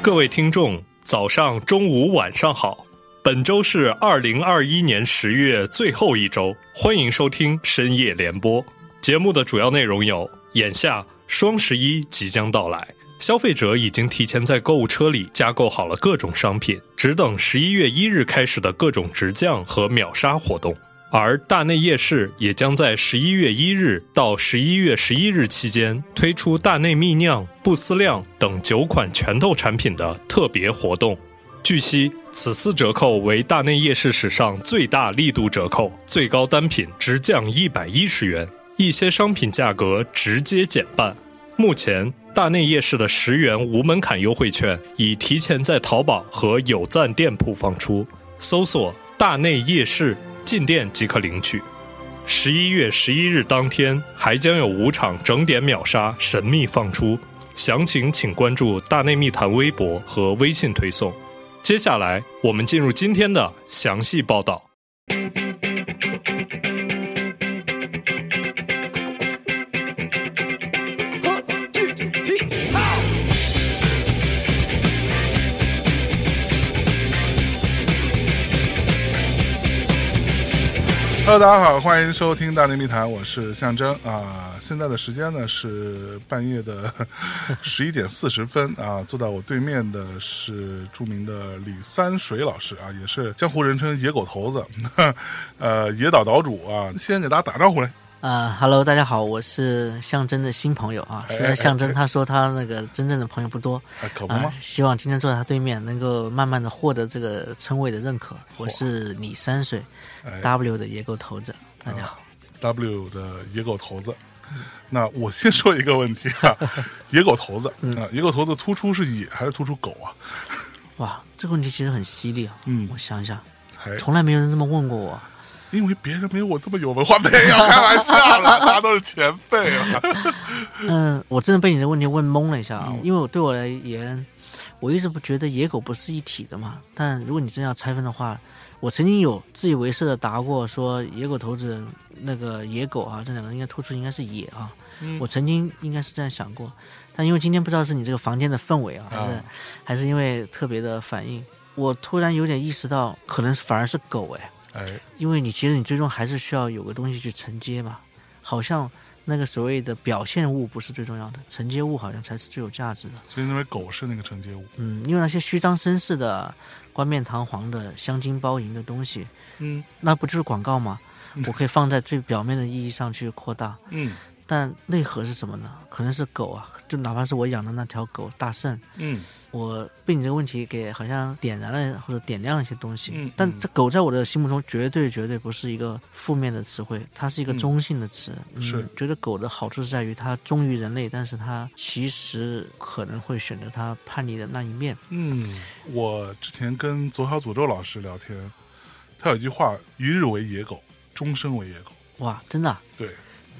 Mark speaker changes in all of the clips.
Speaker 1: 各位听众，早上、中午、晚上好！本周是二零二一年十月最后一周，欢迎收听深夜联播。节目的主要内容有：眼下双十一即将到来，消费者已经提前在购物车里加购好了各种商品，只等十一月一日开始的各种直降和秒杀活动。而大内夜市也将在十一月一日到十一月十一日期间推出大内蜜酿、不思酿等九款拳头产品的特别活动。据悉，此次折扣为大内夜市史上最大力度折扣，最高单品直降一百一十元，一些商品价格直接减半。目前，大内夜市的十元无门槛优惠券已提前在淘宝和有赞店铺放出，搜索“大内夜市”进店即可领取。十一月十一日当天，还将有五场整点秒杀神秘放出，详情请关注“大内密谈”微博和微信推送。接下来，我们进入今天的详细报道。
Speaker 2: Hello，大家好，欢迎收听《大内密谈》，我是象征啊。现在的时间呢是半夜的 十一点四十分啊。坐在我对面的是著名的李三水老师啊，也是江湖人称野狗头子， 呃，野岛岛主啊。先给大家打招呼来。
Speaker 3: 呃哈喽，大家好，我是象征的新朋友啊。虽然象征他说他那个真正的朋友不多
Speaker 2: 哎可不
Speaker 3: 啊、
Speaker 2: 吗
Speaker 3: 希望今天坐在他对面能够慢慢的获得这个称谓的认可。我是李山水，W
Speaker 2: 哎
Speaker 3: 的野狗头子，大家好。
Speaker 2: 哦 W 的野狗头子。那我先说一个问题啊，野狗头子啊，野狗头子突出是野还是突出狗啊？
Speaker 3: 哇，这个问题其实很犀利啊。
Speaker 2: 嗯
Speaker 3: 我想一想，
Speaker 2: 还
Speaker 3: 从来没有人这么问过我。
Speaker 2: 因为别人没有我这么有文化，没有开玩笑啦，大家都是前辈啊。
Speaker 3: 嗯、我真的被你的问题问懵了一下啊，因为我对我而言，我一直不觉得野狗不是一体的嘛。但如果你真要拆分的话，我曾经有自以为是的答过说野狗头子那个野狗啊，这两个应该突出应该是野啊。我曾经应该是这样想过，但因为今天不知道是你这个房间的氛围啊，还是、
Speaker 2: 啊
Speaker 3: 还是因为特别的反应，我突然有点意识到，可能反而是狗哎。
Speaker 2: 哎，
Speaker 3: 因为你其实你最终还是需要有个东西去承接嘛，好像那个所谓的表现物不是最重要的，承接物好像才是最有价值的。
Speaker 2: 所以认为狗是那个承接物。
Speaker 3: 嗯，因为那些虚张声势的、冠冕堂皇的、镶金包银的东西，
Speaker 2: 嗯
Speaker 3: 那不就是广告吗？我可以放在最表面的意义上去扩大，
Speaker 2: 嗯
Speaker 3: 但内核是什么呢？可能是狗啊，就哪怕是我养的那条狗大圣，
Speaker 2: 嗯
Speaker 3: 我被你这个问题给好像点燃了或者点亮了一些东西，
Speaker 2: 嗯
Speaker 3: 但这狗在我的心目中绝对绝对不是一个负面的词汇，它是一个中性的词。嗯
Speaker 2: 是
Speaker 3: 觉得狗的好处是在于它忠于人类，但是它其实可能会选择它叛逆的那一面。
Speaker 2: 嗯，我之前跟左小诅咒老师聊天，他有一句话：“一日为野狗，终生为野狗。
Speaker 3: 哇，真的啊、”
Speaker 2: 对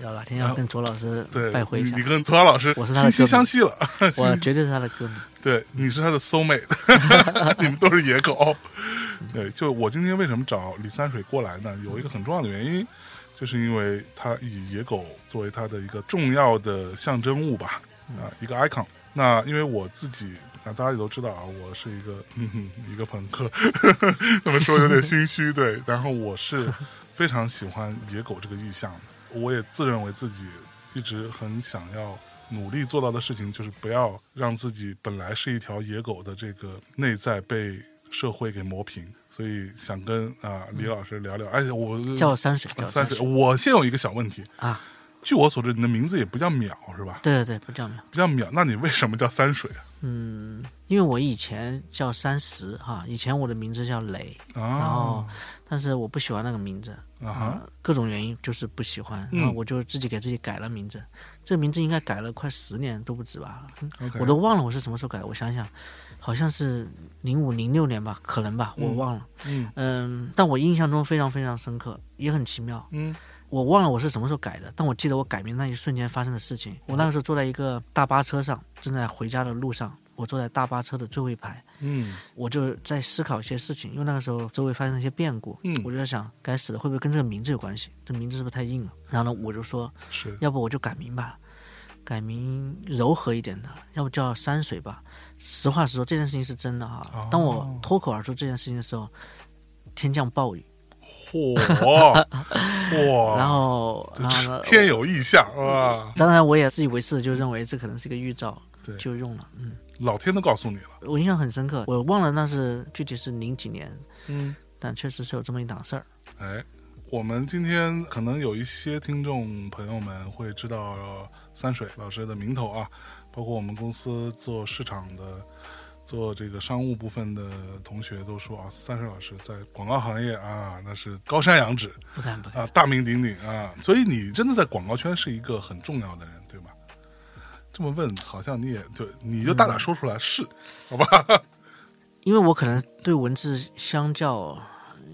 Speaker 3: 要哪天要跟左老师
Speaker 2: 对，
Speaker 3: 拜会一
Speaker 2: 你
Speaker 3: 下
Speaker 2: 你，跟左小老师
Speaker 3: 我是他
Speaker 2: 惺
Speaker 3: 的
Speaker 2: 惺相惜了。
Speaker 3: 我绝对是他的歌迷。
Speaker 2: 对，你是他的 soul mate，你 们都是野狗。对，就我今天为什么找李三水过来呢？有一个很重要的原因，就是因为他以野狗作为他的一个重要的象征物吧，啊、一个 icon。那因为我自己啊，大家也都知道啊，我是一个、 嗯、哼一个朋克， 这么说有点心虚。对，然后我是非常喜欢野狗这个意象的，我也自认为自己一直很想要努力做到的事情，就是不要让自己本来是一条野狗的这个内在被社会给磨平。所以想跟啊、李老师聊聊。哎，我
Speaker 3: 叫我山水，叫我
Speaker 2: 啊三
Speaker 3: 山
Speaker 2: 水，
Speaker 3: 水
Speaker 2: 我现在有一个小问题。
Speaker 3: 啊！
Speaker 2: 据我所知，你的名字也不叫淼是吧？
Speaker 3: 对对对，不叫名。
Speaker 2: 不叫淼，那你为什么叫三水啊
Speaker 3: 嗯，因为我以前叫三十哈、以前我的名字叫磊，
Speaker 2: 啊？
Speaker 3: 然
Speaker 2: 啊
Speaker 3: 后，但是我不喜欢那个名字，
Speaker 2: 啊
Speaker 3: 哦啊
Speaker 2: 哈，
Speaker 3: 各种原因就是不喜欢，
Speaker 2: 嗯
Speaker 3: 然后我就自己给自己改了名字。这名字应该改了快十年都不止吧，
Speaker 2: ，OK，
Speaker 3: 我都忘了我是什么时候改的。我想想，好像是零五零六年吧，可能吧，我忘了。
Speaker 2: 嗯
Speaker 3: 嗯但我印象中非常非常深刻，也很奇妙。
Speaker 2: 嗯
Speaker 3: 我忘了我是什么时候改的，但我记得我改名那一瞬间发生的事情。我那个时候坐在一个大巴车上，正在回家的路上，我坐在大巴车的最后一排。
Speaker 2: 嗯
Speaker 3: 我就在思考一些事情，因为那个时候周围发生了一些变故，
Speaker 2: 嗯
Speaker 3: 我就在想，该死的 会不会跟这个名字有关系？这名字是不是太硬了？然后呢，我就说，
Speaker 2: 是
Speaker 3: 要不我就改名吧。改名柔和一点的，要不叫山水吧。实话实说，这件事情是真的哈、
Speaker 2: 哦
Speaker 3: 当我脱口而出这件事情的时候，天降暴雨，
Speaker 2: 嚯嚯，
Speaker 3: 然后然后呢，
Speaker 2: 哦天有异象啊！
Speaker 3: 当然我也自以为是，就认为这可能是一个预兆，
Speaker 2: 对
Speaker 3: 就用了。嗯，
Speaker 2: 老天都告诉你了，
Speaker 3: 我印象很深刻，我忘了那是具体是零几年，
Speaker 2: 嗯，
Speaker 3: 但确实是有这么一档事儿。
Speaker 2: 哎，我们今天可能有一些听众朋友们会知道三水老师的名头啊，包括我们公司做市场的、做这个商务部分的同学都说啊，三水老师在广告行业啊，那是高山仰止
Speaker 3: 不敢不敢，
Speaker 2: 啊，大名鼎鼎啊，所以你真的在广告圈是一个很重要的人，对吧？这么问，好像你也对，你就大胆说出来、是，好吧？
Speaker 3: 因为我可能对文字相较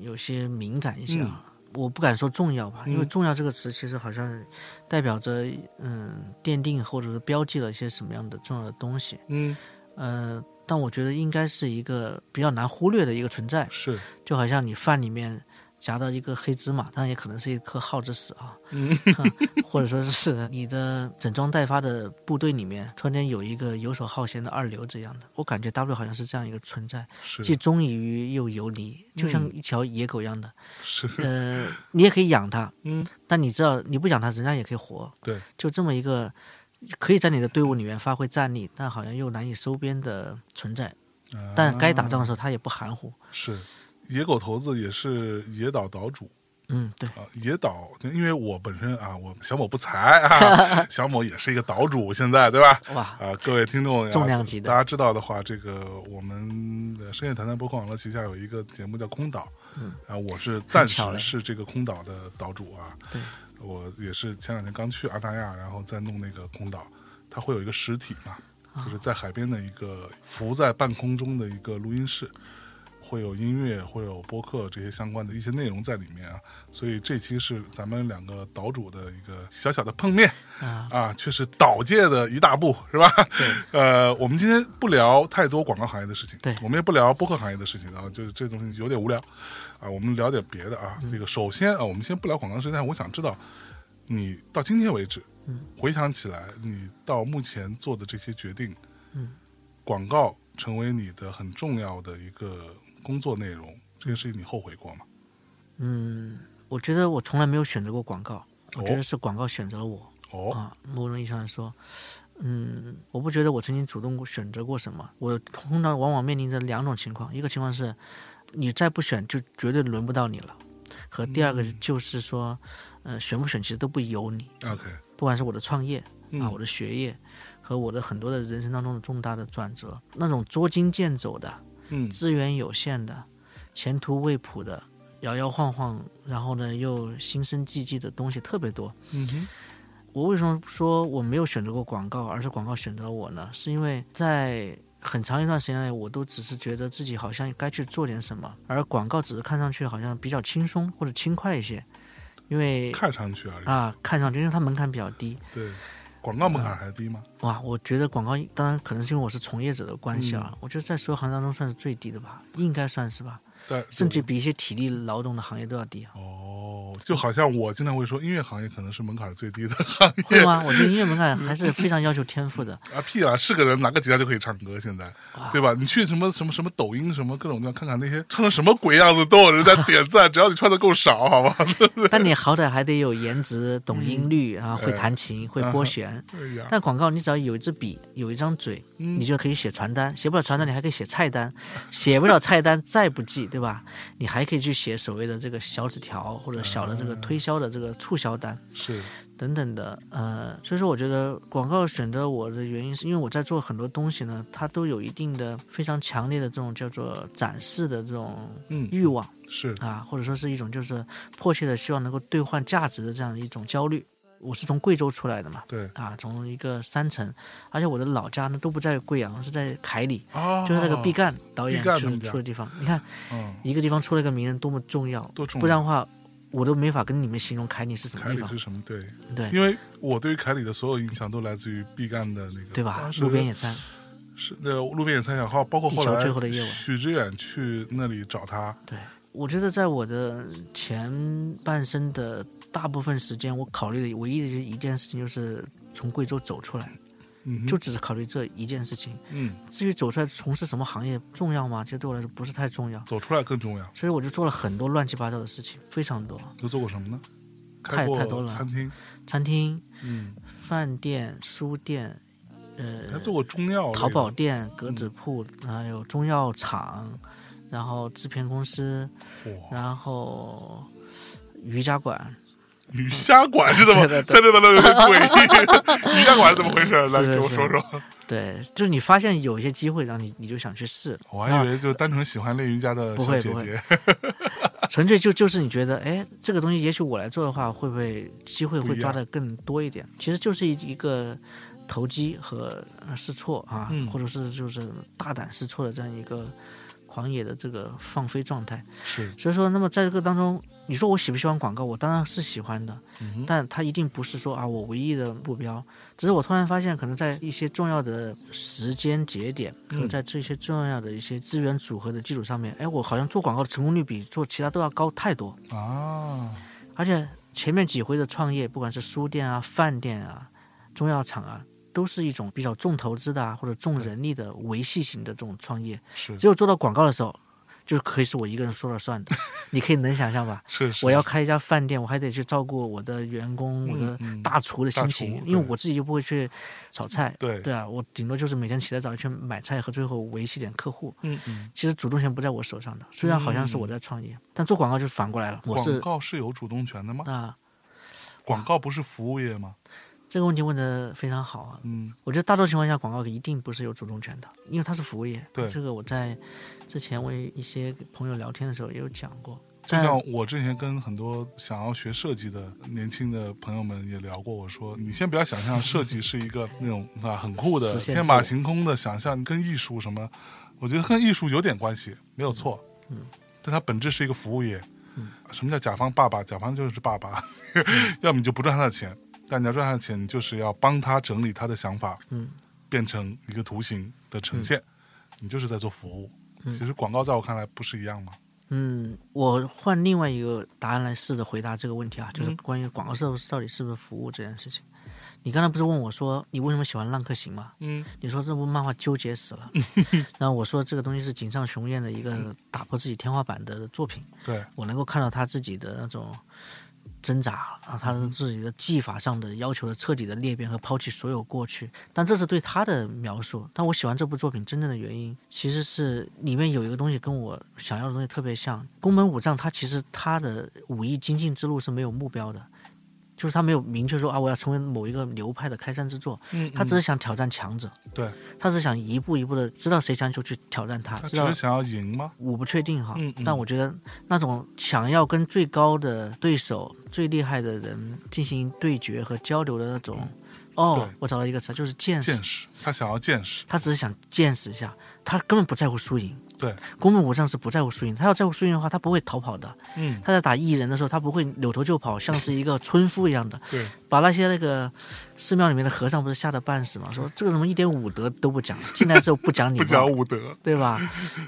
Speaker 3: 有些敏感一些啊。我不敢说重要吧，
Speaker 2: 嗯
Speaker 3: 因为“重要”这个词其实好像代表着，嗯，奠定或者是标记了一些什么样的重要的东西。
Speaker 2: 嗯，
Speaker 3: 呃，但我觉得应该是一个比较难忽略的一个存在，
Speaker 2: 是，
Speaker 3: 就好像你饭里面夹到一个黑芝麻，当然也可能是一颗耗子屎啊，
Speaker 2: 嗯
Speaker 3: 或者说是你的整装待发的部队里面，突然间有一个游手好闲的二流这样的，我感觉 W 好像是这样一个存在，
Speaker 2: 是
Speaker 3: 既忠于又游离，就像一条野狗一样的。
Speaker 2: 嗯是，
Speaker 3: 呃，你也可以养它，
Speaker 2: 嗯，
Speaker 3: 但你知道你不养它，人家也可以活。
Speaker 2: 对，
Speaker 3: 就这么一个可以在你的队伍里面发挥战力，但好像又难以收编的存在。
Speaker 2: 啊嗯
Speaker 3: 但该打仗的时候，它也不含糊。
Speaker 2: 是野狗头子也是野岛岛主
Speaker 3: 嗯，对，
Speaker 2: 啊，野岛，因为我本身啊，我小某不才 啊，小某也是一个岛主，现在对吧？
Speaker 3: 哇，
Speaker 2: 啊，各位听众呀，
Speaker 3: 重量级的
Speaker 2: 大家知道的话，这个我们的深夜谈谈播客网络旗下有一个节目叫《空岛》，
Speaker 3: 嗯，
Speaker 2: 啊，我是暂时
Speaker 3: 巧嘞
Speaker 2: 是这个空岛的岛主啊，
Speaker 3: 对，
Speaker 2: 我也是前两天刚去阿那亚，然后再弄那个空岛，它会有一个实体嘛，就是在海边的一个浮在半空中的一个录音室，会有音乐，会有播客这些相关的一些内容在里面啊。所以这期是咱们两个岛主的一个小小的碰面
Speaker 3: 啊
Speaker 2: 啊，却是岛界的一大步，是吧？ 呃，我们今天不聊太多广告行业的事情，
Speaker 3: 对
Speaker 2: 我们也不聊播客行业的事情啊，就是这东西有点无聊啊，我们聊点别的啊。
Speaker 3: 嗯
Speaker 2: 这个首先啊，我们先不聊广告时间，我想知道你到今天为止，
Speaker 3: 嗯
Speaker 2: 回想起来，你到目前做的这些决定，
Speaker 3: 嗯，
Speaker 2: 广告成为你的很重要的一个工作内容，这个事情你后悔过吗？
Speaker 3: 嗯，我觉得我从来没有选择过广告，我觉
Speaker 2: 哦
Speaker 3: 得是广告选择了我。
Speaker 2: 哦，
Speaker 3: 啊，某种意义上来说，嗯，我不觉得我曾经主动过选择过什么。我通常往往面临着两种情况，一个情况是你再不选，就绝对轮不到你了；和第二个
Speaker 2: 嗯
Speaker 3: 就是说，呃，选不选其实都不由你，
Speaker 2: OK，
Speaker 3: 不管是我的创业
Speaker 2: 嗯
Speaker 3: 啊啊，我的学业和我的很多的人生当中的重大的转折，那种捉襟见肘的、
Speaker 2: 嗯
Speaker 3: 资源有限的、前途未卜的、摇摇晃晃，然后呢又心生寂寂的东西特别多。
Speaker 2: 嗯哼，
Speaker 3: 我为什么说我没有选择过广告，而是广告选择了我呢？是因为在很长一段时间内，我都只是觉得自己好像该去做点什么，而广告只是看上去好像比较轻松或者轻快一些，因为
Speaker 2: 看上去而已，
Speaker 3: 啊，看上去因为它门槛比较低。
Speaker 2: 对，广告门槛还低吗？
Speaker 3: 哇，我觉得广告当然可能是因为我是从业者的关系
Speaker 2: 嗯
Speaker 3: 啊，我觉得在所有行业当中算是最低的吧，应该算是吧，
Speaker 2: 在
Speaker 3: 甚至比一些体力劳动的行业都要低啊。
Speaker 2: 哦，就好像我经常会说，音乐行业可能是门槛最低的行业
Speaker 3: 会吗？我对音乐门槛还是非常要求天赋的。
Speaker 2: 啊，屁啦，是个人拿个吉他就可以唱歌，现在对吧？你去什么什么什么抖音什么各种地方看看，那些唱成什么鬼样子都有人在点赞，只要你穿的够少，好 吧？
Speaker 3: 但你好歹还得有颜值、懂音律啊，会弹琴、会拨弦。
Speaker 2: 哎呀，
Speaker 3: 但广告你只要有一支笔、有一张嘴，
Speaker 2: 嗯
Speaker 3: 你就可以写传单。写不了传单，你还可以写菜单；写不了菜单，再不济，对吧？你还可以去写所谓的这个小纸条或者小的这个推销的这个促销单
Speaker 2: 是
Speaker 3: 等等的。呃，所以说我觉得广告选择我的原因，是因为我在做很多东西呢，它都有一定的非常强烈的这种叫做展示的这种
Speaker 2: 嗯
Speaker 3: 欲望。
Speaker 2: 是
Speaker 3: 啊，或者说是一种就是迫切的希望能够兑换价值的这样一种焦虑。我是从贵州出来的嘛，
Speaker 2: 对
Speaker 3: 啊，从一个山城，而且我的老家呢都不在贵阳，是在凯里，
Speaker 2: 啊，
Speaker 3: 就是那个毕赣导演
Speaker 2: 毕赣他
Speaker 3: 出
Speaker 2: 们家
Speaker 3: 出的地方。你看
Speaker 2: 嗯，
Speaker 3: 一个地方出了个名人多么重要，
Speaker 2: 多重要
Speaker 3: 不然的话我都没法跟你们形容凯里是什么
Speaker 2: 凯
Speaker 3: 地
Speaker 2: 里
Speaker 3: 方
Speaker 2: 是。什么？对，
Speaker 3: 对
Speaker 2: 因为我对于凯里的所有印象都来自于毕赣的那个，当
Speaker 3: 对吧？
Speaker 2: 时
Speaker 3: 路边野餐，
Speaker 2: 是那个路边野餐小号，包括后
Speaker 3: 地球
Speaker 2: 来
Speaker 3: 最后的夜晚
Speaker 2: 许知远去那里找他，
Speaker 3: 对我觉得在我的前半生的大部分时间，我考虑的唯一的一件事情就是从贵州走出来，
Speaker 2: 嗯哼
Speaker 3: 就只是考虑这一件事情。
Speaker 2: 嗯，
Speaker 3: 至于走出来从事什么行业重要吗？其实对我来说不是太重要，
Speaker 2: 走出来更重要。
Speaker 3: 所以我就做了很多乱七八糟的事情，非常多，
Speaker 2: 都做过什么呢？开
Speaker 3: 太
Speaker 2: 过
Speaker 3: 太多了
Speaker 2: 餐厅，
Speaker 3: 餐厅、
Speaker 2: 嗯，
Speaker 3: 饭店、书店，呃，
Speaker 2: 还做过中药类的，
Speaker 3: 淘宝店、格子铺，还有中药厂，然后制片公司，
Speaker 2: 哦哇，
Speaker 3: 然后瑜伽馆，
Speaker 2: 瑜伽馆是怎么？
Speaker 3: 对对对
Speaker 2: 在这怎么有点诡异？瑜伽馆是怎么回事？来
Speaker 3: 是是
Speaker 2: 给我
Speaker 3: 是
Speaker 2: 说说。
Speaker 3: 对，就是你发现有一些机会，然后你你就想去试。
Speaker 2: 我还以为就单纯喜欢练瑜伽的
Speaker 3: 不
Speaker 2: 小
Speaker 3: 会
Speaker 2: 姐
Speaker 3: 不会
Speaker 2: 姐，
Speaker 3: 纯粹就就是你觉得，哎，这个东西也许我来做的话，会不会机会
Speaker 2: 不
Speaker 3: 会
Speaker 2: 一样
Speaker 3: 抓的更多一点？其实就是一一个投机和呃试错啊，
Speaker 2: 嗯
Speaker 3: 或者是就是大胆试错的这样一个狂野的这个放飞状态。
Speaker 2: 是，
Speaker 3: 所以说，那么在这个当中，你说我喜不喜欢广告？我当然是喜欢的，
Speaker 2: 嗯哼
Speaker 3: 但它一定不是说啊我唯一的目标。只是我突然发现，可能在一些重要的时间节点和
Speaker 2: 嗯
Speaker 3: 在这些重要的一些资源组合的基础上面，哎，我好像做广告的成功率比做其他都要高太多。
Speaker 2: 啊，
Speaker 3: 而且前面几回的创业，不管是书店啊、饭店啊、中药厂啊，都是一种比较重投资的啊，或者重人力的维系型的这种创业。
Speaker 2: 是
Speaker 3: 只有做到广告的时候，就是可以是我一个人说了算的。你可以能想象吧？
Speaker 2: 是，是
Speaker 3: 我要开一家饭店，我还得去照顾我的员工、我的
Speaker 2: 嗯
Speaker 3: 大厨的心
Speaker 2: 大
Speaker 3: 情，
Speaker 2: 厨
Speaker 3: 因为
Speaker 2: 对
Speaker 3: 我自己又不会去炒菜。
Speaker 2: 对，
Speaker 3: 对啊，我顶多就是每天起来早上去买菜和最后维系点客户。
Speaker 2: 嗯嗯，
Speaker 3: 其实主动权不在我手上的，虽然好像是我在创业，但做广告就是反过来了。我
Speaker 2: 广
Speaker 3: 是
Speaker 2: 告是有主动权的吗？
Speaker 3: 啊，
Speaker 2: 广告不是服务业吗？
Speaker 3: 这个问题问的非常好啊。
Speaker 2: 嗯
Speaker 3: 我觉得大多情况下，广告一定不是有主动权的，因为它是服务业。
Speaker 2: 对
Speaker 3: 这个我在之前为一些朋友聊天的时候也有讲过。
Speaker 2: 就
Speaker 3: 但
Speaker 2: 像我之前跟很多想要学设计的年轻的朋友们也聊过，我说你先不要想象设计是一个那种啊很酷的
Speaker 3: 实现
Speaker 2: 天
Speaker 3: 自
Speaker 2: 马
Speaker 3: 我
Speaker 2: 行空的想象，跟艺术什么，我觉得跟艺术有点关系，没有错。
Speaker 3: 嗯，
Speaker 2: 但它本质是一个服务业。
Speaker 3: 嗯，
Speaker 2: 什么叫甲方爸爸？甲方就是爸爸， 要么你就不赚他的钱，但你要赚他的钱，你就是要帮他整理他的想法，
Speaker 3: 嗯，
Speaker 2: 变成一个图形的呈现，你就是在做服务。
Speaker 3: 嗯
Speaker 2: 其实广告在我看来不是一样吗？
Speaker 3: 嗯，我换另外一个答案来试着回答这个问题啊，就是
Speaker 2: 嗯
Speaker 3: 关于广告是不是到底是不是服务这件事情。你刚才不是问我说你为什么喜欢浪客行吗？
Speaker 2: 嗯，
Speaker 3: 你说这部漫画纠结死了， 然后我说这个东西是井上雄彦的一
Speaker 2: 嗯
Speaker 3: 个打破自己天花板的作品，
Speaker 2: 对，
Speaker 3: 我能够看到他自己的那种挣扎，啊，他
Speaker 2: 嗯
Speaker 3: 的自己的技法上的要求的彻底的裂变和抛弃所有过去。但这是对他的描述。但我喜欢这部作品真正的原因，其实是里面有一个东西跟我想要的东西特别像。宫本武藏他其实他的武艺精进之路是没有目标的。就是他没有明确说啊，我要成为某一个流派的开山之作，
Speaker 2: 嗯
Speaker 3: 他只是想挑战强者，
Speaker 2: 对，
Speaker 3: 他只想一步一步的知道谁强就去挑战他，
Speaker 2: 他只
Speaker 3: 知道
Speaker 2: 是想要赢吗？
Speaker 3: 我不确定哈，
Speaker 2: 嗯嗯
Speaker 3: 但我觉得那种想要跟最高的对手、最厉害的人进行对决和交流的那种，哦
Speaker 2: 嗯对，
Speaker 3: 我找到一个词，就是见识。
Speaker 2: 见识，他想要见识，
Speaker 3: 他只是想见识一下，他根本不在乎输赢。
Speaker 2: 对，
Speaker 3: 宫本武藏是不在乎输赢，他要在乎输赢的话，他不会逃跑的。
Speaker 2: 嗯，
Speaker 3: 他在打异人的时候，他不会扭头就跑，像是一个村夫一样的，
Speaker 2: 对，
Speaker 3: 把那些那个寺庙里面的和尚不是吓得半死吗？说这个怎么一点武德都不讲，进来之后不讲 礼
Speaker 2: 不
Speaker 3: 貌，
Speaker 2: 讲武德，
Speaker 3: 对吧？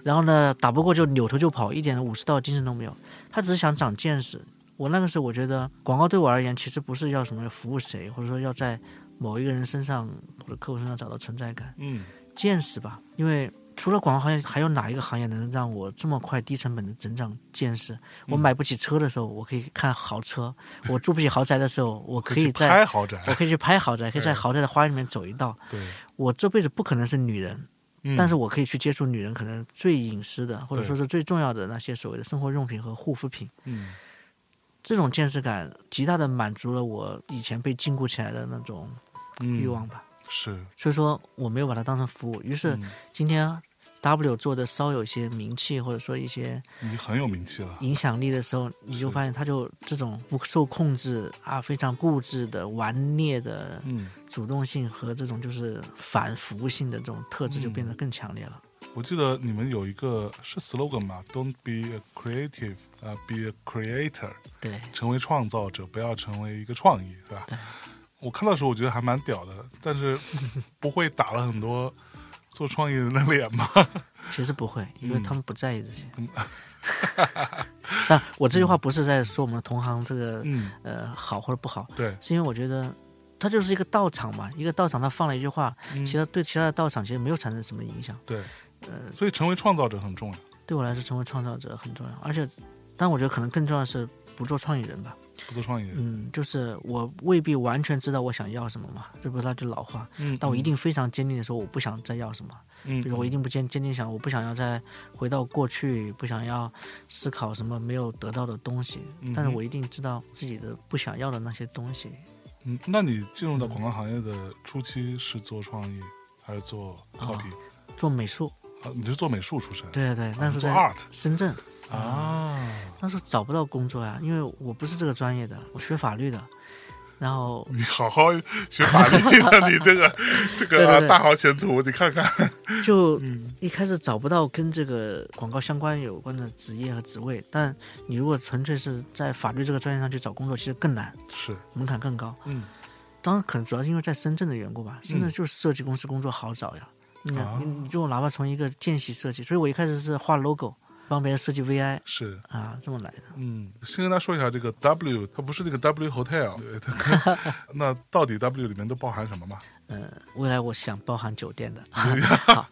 Speaker 3: 然后呢，打不过就扭头就跑，一点武士道精神都没有。他只是想长见识。我那个时候我觉得广告对我而言，其实不是要什么服务谁，或者说要在某一个人身上或者客户身上找到存在感、
Speaker 2: 嗯，
Speaker 3: 见识吧。因为除了广告行业，还有哪一个行业能让我这么快低成本的增长见识？我
Speaker 2: 嗯
Speaker 3: 买不起车的时候，我可以看豪车；我住不起豪宅的时候，我可
Speaker 2: 去
Speaker 3: 以在
Speaker 2: 拍豪宅，
Speaker 3: 我可以去拍豪宅，可以在豪宅的花园里面走一道。
Speaker 2: 对，
Speaker 3: 我这辈子不可能是女人，
Speaker 2: 嗯
Speaker 3: 但是我可以去接触女人可能最隐私的，或者
Speaker 2: 对
Speaker 3: 说是最重要的那些所谓的生活用品和护肤品，
Speaker 2: 嗯，
Speaker 3: 这种见识感极大的满足了我以前被禁锢起来的那种
Speaker 2: 嗯
Speaker 3: 欲望吧。
Speaker 2: 是，
Speaker 3: 所以说我没有把它当成服务，于是
Speaker 2: 嗯
Speaker 3: 今天 W 做的稍有些名气或者说一些
Speaker 2: 你很有名气了，
Speaker 3: 影响力的时候，你就发现他就这种不受控制啊，非常固执的顽劣的
Speaker 2: 嗯，
Speaker 3: 主动性和这种就是反服务性的这种特质就变得更强烈了。
Speaker 2: 我记得你们有一个是 slogan 嘛，Don't be a creative，呃、b e a creator，
Speaker 3: 对，
Speaker 2: 成为创造者，不要成为一个创意，是吧？
Speaker 3: 对
Speaker 2: 我看到的时候我觉得还蛮屌的，但是不会打了很多 做创意人的脸吗？
Speaker 3: 其实不会，因为他们不在意这些
Speaker 2: 嗯。
Speaker 3: 那我这句话不是在说我们的同行这个
Speaker 2: 嗯，
Speaker 3: 呃好或者不好，
Speaker 2: 对，
Speaker 3: 是因为我觉得它就是一个道场嘛，一个道场，他放了一句话，
Speaker 2: 嗯
Speaker 3: 其他对其他的道场其实没有产生什么影响。
Speaker 2: 对，
Speaker 3: 呃
Speaker 2: 所以成为创造者很重要。
Speaker 3: 对我来说，成为创造者很重要，而且，但我觉得可能更重要的是不做创意人吧。
Speaker 2: 不做创意人，
Speaker 3: 嗯，就是我未必完全知道我想要什么嘛，这不是那句老话。
Speaker 2: 嗯
Speaker 3: 但我一，定非常坚定的说，我不想再要什么。
Speaker 2: 嗯，
Speaker 3: 比如我一定不坚坚定想，我不想要再回到过去，不想要思考什么没有得到的东西。
Speaker 2: 嗯哼
Speaker 3: 但是我一定知道自己的不想要的那些东西。
Speaker 2: 嗯，那你进入到广告行业的初期是做创意还是做 copy？
Speaker 3: 做美术，
Speaker 2: 啊，你是做美术出身，
Speaker 3: 对对，那
Speaker 2: 啊
Speaker 3: 时
Speaker 2: 做
Speaker 3: 候在
Speaker 2: art
Speaker 3: 深圳，嗯
Speaker 2: 啊，
Speaker 3: 那时候找不到工作呀、因为我不是这个专业的，我学法律的。然后
Speaker 2: 你好好学法律的，你 这个这
Speaker 3: 对对
Speaker 2: 个啊
Speaker 3: 对
Speaker 2: 大好前途，你 看看，
Speaker 3: 就
Speaker 2: 嗯
Speaker 3: 一开始找不到跟这个广告相关有关的职业和职位，但你如果纯粹是在法律这个专业上去找工作，其实更难，
Speaker 2: 是，
Speaker 3: 门槛更高。
Speaker 2: 嗯，
Speaker 3: 当然，可能主要是因为在深圳的缘故吧。深圳就是设计公司工作好找呀，
Speaker 2: 啊
Speaker 3: 你你你这种哪怕从一个见习设计，所以我一开始是画 logo，帮别人设计 VI
Speaker 2: 是，
Speaker 3: 啊，这么来的。
Speaker 2: 嗯，先跟大家说一下这个 W，它不是那个 W Hotel，对它 那到底 W 里面都包含什么嘛？
Speaker 3: 呃，未来我想包含酒店的，好，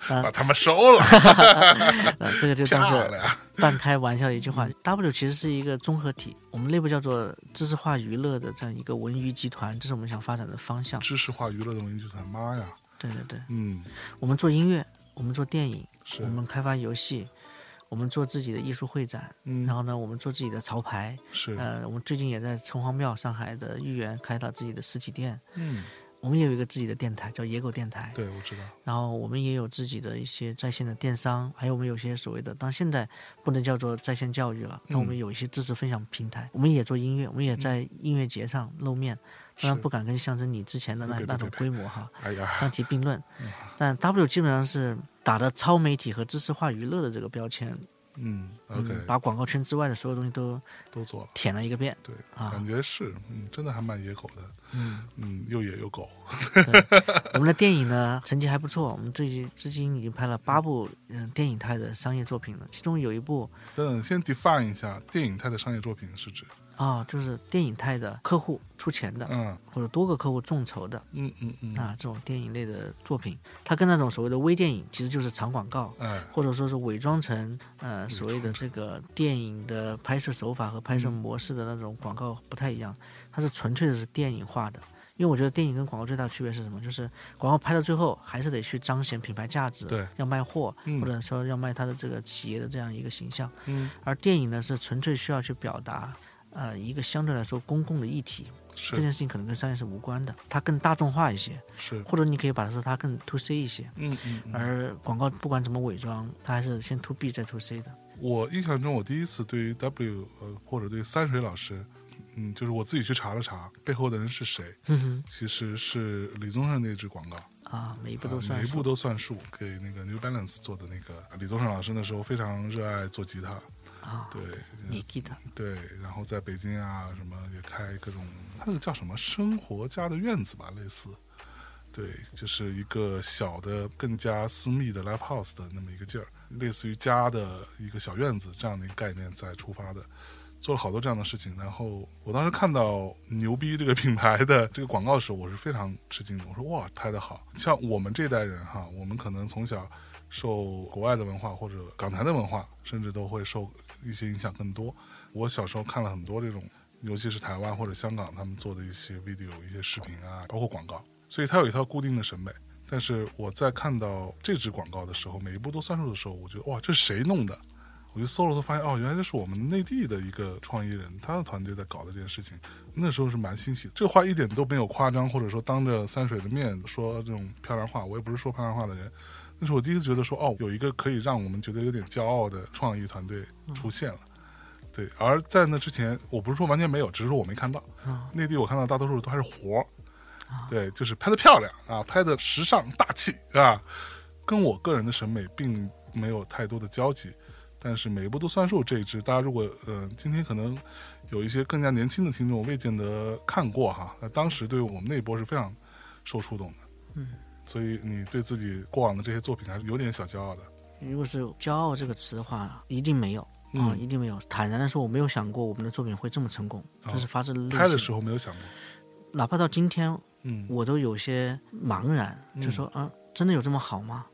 Speaker 2: 把
Speaker 3: 那
Speaker 2: 他们收 了，
Speaker 3: 啊那这个就当
Speaker 2: 漂
Speaker 3: 是
Speaker 2: 亮，
Speaker 3: 半开玩笑的一句话。W 其实是一个综合体，我们内部叫做知识化娱乐的这样一个文娱集团，这是我们想发展的方向。
Speaker 2: 知识化娱乐的文艺剧团，妈呀，
Speaker 3: 对对对，
Speaker 2: 嗯，
Speaker 3: 我们做音乐，我们做电影，
Speaker 2: 是
Speaker 3: 我，们开发游戏，我们做自己的艺术会展，然
Speaker 2: 嗯，
Speaker 3: 后呢，我们做自己的潮牌，
Speaker 2: 是，
Speaker 3: 呃，我们最近也在城隍庙上海的豫园开了自己的实体店，
Speaker 2: 嗯，
Speaker 3: 我们也有一个自己的电台叫野狗电台，
Speaker 2: 对，我知道，
Speaker 3: 然后我们也有自己的一些在线的电商，还有我们有些所谓的，当然现在不能叫做在线教育了，那我们
Speaker 2: 嗯
Speaker 3: 有一些知识分享平台，我们也做音乐，我们也在音乐节上露面，当然
Speaker 2: 是
Speaker 3: 不敢跟象征你之前的那
Speaker 2: 别别
Speaker 3: 那种
Speaker 2: 别别
Speaker 3: 规模哈，
Speaker 2: 哎呀，
Speaker 3: 相提并论，
Speaker 2: 嗯
Speaker 3: 但 W 基本上是打着超媒体和知识化娱乐的这个标签，
Speaker 2: 嗯，OK，
Speaker 3: 嗯，把广告圈之外的所有东西都
Speaker 2: 都做了，
Speaker 3: 舔了一个遍，
Speaker 2: 对，
Speaker 3: 啊
Speaker 2: 感觉是，嗯，真的还蛮野狗的，
Speaker 3: 嗯。
Speaker 2: 嗯，又野又狗，
Speaker 3: 我们的电影呢成绩还不错，我们最近至今已经拍了八部嗯电影态的商业作品了，其中有一部
Speaker 2: 等等，先 define 一下电影态的商业作品是指，
Speaker 3: 啊、就是电影态的客户出钱的，
Speaker 2: 嗯
Speaker 3: 或者多个客户众筹的
Speaker 2: 嗯嗯嗯，
Speaker 3: 啊这种电影类的作品，它跟那种所谓的微电影其实就是长广告。
Speaker 2: 哎，
Speaker 3: 或者说是伪装成呃所谓的这个电影的拍摄手法和拍
Speaker 2: 嗯
Speaker 3: 摄模式的那种广告不太一样，它是纯粹的是电影化的。因为我觉得电影跟广告最大的区别是什么？就是广告拍到最后还是得去彰显品牌价值，
Speaker 2: 对，
Speaker 3: 要卖货，
Speaker 2: 嗯
Speaker 3: 或者说要卖它的这个企业的这样一个形象。
Speaker 2: 嗯，
Speaker 3: 而电影呢，是纯粹需要去表达。呃，一个相对来说公共的议题，这
Speaker 2: 是
Speaker 3: 件事情可能跟商业是无关的，它更大众化一些，
Speaker 2: 是，
Speaker 3: 或者你可以把它说它更 to C 一些。
Speaker 2: 嗯嗯嗯。
Speaker 3: 而广告不管怎么伪装，它还是先 to B 再 to C 的。
Speaker 2: 我印象中，我第一次对于 W 呃或者对三水老师，嗯，就是我自己去查了查背后的人是谁，
Speaker 3: 哼
Speaker 2: 其实是李宗盛那支广告，
Speaker 3: 哼，啊，每一步
Speaker 2: 啊
Speaker 3: 都算
Speaker 2: 每一
Speaker 3: 数。
Speaker 2: 步都算数，给那个 New Balance 做的那个李宗盛老师那时候非常热爱做吉他，
Speaker 3: 啊，
Speaker 2: 对
Speaker 3: 你 g i t
Speaker 2: 对，然后在北京啊什么也开各种，他那个叫什么生活家的院子吧，类似。对，就是一个小的、更加私密的 live house 的那么一个劲儿，类似于家的一个小院子这样的一个概念在出发的，做了好多这样的事情。然后我当时看到“牛逼”这个品牌的这个广告的时，候，我是非常吃惊的。我说：“哇，拍得好！”像我们这代人哈，我们可能从小受国外的文化或者港台的文化，甚至都会受一些影响更多。我小时候看了很多这种，尤其是台湾或者香港他们做的一些 video、一些视频啊，包括广告，所以它有一套固定的审美。但是我在看到这支广告的时候，每一步都算数的时候，我觉得哇，这是谁弄的？我就搜了搜，发现哦，原来这是我们内地的一个创意人，他的团队在搞的这件事情。那时候是蛮欣喜的，这话一点都没有夸张，或者说当着三水的面说这种漂亮话，我也不是说漂亮话的人。那是我第一次觉得说，哦，有一个可以让我们觉得有点骄傲的创意团队出现了。对，而在那之前，我不是说完全没有，只是说我没看到。
Speaker 3: 啊
Speaker 2: 内地我看到大多数都还是活儿，对，就是拍的漂亮啊，拍的时尚大气啊，跟我个人的审美并没有太多的交集。但是每一步都算数这一支，大家如果呃今天可能有一些更加年轻的听众未见得看过哈，那当时对我们那一波是非常受触动的。
Speaker 3: 嗯，
Speaker 2: 所以你对自己过往的这些作品还是有点小骄傲的。
Speaker 3: 如果是骄傲这个词的话，一定没有啊，
Speaker 2: 嗯，
Speaker 3: 一定没有。坦然的说，我没有想过我们的作品会这么成功，
Speaker 2: 哦
Speaker 3: 这是发自内
Speaker 2: 拍的
Speaker 3: 心。
Speaker 2: 时候没有想过，
Speaker 3: 哪怕到今天，
Speaker 2: 嗯
Speaker 3: 我都有些茫然，就说啊，真的有这么好吗？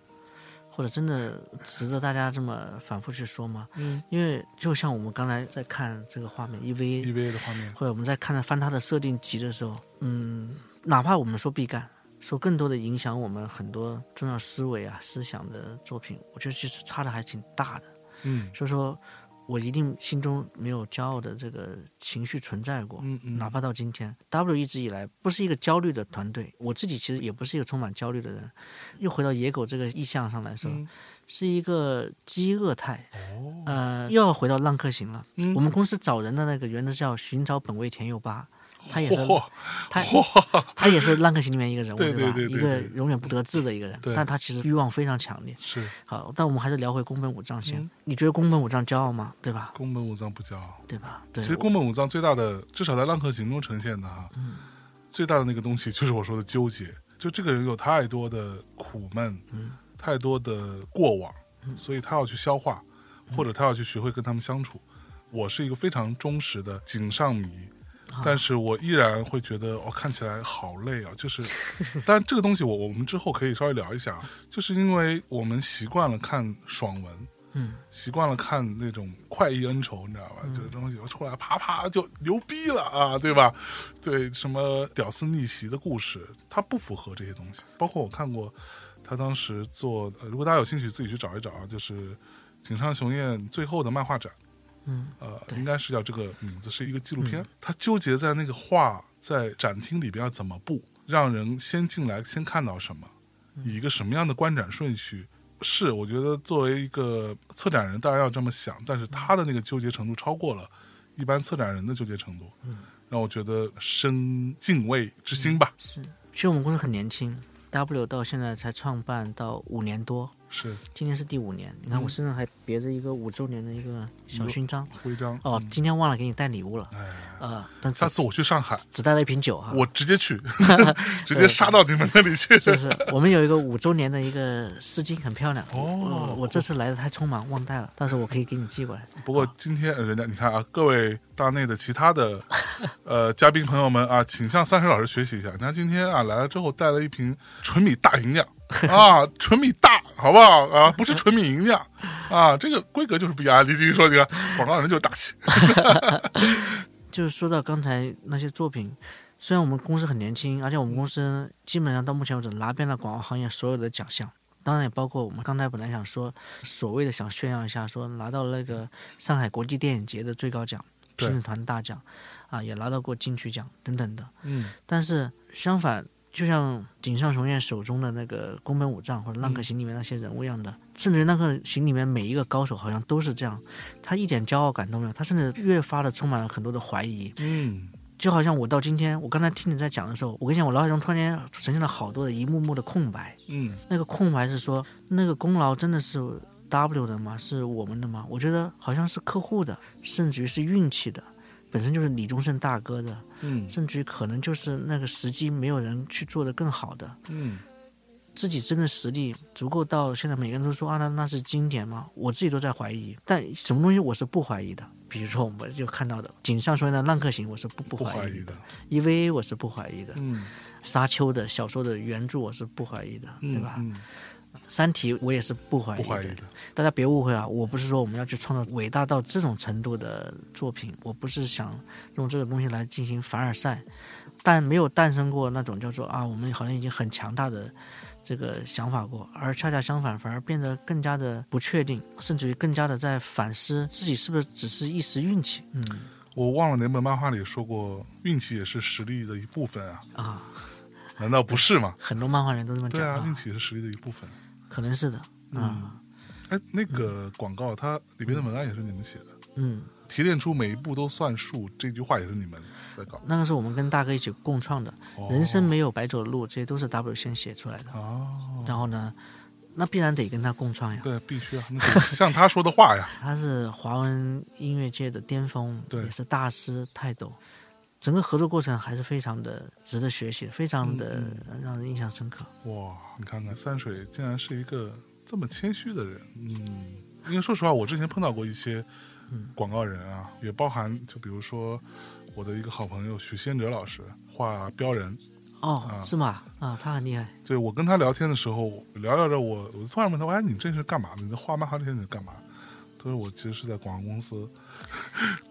Speaker 3: 或者真的值得大家这么反复去说吗？
Speaker 2: 嗯
Speaker 3: 因为就像我们刚才在看这个画面，EV
Speaker 2: ，EVA 的画面，
Speaker 3: 或者我们在看翻它的设定集的时候，嗯，哪怕我们说必干，说更多的影响我们很多重要思维啊、思想的作品，我觉得其实差的还挺大的。
Speaker 2: 嗯
Speaker 3: 所以说我一定心中没有骄傲的这个情绪存在过，
Speaker 2: 嗯嗯，
Speaker 3: 哪怕到今天，W 一直以来不是一个焦虑的团队，我自己其实也不是一个充满焦虑的人。又回到野狗这个意象上来说，
Speaker 2: 嗯
Speaker 3: 是一个饥饿态。
Speaker 2: 哦，
Speaker 3: 呃，又要回到浪客行了。
Speaker 2: 嗯
Speaker 3: 我们公司找人的那个原则叫寻找本位田佑八，他也是
Speaker 2: 嚯，
Speaker 3: 他他也是浪客行里面一个人物，
Speaker 2: 对
Speaker 3: 吧？
Speaker 2: 对对对
Speaker 3: 一
Speaker 2: 对
Speaker 3: 个永远不得志的一个人，
Speaker 2: 对
Speaker 3: 但他其实欲望非常强烈。
Speaker 2: 是
Speaker 3: 好，但我们还是聊回宫本武藏先。
Speaker 2: 嗯
Speaker 3: 你觉得宫本武藏骄傲吗？对吧？
Speaker 2: 宫本武藏不骄傲。
Speaker 3: 对吧？对
Speaker 2: 其，实宫本武藏最大的，至少在《浪客行》中呈现的哈，最大的那个东西就是我说的纠结，就这个人有太多的苦闷，太多的过往，所以他要去消化，或者他要去学会跟他们相处。我是一个非常忠实的井上迷。但是我依然会觉得，哦，看起来好累啊！就是，但这个东西我我们之后可以稍微聊一下啊，就是因为我们习惯了看爽文，
Speaker 3: 嗯，
Speaker 2: 习惯了看那种快意恩仇，你知道吧？就是这东西出来啪啪就牛逼了啊，对吧？对，什么屌丝逆袭的故事，它不符合这些东西。包括我看过他当时做，呃如果大家有兴趣自己去找一找啊，就是井上雄彦最后的漫画展，
Speaker 3: 嗯，
Speaker 2: 呃，
Speaker 3: 对嗯
Speaker 2: 应该是叫这个名字，是一个纪录片。他纠结在那个画在展厅里边要怎么布，让人先进来先看到什么，
Speaker 3: 嗯
Speaker 2: 以一个什么样的观展顺序。是，我觉得作为一个策展人，当然要这么想，但是他的那个纠结程度超过了
Speaker 3: 嗯
Speaker 2: 一般策展人的纠结程度，让我觉得生敬畏之心吧。
Speaker 3: 嗯其实我们公司很年轻，W 到现在才创办到五年多，
Speaker 2: 是
Speaker 3: 今年是第五年。你看
Speaker 2: 嗯
Speaker 3: 我身上还别着一个五周年的一个小勋章。
Speaker 2: 徽章
Speaker 3: 哦，今天忘了给你带礼物了，
Speaker 2: 嗯哎，
Speaker 3: 呃，但只
Speaker 2: 下次我去上海，
Speaker 3: 只带了一瓶酒哈。
Speaker 2: 我直接 去，直接杀到你们那里去。
Speaker 3: 就是 我们有一个五周年的一个丝巾，很漂亮。呃
Speaker 2: 哦
Speaker 3: 我我这次来的太匆忙，忘带了，到时候我可以给你寄过来。
Speaker 2: 不过今天呃人家你看啊，各位大内的其他的 呃嘉宾朋友们啊，请向三水老师学习一下。人家今天啊来了之后带了一瓶纯米大吟 酿啊，纯米大好不好啊？不是纯米吟酿啊，这个规格就是不一样。你继续说，你看广告人就是大气。
Speaker 3: 就是说到刚才那些作品，虽然我们公司很年轻，而且我们公司基本上到目前为止拿遍了广告行业所有的奖项，当然也包括我们刚才本来想说，所谓的想炫耀一下，说拿到那个上海国际电影节的最高奖
Speaker 2: 对
Speaker 3: 评审团大奖，啊，也拿到过金曲奖等等的。
Speaker 2: 嗯
Speaker 3: 但是相反，就像井上雄彦手中的那个宫本武藏或者浪客行里面那些人物一样的，甚至浪客行里面每一个高手好像都是这样，他一点骄傲感都没有，他甚至越发的充满了很多的怀疑。
Speaker 2: 嗯，
Speaker 3: 就好像我到今天，我刚才听你在讲的时候，我跟你讲，我脑海中突然间呈现了好多的一幕幕的空白。
Speaker 2: 嗯，
Speaker 3: 那个空白是说，那个功劳真的是 W 的吗？是我们的吗？我觉得好像是客户的，甚至于是运气的，本身就是李宗盛大哥的，
Speaker 2: 嗯
Speaker 3: 甚至于可能就是那个时机没有人去做的更好的，
Speaker 2: 嗯
Speaker 3: 自己真的实力足够到现在每个人都说啊那那是经典吗？我自己都在怀疑，但什么东西我是不怀疑的。比如说我们就看到的井上说的《浪客行》，我是不不
Speaker 2: 不怀
Speaker 3: 怀
Speaker 2: 疑的
Speaker 3: 的。。EVA 我是不怀疑的，
Speaker 2: 嗯
Speaker 3: 沙丘的小说的原著我是不怀疑的，对
Speaker 2: 嗯
Speaker 3: 吧？
Speaker 2: 嗯，
Speaker 3: 三体我也是不怀疑
Speaker 2: 不
Speaker 3: 的。
Speaker 2: 怀疑的。
Speaker 3: 大家别误会啊，我不是说我们要去创造伟大到这种程度的作品，我不是想用这个东西来进行凡尔赛，但没有诞生过那种叫做啊，我们好像已经很强大的这个想法过，而恰恰相反，反而变得更加的不确定，甚至于更加的在反思自己是不是只是一时运气。嗯
Speaker 2: 我忘了哪本漫画里说过，运气也是实力的一部分啊，
Speaker 3: 啊，
Speaker 2: 难道不是吗？
Speaker 3: 很多漫画人都这么
Speaker 2: 对
Speaker 3: 讲
Speaker 2: 啊，运气也是实力的一部分。
Speaker 3: 可能是的。啊，
Speaker 2: 哎，那个广告它里边的文案也是你们写的，
Speaker 3: 嗯，
Speaker 2: 提炼出每一步都算数这句话也是你们在搞。
Speaker 3: 那个是我们跟大哥一起共创的，
Speaker 2: 哦
Speaker 3: 人生没有白走的路，这些都是 W 先写出来的。
Speaker 2: 哦，
Speaker 3: 然后呢，那必然得跟他共创呀。
Speaker 2: 对，必须啊，那得像他说的话呀。
Speaker 3: 他是华文音乐界的巅峰，
Speaker 2: 对
Speaker 3: 也是大师泰斗。整个合作过程还是非常的值得学习，非常的
Speaker 2: 嗯
Speaker 3: 呃让人印象深刻。
Speaker 2: 哇，你看看三水竟然是一个这么谦虚的人。嗯，因为说实话，我之前碰到过一些广告人啊，也包含就比如说我的一个好朋友许先哲老师画标人，
Speaker 3: 哦
Speaker 2: 啊，
Speaker 3: 是吗？啊，他很厉害。
Speaker 2: 对我跟他聊天的时候，聊聊着我，我就突然问他，哎，你这是干嘛的？你在画漫画这些你在干嘛？他说我其实是在广告公 司
Speaker 3: 我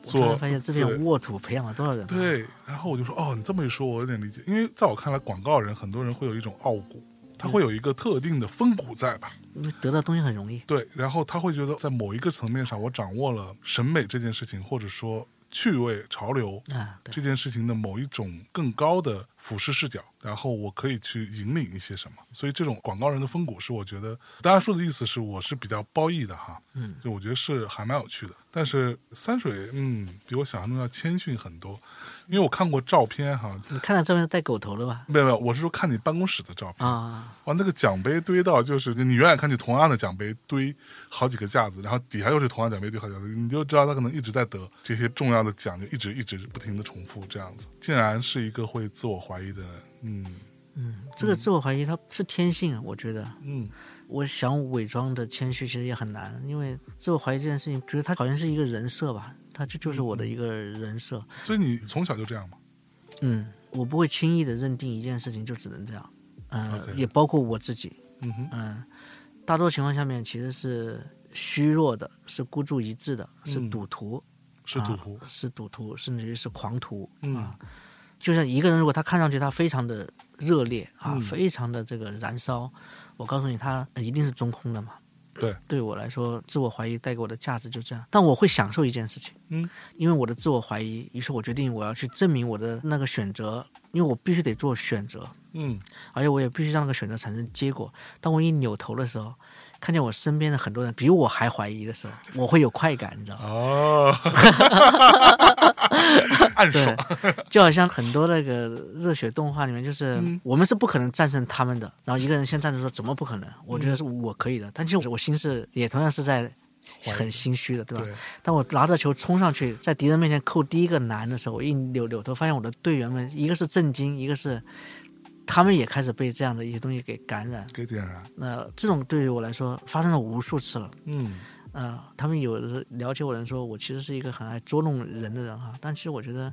Speaker 3: 突
Speaker 2: 做
Speaker 3: 然发现这片
Speaker 2: 对
Speaker 3: 沃土培养了多少人？，啊
Speaker 2: 对，然后我就说，哦，你这么一说，我有点理解，因为在我看来，广告人很多人会有一种傲骨，他
Speaker 3: 嗯
Speaker 2: 会有一个特定的风骨在吧？
Speaker 3: 因为得到东西很容易。
Speaker 2: 对，然后他会觉得在某一个层面上，我掌握了审美这件事情，或者说趣味、潮流
Speaker 3: 啊，对
Speaker 2: 这件事情的某一种更高的俯视视角，然后我可以去引领一些什么。所以这种广告人的风骨是我觉得，大家说的意思是我是比较褒义的哈，
Speaker 3: 嗯，
Speaker 2: 就我觉得是还蛮有趣的。但是三水，嗯，比我想象中要谦逊很多，因为我看过照片哈，
Speaker 3: 你看到照片带狗头了吧？
Speaker 2: 没有没有，我是说看你办公室的照片，
Speaker 3: 啊，
Speaker 2: 哇，那个奖杯堆到就是你远远看见同样的奖杯堆好几个架子，然后底下又是同样奖杯堆好几个架子，你就知道他可能一直在得这些重要的奖，就一直一直不停的重复这样子。竟然是一个会自我怀疑的人，嗯
Speaker 3: 嗯，这个自我怀疑它是天性，啊我觉得。
Speaker 2: 嗯，
Speaker 3: 我想伪装的谦虚其实也很难，因为自我怀疑这件事情，觉得它好像是一个人设吧，它就就是
Speaker 2: 嗯
Speaker 3: 我的一个人设。
Speaker 2: 所以你从小就这样嘛？
Speaker 3: 嗯，我不会轻易的认定一件事情就只能这样。嗯、
Speaker 2: OK
Speaker 3: 也包括我自己。
Speaker 2: 嗯哼，
Speaker 3: 嗯、大多情况下面其实是虚弱的，是孤注一掷的，是
Speaker 2: 嗯
Speaker 3: 赌徒。
Speaker 2: 是赌徒，
Speaker 3: 啊是赌徒，甚至于是狂徒。
Speaker 2: 嗯
Speaker 3: 啊，就像一个人，如果他看上去他非常的热烈啊，
Speaker 2: 嗯
Speaker 3: 非常的这个燃烧，我告诉你，他一定是中空的嘛。
Speaker 2: 对，
Speaker 3: 对我来说，自我怀疑带给我的价值就这样，但我会享受一件事情，
Speaker 2: 嗯，
Speaker 3: 因为我的自我怀疑，于是我决定我要去证明我的那个选择，因为我必须得做选择，
Speaker 2: 嗯
Speaker 3: 而且我也必须让那个选择产生结果。当我一扭头的时候，看见我身边的很多人比我还怀疑的时候，我会有快感，你知道吗？
Speaker 2: 哦，暗爽，
Speaker 3: 对，就好像很多那个热血动画里面，就是
Speaker 2: 嗯
Speaker 3: 我们是不可能战胜他们的。然后一个人先站着说怎么不可能？我
Speaker 2: 嗯
Speaker 3: 觉得是我可以的，但其实我我心是也同样是在
Speaker 2: 怀疑
Speaker 3: 很心虚的，对吧？
Speaker 2: 对，
Speaker 3: 当我拿着球冲上去，在敌人面前扣第一个篮的时候，我一扭扭头，发现我的队员们一个是震惊，一个是他们也开始被这样的一些东西给感染。
Speaker 2: 给点燃，
Speaker 3: 那这种对于我来说发生了无数次了。
Speaker 2: 嗯
Speaker 3: 呃，他们有的了解我的人说我其实是一个很爱捉弄人的人哈，但其实我觉得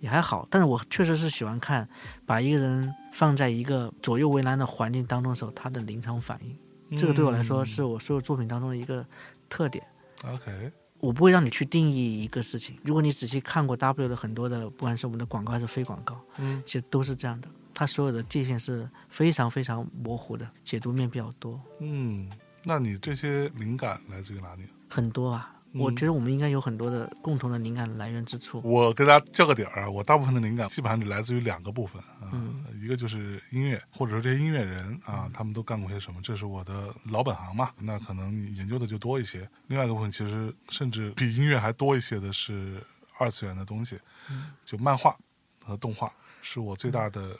Speaker 3: 也还好。但是我确实是喜欢看把一个人放在一个左右为难的环境当中的时候，他的临场反应，这个对我来说是我所有作品当中的一个特点。
Speaker 2: OK，
Speaker 3: 我不会让你去定义一个事情。如果你仔细看过 W 的很多的，不管是我们的广告还是非广告，
Speaker 2: 嗯
Speaker 3: 其实都是这样的。它所有的界限是非常非常模糊的，解读面比较多。
Speaker 2: 嗯，那你这些灵感来自于哪里？
Speaker 3: 很多啊。
Speaker 2: 嗯
Speaker 3: 我觉得我们应该有很多的共同的灵感来源之处。
Speaker 2: 我跟大家较个点儿啊，我大部分的灵感基本上只来自于两个部分啊，
Speaker 3: 嗯
Speaker 2: 一个就是音乐，或者说这些音乐人啊，他们都干过些什么，这是我的老本行嘛，那可能你研究的就多一些。另外一个部分其实甚至比音乐还多一些的是二次元的东西，就漫画和动画是我最大的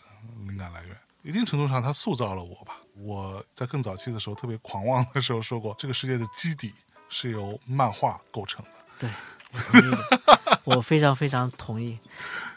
Speaker 2: 灵感来源。一定程度上，它塑造了我吧。我在更早期的时候，特别狂妄的时候说过，这个世界的基底是由漫画构成的。
Speaker 3: 对，我同意的，我非常非常同意。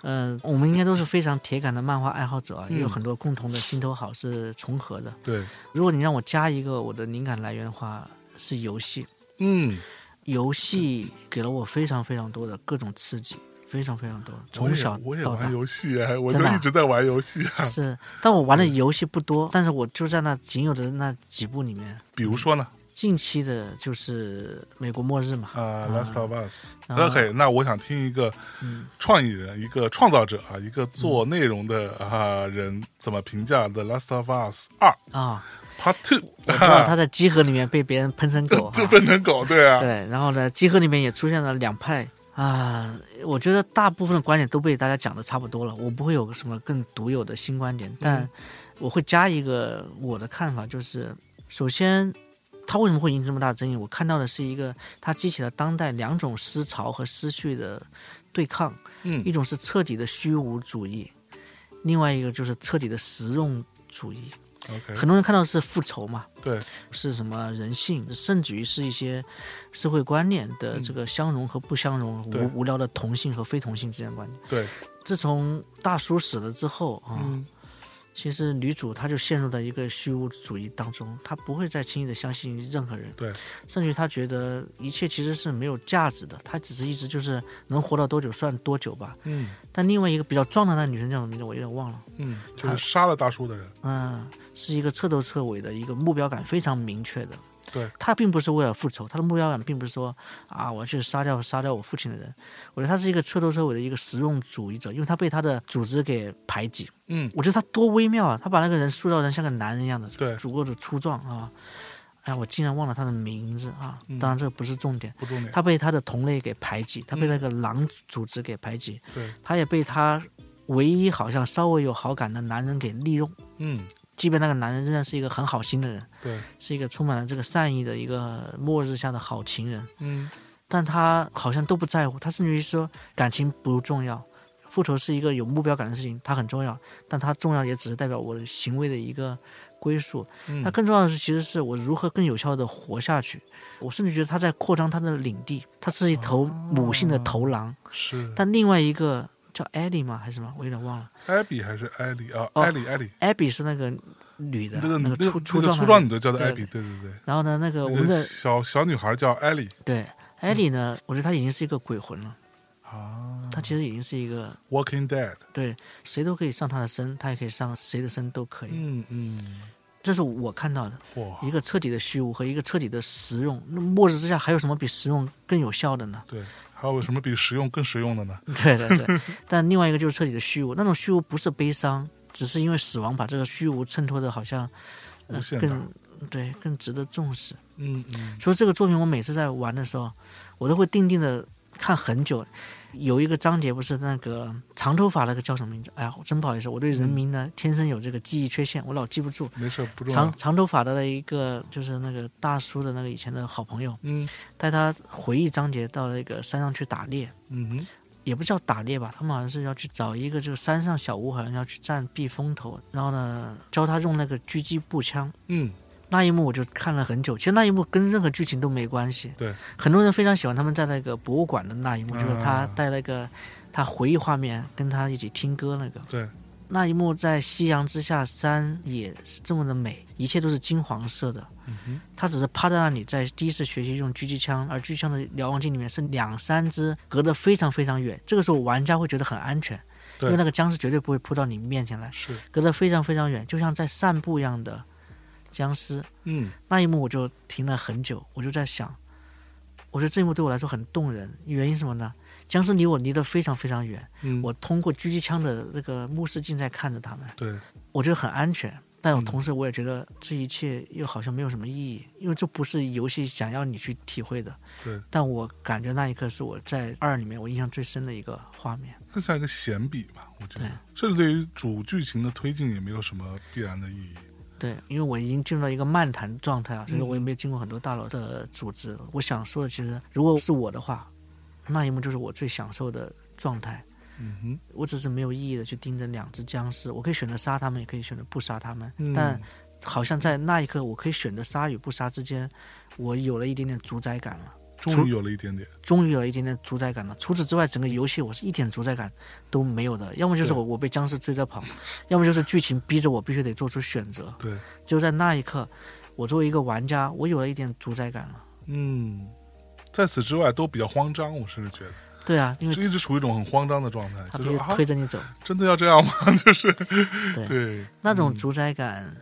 Speaker 3: 嗯、我们应该都是非常铁杆的漫画爱好者啊，也有
Speaker 2: 嗯
Speaker 3: 很多共同的心头好是重合的。
Speaker 2: 对，
Speaker 3: 如果你让我加一个我的灵感来源的话，是游戏。
Speaker 2: 嗯，
Speaker 3: 游戏给了我非常非常多的各种刺激，非常非常多，
Speaker 2: 我
Speaker 3: 从
Speaker 2: 也
Speaker 3: 小
Speaker 2: 我也
Speaker 3: 到大
Speaker 2: 玩。游戏哎，我就
Speaker 3: 真的啊
Speaker 2: 一直在玩游戏 啊。
Speaker 3: 是，但我玩的游戏不多，但是我就在那仅有的那几部里面。
Speaker 2: 比如说呢，
Speaker 3: 近期的就是美国末日嘛，
Speaker 2: 呃，《Last of Us》
Speaker 3: 啊
Speaker 2: OK，那我想听一个
Speaker 3: 嗯
Speaker 2: 创意人、一个创造者啊、一个做内容的啊人怎么评价《The Last of Us 二
Speaker 3: 啊，》
Speaker 2: Part Two，
Speaker 3: 我知 道他在集合里面被别人喷成狗哈
Speaker 2: 就，变成狗，对啊，
Speaker 3: 对，然后呢，集合里面也出现了两派啊，我觉得大部分的观点都被大家讲的差不多了，我不会有什么更独有的新观点，但我会加一个我的看法，就是首先。它为什么会引起这么大的争议？我看到的是一个它激起了当代两种思潮和思绪的对抗，一
Speaker 2: 嗯
Speaker 3: 种是彻底的虚无主义，另外一个就是彻底的实用主义。
Speaker 2: ，OK，
Speaker 3: 很多人看到是复仇嘛，
Speaker 2: 对，
Speaker 3: 是什么人性，甚至于是一些社会观念的这个相容和不相容，
Speaker 2: 嗯对
Speaker 3: 无无聊的同性和非同性之间的观念。
Speaker 2: 对，
Speaker 3: 自从大叔死了之后啊，
Speaker 2: 嗯
Speaker 3: 其实女主她就陷入到一个虚无主义当中，她不会再轻易的相信任何人，
Speaker 2: 对，
Speaker 3: 甚至她觉得一切其实是没有价值的，她只是一直就是能活到多久算多久吧。
Speaker 2: 嗯
Speaker 3: 但另外一个比较壮的那女生叫什么名字，我有点忘了，
Speaker 2: 嗯，就
Speaker 3: 他
Speaker 2: 是杀了大叔的人，
Speaker 3: 嗯，是一个彻头彻尾的一个目标感非常明确的。
Speaker 2: 对，
Speaker 3: 她并不是为了复仇，她的目标感并不是说啊，我要去杀掉杀掉我父亲的人。我觉得她是一个彻头彻尾的一个实用主义者，因为她被她的组织给排挤。
Speaker 2: 嗯
Speaker 3: 我觉得她多微妙啊！她把那个人塑造成像个男人一样的，
Speaker 2: 对
Speaker 3: 足够的粗壮啊。哎，我竟然忘了她的名字啊！
Speaker 2: 嗯
Speaker 3: 当然这不是重点，
Speaker 2: 不重点，
Speaker 3: 她被她的同类给排挤，她被
Speaker 2: 嗯
Speaker 3: 那个狼组织给排挤，
Speaker 2: 对，
Speaker 3: 她也被她唯一好像稍微有好感的男人给利用。
Speaker 2: 嗯
Speaker 3: 即便那个男人仍然是一个很好心的人，
Speaker 2: 对，
Speaker 3: 是一个充满了这个善意的一个末日下的好情人，
Speaker 2: 嗯
Speaker 3: 但他好像都不在乎，他甚至于说感情不重要，复仇是一个有目标感的事情，它很重要，但它重要也只是代表我的行为的一个归属。那
Speaker 2: 嗯
Speaker 3: 更重要的是，其实是我如何更有效的活下去。我甚至觉得他在扩张他的领地，他是一头母性的头狼，
Speaker 2: 哦是
Speaker 3: 但另外一个叫艾莉吗？还是什么？我有点忘了。
Speaker 2: 艾比还是艾里啊？
Speaker 3: 哦
Speaker 2: 艾里艾里，
Speaker 3: 艾比是那个女的，
Speaker 2: 这个
Speaker 3: 啊那
Speaker 2: 那
Speaker 3: 个
Speaker 2: 这
Speaker 3: 粗粗
Speaker 2: 个
Speaker 3: 壮
Speaker 2: 粗
Speaker 3: 的
Speaker 2: 壮女的叫做
Speaker 3: 对
Speaker 2: 艾比，对对对，
Speaker 3: 然后呢，那个我
Speaker 2: 那
Speaker 3: 们
Speaker 2: 个
Speaker 3: 的
Speaker 2: 小小女孩叫艾里
Speaker 3: 对
Speaker 2: 嗯
Speaker 3: 艾莉呢，我觉得她已经是一个鬼魂了，
Speaker 2: 啊
Speaker 3: 她其实已经是一个
Speaker 2: ，Walking Dead，
Speaker 3: 对谁都可以上她的身，她也可以上谁的身都可以。
Speaker 2: 嗯嗯，
Speaker 3: 这是我看到的
Speaker 2: 哇，
Speaker 3: 一个彻底的虚无和一个彻底的实用。那末日之下还有什么比实用更有效的呢？
Speaker 2: 对，还有什么比实用更实用的呢？
Speaker 3: 对对 对。但另外一个就是彻底的虚无，那种虚无不是悲伤，只是因为死亡把这个虚无衬托的好像、呃
Speaker 2: 无限大，
Speaker 3: 更对更值得重视。
Speaker 2: 嗯嗯，
Speaker 3: 所以这个作品我每次在玩的时候，我都会定定的看很久。有一个章节不是那个长头发那个叫什么名字？哎呀，我真不好意思，我对人名呢天生有这个记忆缺陷，我老记不住。
Speaker 2: 没事不重
Speaker 3: 长
Speaker 2: 要，
Speaker 3: 长头发的那一个就是那个大叔的那个以前的好朋友，
Speaker 2: 嗯
Speaker 3: 带他回忆章节到那个山上去打猎，
Speaker 2: 嗯哼
Speaker 3: 也不叫打猎吧，他们好像是要去找一个这个山上小屋，好像要去占避风头，然后呢教他用那个狙击步枪，
Speaker 2: 嗯，
Speaker 3: 那一幕我就看了很久，其实那一幕跟任何剧情都没关系。
Speaker 2: 对，
Speaker 3: 很多人非常喜欢他们在那个博物馆的那一幕，就是他
Speaker 2: 啊
Speaker 3: 带那个他回忆画面，跟他一起听歌那个
Speaker 2: 对，
Speaker 3: 那一幕，在夕阳之下，山也是这么的美，一切都是金黄色的。
Speaker 2: 嗯哼，
Speaker 3: 他只是趴在那里，在第一次学习用狙击枪，而狙击枪的瞭望镜里面是两三只，隔得非常非常远。这个时候玩家会觉得很安全，因
Speaker 2: 对
Speaker 3: 为那个僵尸绝对不会扑到你面前来，
Speaker 2: 是，
Speaker 3: 隔得非常非常远，就像在散步一样的僵尸。
Speaker 2: 嗯
Speaker 3: 那一幕我就停了很久，我就在想，我觉得这一幕对我来说很动人，原因是什么呢？僵尸离我离得非常非常远，
Speaker 2: 嗯，
Speaker 3: 我通过狙击枪的那个目视镜在看着他们，
Speaker 2: 对，
Speaker 3: 我觉得很安全，但我
Speaker 2: 嗯
Speaker 3: 同时我也觉得这一切又好像没有什么意义，因为这不是游戏想要你去体会的。
Speaker 2: 对，
Speaker 3: 但我感觉那一刻是我在二里面我印象最深的一个画面。
Speaker 2: 更像一个闲笔吧，我觉
Speaker 3: 对
Speaker 2: 得，甚至对于主剧情的推进也没有什么必然的意义。
Speaker 3: 对，因为我已经进入到一个漫谈状态啊，所以
Speaker 2: 嗯
Speaker 3: 我也没有经过很多大佬的组织。我想说的，其实如果是我的话，那一幕就是我最享受的状态。
Speaker 2: 嗯哼，
Speaker 3: 我只是没有意义的去盯着两只僵尸，我可以选择杀他们，也可以选择不杀他们。
Speaker 2: 嗯
Speaker 3: 但好像在那一刻，我可以选择杀与不杀之间，我有了一点点主宰感了，
Speaker 2: 终于有了一点点，
Speaker 3: 终于有了一点点主宰感了。除此之外，整个游戏我是一点主宰感都没有的，要么就是
Speaker 2: 对
Speaker 3: 我我被僵尸追着跑，要么就是剧情逼着我必须得做出选择。
Speaker 2: 对，
Speaker 3: 就在那一刻，我作为一个玩家，我有了一点主宰感了。
Speaker 2: 嗯，在此之外都比较慌张，我甚至觉得
Speaker 3: 对啊，因
Speaker 2: 就
Speaker 3: 为
Speaker 2: 一直处于一种很慌张的状态，
Speaker 3: 他
Speaker 2: 就是
Speaker 3: 必须
Speaker 2: 啊，
Speaker 3: 推着你走，
Speaker 2: 真的要这样吗？ 就是
Speaker 3: 对
Speaker 2: 对
Speaker 3: 那种主宰感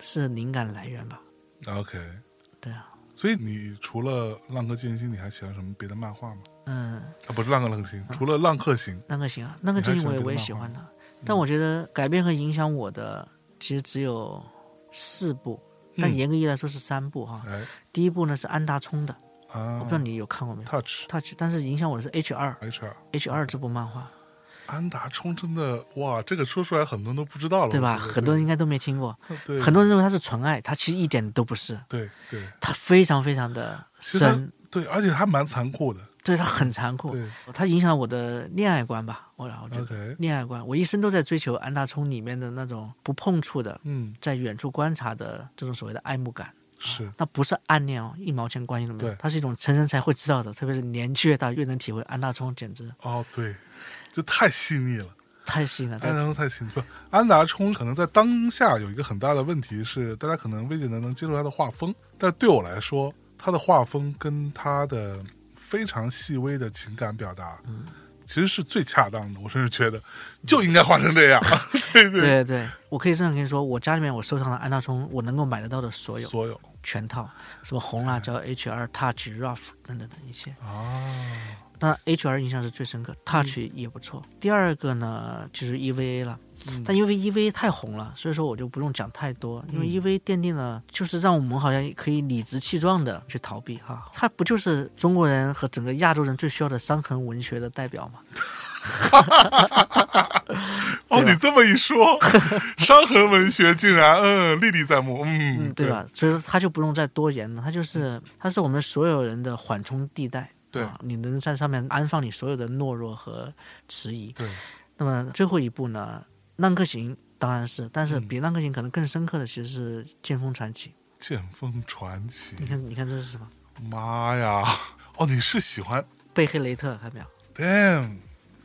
Speaker 3: 是灵感来源吧？
Speaker 2: ，OK，
Speaker 3: 对啊，
Speaker 2: 所以你除了《浪客剑心》，你还喜欢什么别的漫画吗？
Speaker 3: 嗯，
Speaker 2: 啊，不是《浪客浪客行》，除了《浪客行》，
Speaker 3: 那个行啊，那个
Speaker 2: 你还
Speaker 3: 建议
Speaker 2: 喜
Speaker 3: 我
Speaker 2: 欢
Speaker 3: 也
Speaker 2: 别的
Speaker 3: 我也
Speaker 2: 漫
Speaker 3: 喜
Speaker 2: 画嗯
Speaker 3: 欢的，但我觉得改变和影响我的其实只有四部，但
Speaker 2: 嗯
Speaker 3: 严格意义来说是三部哈。
Speaker 2: 哎
Speaker 3: 第一部呢是安达充的，
Speaker 2: 啊，
Speaker 3: 我不知道你有看过没有
Speaker 2: Touch
Speaker 3: ？Touch，但是影响我的是 H 二
Speaker 2: HR
Speaker 3: H 二这部漫画，
Speaker 2: 哦安达充真的哇，这个说出来很多人都不知道了，
Speaker 3: 对吧？
Speaker 2: 我觉得
Speaker 3: 很多人应该都没听过，
Speaker 2: 对
Speaker 3: 很多人认为它是纯爱，它其实一点都不是。
Speaker 2: 对对
Speaker 3: 它非常非常的
Speaker 2: 其实它
Speaker 3: 深，
Speaker 2: 对，而且还蛮残酷的，
Speaker 3: 对它很残酷，
Speaker 2: 对
Speaker 3: 它影响了我的恋爱观吧。我然后觉得
Speaker 2: ，OK，
Speaker 3: 恋爱观，我一生都在追求安大冲里面的那种不碰触的，
Speaker 2: 嗯，
Speaker 3: 在远处观察的这种所谓的爱慕感。
Speaker 2: 是
Speaker 3: 那不是暗恋哦，一毛钱关系都没有
Speaker 2: 对。
Speaker 3: 它是一种成人才会知道的，特别是年纪越大越能体会。安大冲简直
Speaker 2: 哦，对，就太细腻了，
Speaker 3: 太新了，
Speaker 2: 安
Speaker 3: 太
Speaker 2: 达充太新不，安达充可能在当下有一个很大的问题是，大家可能未见得能接受他的画风，但对我来说，他的画风跟他的非常细微的情感表达，
Speaker 3: 嗯
Speaker 2: 其实是最恰当的。我甚至觉得就应该画成这样，
Speaker 3: 嗯
Speaker 2: 对对，
Speaker 3: 对对，我可以这样跟你说，我家里面我收藏了安大冲我能够买得到的所有
Speaker 2: 所有
Speaker 3: 全套，什么红辣椒、H R、Touch、Ruff 等等的一切。
Speaker 2: 啊，
Speaker 3: 当然 H R 印象是最深刻，Touch 也不错。第二个呢，就是 E V A 了。
Speaker 2: 嗯
Speaker 3: 但因为 EVA 太红了，所以说我就不用讲太多，因为 EVA 奠定了，就是让我们好像可以理直气壮的去逃避哈、它不就是中国人和整个亚洲人最需要的伤痕文学的代表吗？
Speaker 2: 哦，
Speaker 3: 对吧
Speaker 2: 你这么一说， 伤痕文学竟然嗯历历在目，嗯，
Speaker 3: 嗯，对？吧？所以说他就不用再多言了，他就是他是我们所有人的缓冲地带。
Speaker 2: 对
Speaker 3: 啊，你能在上面安放你所有的懦弱和迟疑。
Speaker 2: 对，
Speaker 3: 那么最后一步呢？浪客行当然是，但
Speaker 2: 嗯
Speaker 3: 是比浪客行可能更深刻的其实是《剑锋传奇》。
Speaker 2: 剑锋传奇，
Speaker 3: 你看，你看这是什么？
Speaker 2: 妈呀！哦，你是喜欢
Speaker 3: 贝黑雷特，看到没有？
Speaker 2: Damn，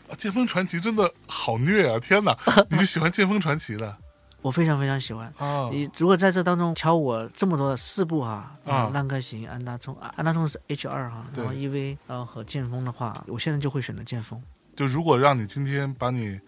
Speaker 2: 啊剑锋传奇真的好虐啊！天哪，你是喜欢剑锋传奇的
Speaker 3: 我非常非常喜欢。
Speaker 2: 啊？
Speaker 3: 你如果在这当中挑我这么多的四部哈，
Speaker 2: 啊
Speaker 3: 浪客行、安达充、安达充是 H 二哈，
Speaker 2: 对
Speaker 3: 然后 EV，然后和剑锋的话，我现在就会选择剑锋。
Speaker 2: 就如果让你今天把你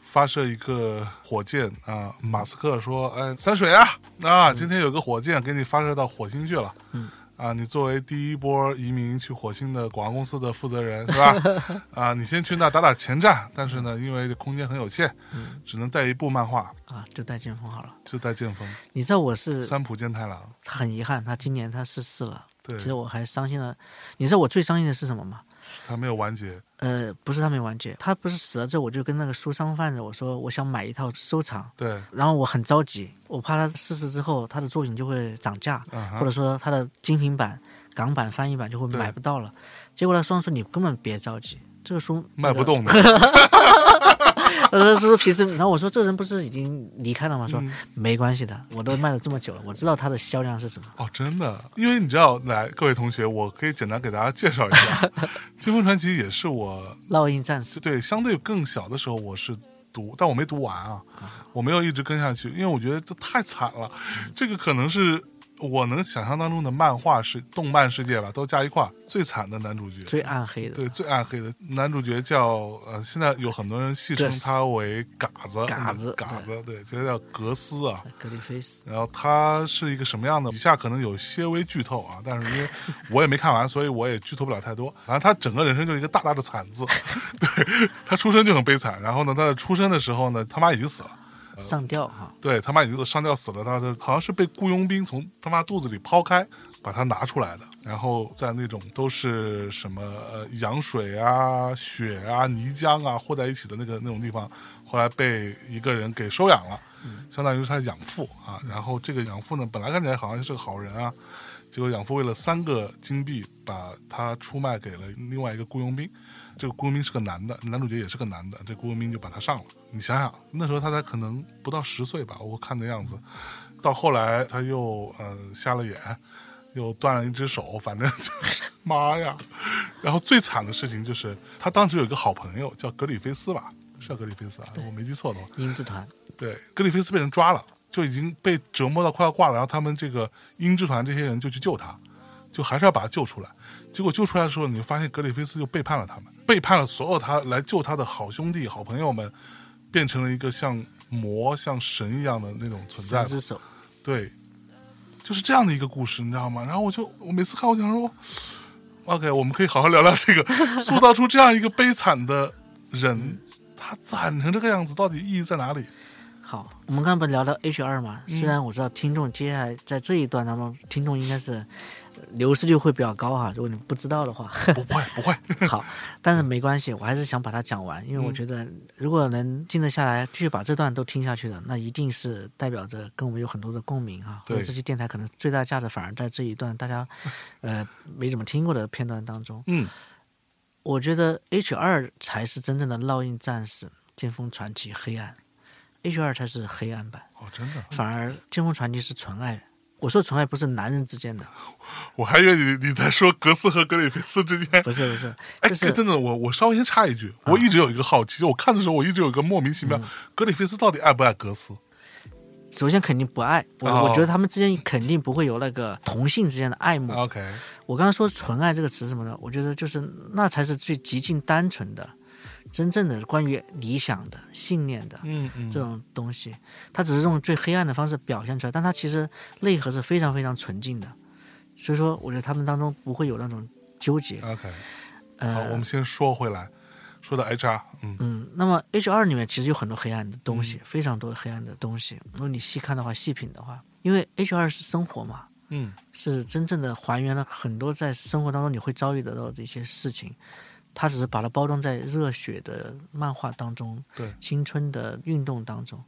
Speaker 2: 发射一个火箭啊，马斯克说：“哎，三水啊，啊，今天有个火箭给你发射到火星去了。”
Speaker 3: 嗯。
Speaker 2: 啊，你作为第一波移民去火星的广告公司的负责人是 吧？啊，你先去那打打前站，但是呢，因为这空间很有限，
Speaker 3: 嗯
Speaker 2: 只能带一部漫画，
Speaker 3: 啊，就带剑锋好了。
Speaker 2: 就带剑锋
Speaker 3: 你知道我是
Speaker 2: 三浦健太郎。
Speaker 3: 很遗憾，他今年他逝世了。
Speaker 2: 对
Speaker 3: 其，实我还伤心了。你知道我最伤心的是什么吗？
Speaker 2: 他没有完结。
Speaker 3: 呃，不是他没完结，他不是死了之后，我就跟那个书商贩子我说，我想买一套收藏，
Speaker 2: 对，
Speaker 3: 然后我很着急，我怕他逝世之后他的作品就会涨价，
Speaker 2: 啊哈
Speaker 3: 或者说他的精品版、港版、翻译版就会
Speaker 2: 对
Speaker 3: 买不到了。结果他说说你根本别着急，这个书
Speaker 2: 卖不。 动的。
Speaker 3: 他说这是平时，然后我说这人不是已经离开了吗？
Speaker 2: 嗯
Speaker 3: 说、没关系的，我都卖了这么久了，我知道它的销量是什么。
Speaker 2: 哦，真的，因为你知道，来各位同学，我可以简单给大家介绍一下， 《金风传奇》也是我
Speaker 3: 烙印战士，
Speaker 2: 对相对更小的时候我是读，但我没读完啊，我没有一直跟下去，因为我觉得这太惨了，这个可能是我能想象当中的漫画世、动漫世界吧，都加一块儿最惨的男主角，
Speaker 3: 最暗黑的
Speaker 2: 对最暗黑的男主角叫呃，现在有很多人戏称
Speaker 3: Gus
Speaker 2: 他为嘎子，嗯
Speaker 3: 嘎子
Speaker 2: 嘎子，对，其实叫格斯啊，
Speaker 3: 格里菲斯，
Speaker 2: 然后它是一个什么样的？以下可能有些微剧透啊，但是因为我也没看完，所以我也剧透不了太多。反正他整个人生就是一个大大的惨字， 对他出生就很悲惨。然后呢，他在出生的时候呢，他妈已经死了，
Speaker 3: 上吊哈。
Speaker 2: 对他妈已经上吊死了，他的好像是被雇佣兵从他妈肚子里抛开，把他拿出来的。然后在那种都是什么呃羊水啊、血啊、泥浆啊和在一起的那个那种地方，后来被一个人给收养了，相当于是他养父啊。然后这个养父呢，本来看起来好像是个好人啊，结果养父为了三个金币，把他出卖给了另外一个雇佣兵。这个雇佣兵是个男的，男主角也是个男的，这雇佣兵就把他上了。你想想，那时候他才可能不到十岁吧，我看那样子。到后来他又呃瞎了眼，又断了一只手，反正就是妈呀！然后最惨的事情就是，他当时有一个好朋友叫格里菲斯吧，是叫格里菲斯啊，我没记错的话，
Speaker 3: 英之团，
Speaker 2: 对，格里菲斯被人抓了，就已经被折磨到快要挂了。然后他们这个鹰之团这些人就去救他，就还是要把他救出来。结果救出来的时候，你就发现格里菲斯就背叛了他们，背叛了所有他来救他的好兄弟、好朋友们，变成了一个像魔、像神一样的那种存在
Speaker 3: 三
Speaker 2: 吧。
Speaker 3: 只手，
Speaker 2: 对，就是这样的一个故事，你知道吗？然后我就我每次看，我想说，OK，我们可以好好聊聊这个，塑造出这样一个悲惨的人，他惨成这个样子，到底意义在哪里？
Speaker 3: 好，我们刚刚不聊到 H 二嘛？虽然我知道听众接下来在这一段当中，听众应该是呃流失率会比较高哈、如果你不知道的话，
Speaker 2: 不会，不会，
Speaker 3: 好，但是没关系，我还是想把它讲完，因为我觉得如果能静得下来，继续把这段都听下去的，那一定是代表着跟我们有很多的共鸣哈、
Speaker 2: 对
Speaker 3: 或者这期电台可能最大价值反而在这一段大家呃没怎么听过的片段当中。
Speaker 2: 嗯，
Speaker 3: 我觉得 H 二才是真正的烙印战士，剑锋传奇黑暗，H 二才是黑暗版。
Speaker 2: 哦，真的，
Speaker 3: 反而《剑锋传奇》是纯爱，我说纯爱不是男人之间的，
Speaker 2: 我还以为你你在说格斯和格里菲斯之间。
Speaker 3: 不是不是，
Speaker 2: 哎，
Speaker 3: 就是啊
Speaker 2: 等等，我我稍微先插一句，我一直有一个好奇，我看的时候我一直有一个莫名其
Speaker 3: 嗯
Speaker 2: 妙，格里菲斯到底爱不爱格斯？
Speaker 3: 首先肯定不爱，我、
Speaker 2: 哦
Speaker 3: 我觉得他们之间肯定不会有那个同性之间的爱慕。
Speaker 2: OK，
Speaker 3: 我刚刚说“纯爱”这个词什么呢？我觉得就是那才是最极尽单纯的、真正的关于理想的、信念的
Speaker 2: 嗯嗯
Speaker 3: 这种东西。它只是用最黑暗的方式表现出来，但它其实内核是非常非常纯净的。所以说，我觉得他们当中不会有那种纠结。
Speaker 2: OK，好，我
Speaker 3: 呃，
Speaker 2: 们先说回来，说到 HR，嗯
Speaker 3: 嗯，那么 H 二里面其实有很多黑暗的东西，非常多的黑暗的东西。如果你细看的话，细品的话，因为 H 二是生活嘛，
Speaker 2: 嗯
Speaker 3: 是真正的还原了很多在生活当中你会遭遇得到的一些事情，他只是把它包装在热血的漫画当中，
Speaker 2: 对
Speaker 3: 青春的运动当中。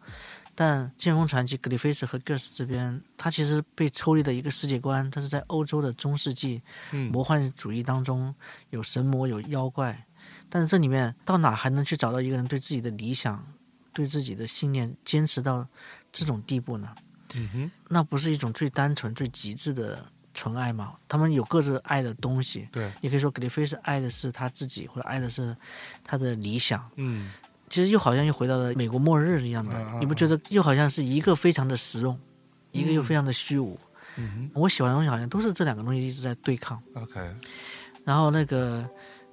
Speaker 3: 但《剑锋传奇》格里菲斯和 Gus 这边，他其实被抽离的一个世界观，它是在欧洲的中世纪
Speaker 2: 嗯
Speaker 3: 魔幻主义当中，有神魔有妖怪，但是这里面到哪还能去找到一个人对自己的理想、对自己的信念坚持到这种地步呢？
Speaker 2: 嗯哼，
Speaker 3: 那不是一种最单纯、最极致的纯爱吗？他们有各自爱的东西，
Speaker 2: 对，
Speaker 3: 也可以说格里菲斯爱的是他自己，或者爱的是他的理想。
Speaker 2: 嗯
Speaker 3: 其实又好像又回到了美国末日一样的，
Speaker 2: 啊啊啊
Speaker 3: 你不觉得又好像是一个非常的实用，一个又非常的虚无？
Speaker 2: 嗯
Speaker 3: 我喜欢的东西好像都是这两个东西一直在对抗。
Speaker 2: 哼，OK，
Speaker 3: 然后那个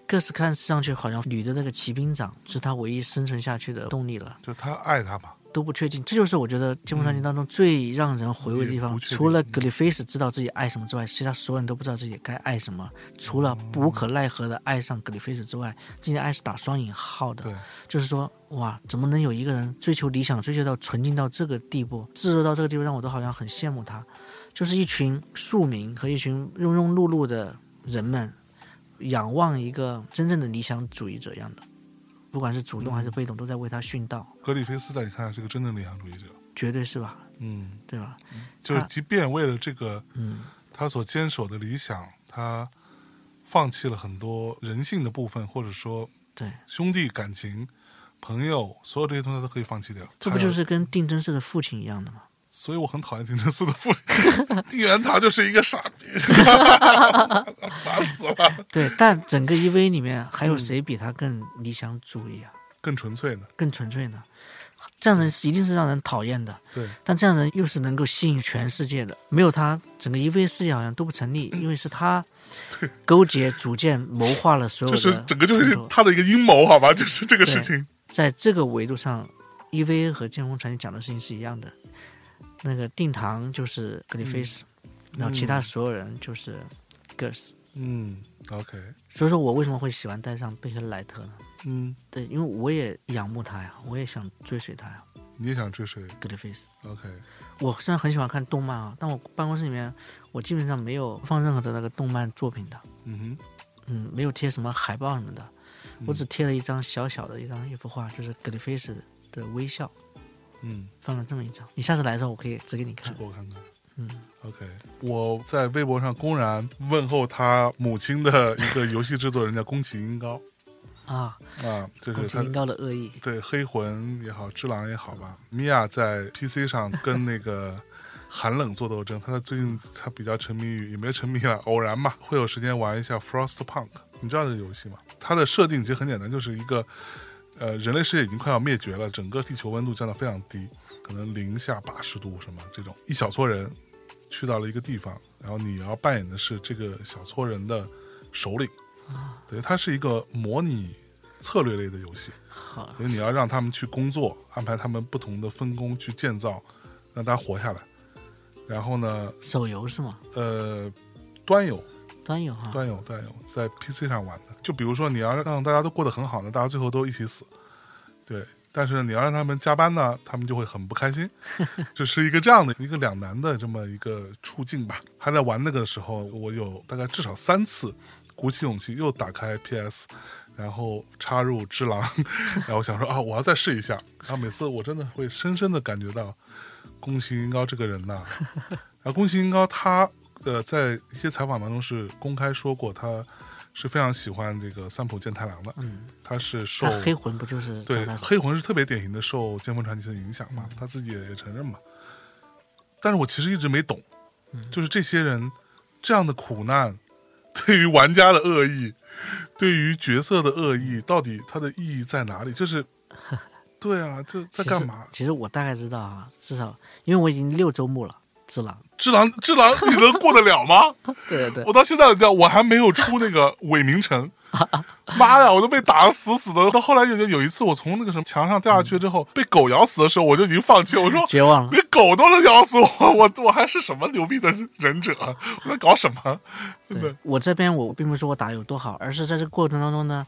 Speaker 3: 各斯看上去好像女的那个骑兵长是他唯一生存下去的动力了。
Speaker 2: 就他爱他嘛，
Speaker 3: 都不确定，这就是我觉得《剑锋传奇》当中最让人回味的地
Speaker 2: 嗯也
Speaker 3: 方。
Speaker 2: 不确定嗯
Speaker 3: 除了格里菲斯知道自己爱什么之外，其他所有人都不知道自己该爱什么。除
Speaker 2: 哦
Speaker 3: 了无可奈何的爱上格里菲斯之外，这些爱是打双引号的
Speaker 2: 对。
Speaker 3: 就是说，哇，怎么能有一个人追求理想、追求到纯净到这个地步、炙热到这个地步，让我都好像很羡慕他。就是一群庶民和一群庸庸碌碌的人们，仰望一个真正的理想主义者一样的，不管是主动还
Speaker 2: 嗯
Speaker 3: 是被动，都在为他殉道，
Speaker 2: 格里菲斯在你看来是个真正的理想主义者，
Speaker 3: 绝对是吧？
Speaker 2: 嗯，
Speaker 3: 对吧？
Speaker 2: 就是
Speaker 3: 他
Speaker 2: 即便为了这个
Speaker 3: 嗯，
Speaker 2: 他所坚守的理想，他放弃了很多人性的部分，或者说
Speaker 3: 对，
Speaker 2: 兄弟感情、朋友，所有这些东西他都可以放弃掉。
Speaker 3: 这不就
Speaker 2: 他要？
Speaker 3: 是跟定真寺的父亲一样的吗？
Speaker 2: 所以我很讨厌定真寺的 父亲，定元堂就是一个傻逼， 烦死了。
Speaker 3: 对，但整个 EV 里面还
Speaker 2: 嗯
Speaker 3: 有谁比他更理想主义啊，
Speaker 2: 更纯粹的，
Speaker 3: 更纯粹呢？这样人一定是让人讨厌的，
Speaker 2: 对，
Speaker 3: 但这样人又是能够吸引全世界的。没有他，整个 EV 世界好像都不成立，因为是他勾结、组建、谋划了所有
Speaker 2: 就
Speaker 3: 的
Speaker 2: 是整个就是
Speaker 3: 冲突
Speaker 2: 他的一个阴谋，好吧？就是这个事情。
Speaker 3: 在这个维度上，EVA 和《剑锋传奇》讲的事情是一样的。那个定堂就是格里菲斯，然后其他所有人就是格斯。
Speaker 2: 嗯，OK，
Speaker 3: 所以说我为什么会喜欢带上贝克莱特呢？
Speaker 2: 嗯，
Speaker 3: 对，因为我也仰慕他呀，我也想追随他呀，
Speaker 2: 你也想追随
Speaker 3: 格里菲斯。
Speaker 2: ？OK，
Speaker 3: 我虽然很喜欢看动漫啊，但我办公室里面我基本上没有放任何的那个动漫作品的，
Speaker 2: 嗯
Speaker 3: 嗯，没有贴什么海报什么的，我只贴了一张小小的一张一幅画，就是格里菲斯的微笑，
Speaker 2: 哼，嗯，
Speaker 3: 放了这么一张。你下次来的时候，我可以指给你
Speaker 2: 指
Speaker 3: 看。
Speaker 2: 给我看看。
Speaker 3: 嗯，
Speaker 2: OK，我在微博上公然问候他母亲的一个游戏制作人叫宫崎英高
Speaker 3: 啊，
Speaker 2: 啊，就
Speaker 3: 宫
Speaker 2: 是
Speaker 3: 崎
Speaker 2: 他
Speaker 3: 英高的恶意，
Speaker 2: 对黑魂也好，只狼也好吧，米娅在 PC 上跟那个寒冷做斗争。他最近他比较沉迷于，也没沉迷了，偶然吧，会有时间玩一下 Frostpunk。你知道这个游戏吗？它的设定其实很简单，就是一个呃，人类世界已经快要灭绝了，整个地球温度降到非常低，可能零下八十度什么这种。一小撮人去到了一个地方，然后你要扮演的是这个小撮人的首领，等于它是一个模拟策略类的游戏。
Speaker 3: 好，
Speaker 2: 所以你要让他们去工作，安排他们不同的分工去建造，让大家活下来。然后呢，
Speaker 3: 手游是吗？
Speaker 2: 呃，端游，
Speaker 3: 端游哈，
Speaker 2: 端游，端游，在 PC 上玩的。就比如说，你要让大家都过得很好呢，大家最后都一起死。对，但是你要让他们加班呢，他们就会很不开心。这是一个这样的一个两难的这么一个处境吧。还在玩那个的时候，我有大概至少三次鼓起勇气又打开 PS，然后插入只狼， 然后想说啊，我要再试一下。然后每次我真的会深深的感觉到宫崎英高这个人呐、然后宫崎英高他呃在一些采访当中是公开说过，他是非常喜欢这个三浦健太郎的，
Speaker 3: 嗯，
Speaker 2: 他是受
Speaker 3: 那黑魂不就是
Speaker 2: 对
Speaker 3: 讲他，
Speaker 2: 黑魂是特别典型的受《剑锋传奇》的影响嘛，他自己也也承认嘛。但是我其实一直没懂，
Speaker 3: 嗯
Speaker 2: 就是这些人这样的苦难，对于玩家的恶意，对于角色的恶意，到底它的意义在哪里？就是， 对啊，这在干嘛？
Speaker 3: 其实我大概知道啊，至少因为我已经六周目了，只狼。
Speaker 2: 只狼，只狼，你能过得了吗？
Speaker 3: 对对对，
Speaker 2: 我到现在你知道，我还没有出那个伪名 城。妈呀！我都被打得死死的。到后来有有一次，我从那个什么墙上掉下去之
Speaker 3: 嗯
Speaker 2: 后，被狗咬死的时候，我就已经放弃了。我说，
Speaker 3: 绝望了。
Speaker 2: 连狗都能咬死我，我我还是什么牛逼的忍者？我在搞什么？真的
Speaker 3: 对，我这边我并不是说我打得有多好，而是在这个过程当中呢，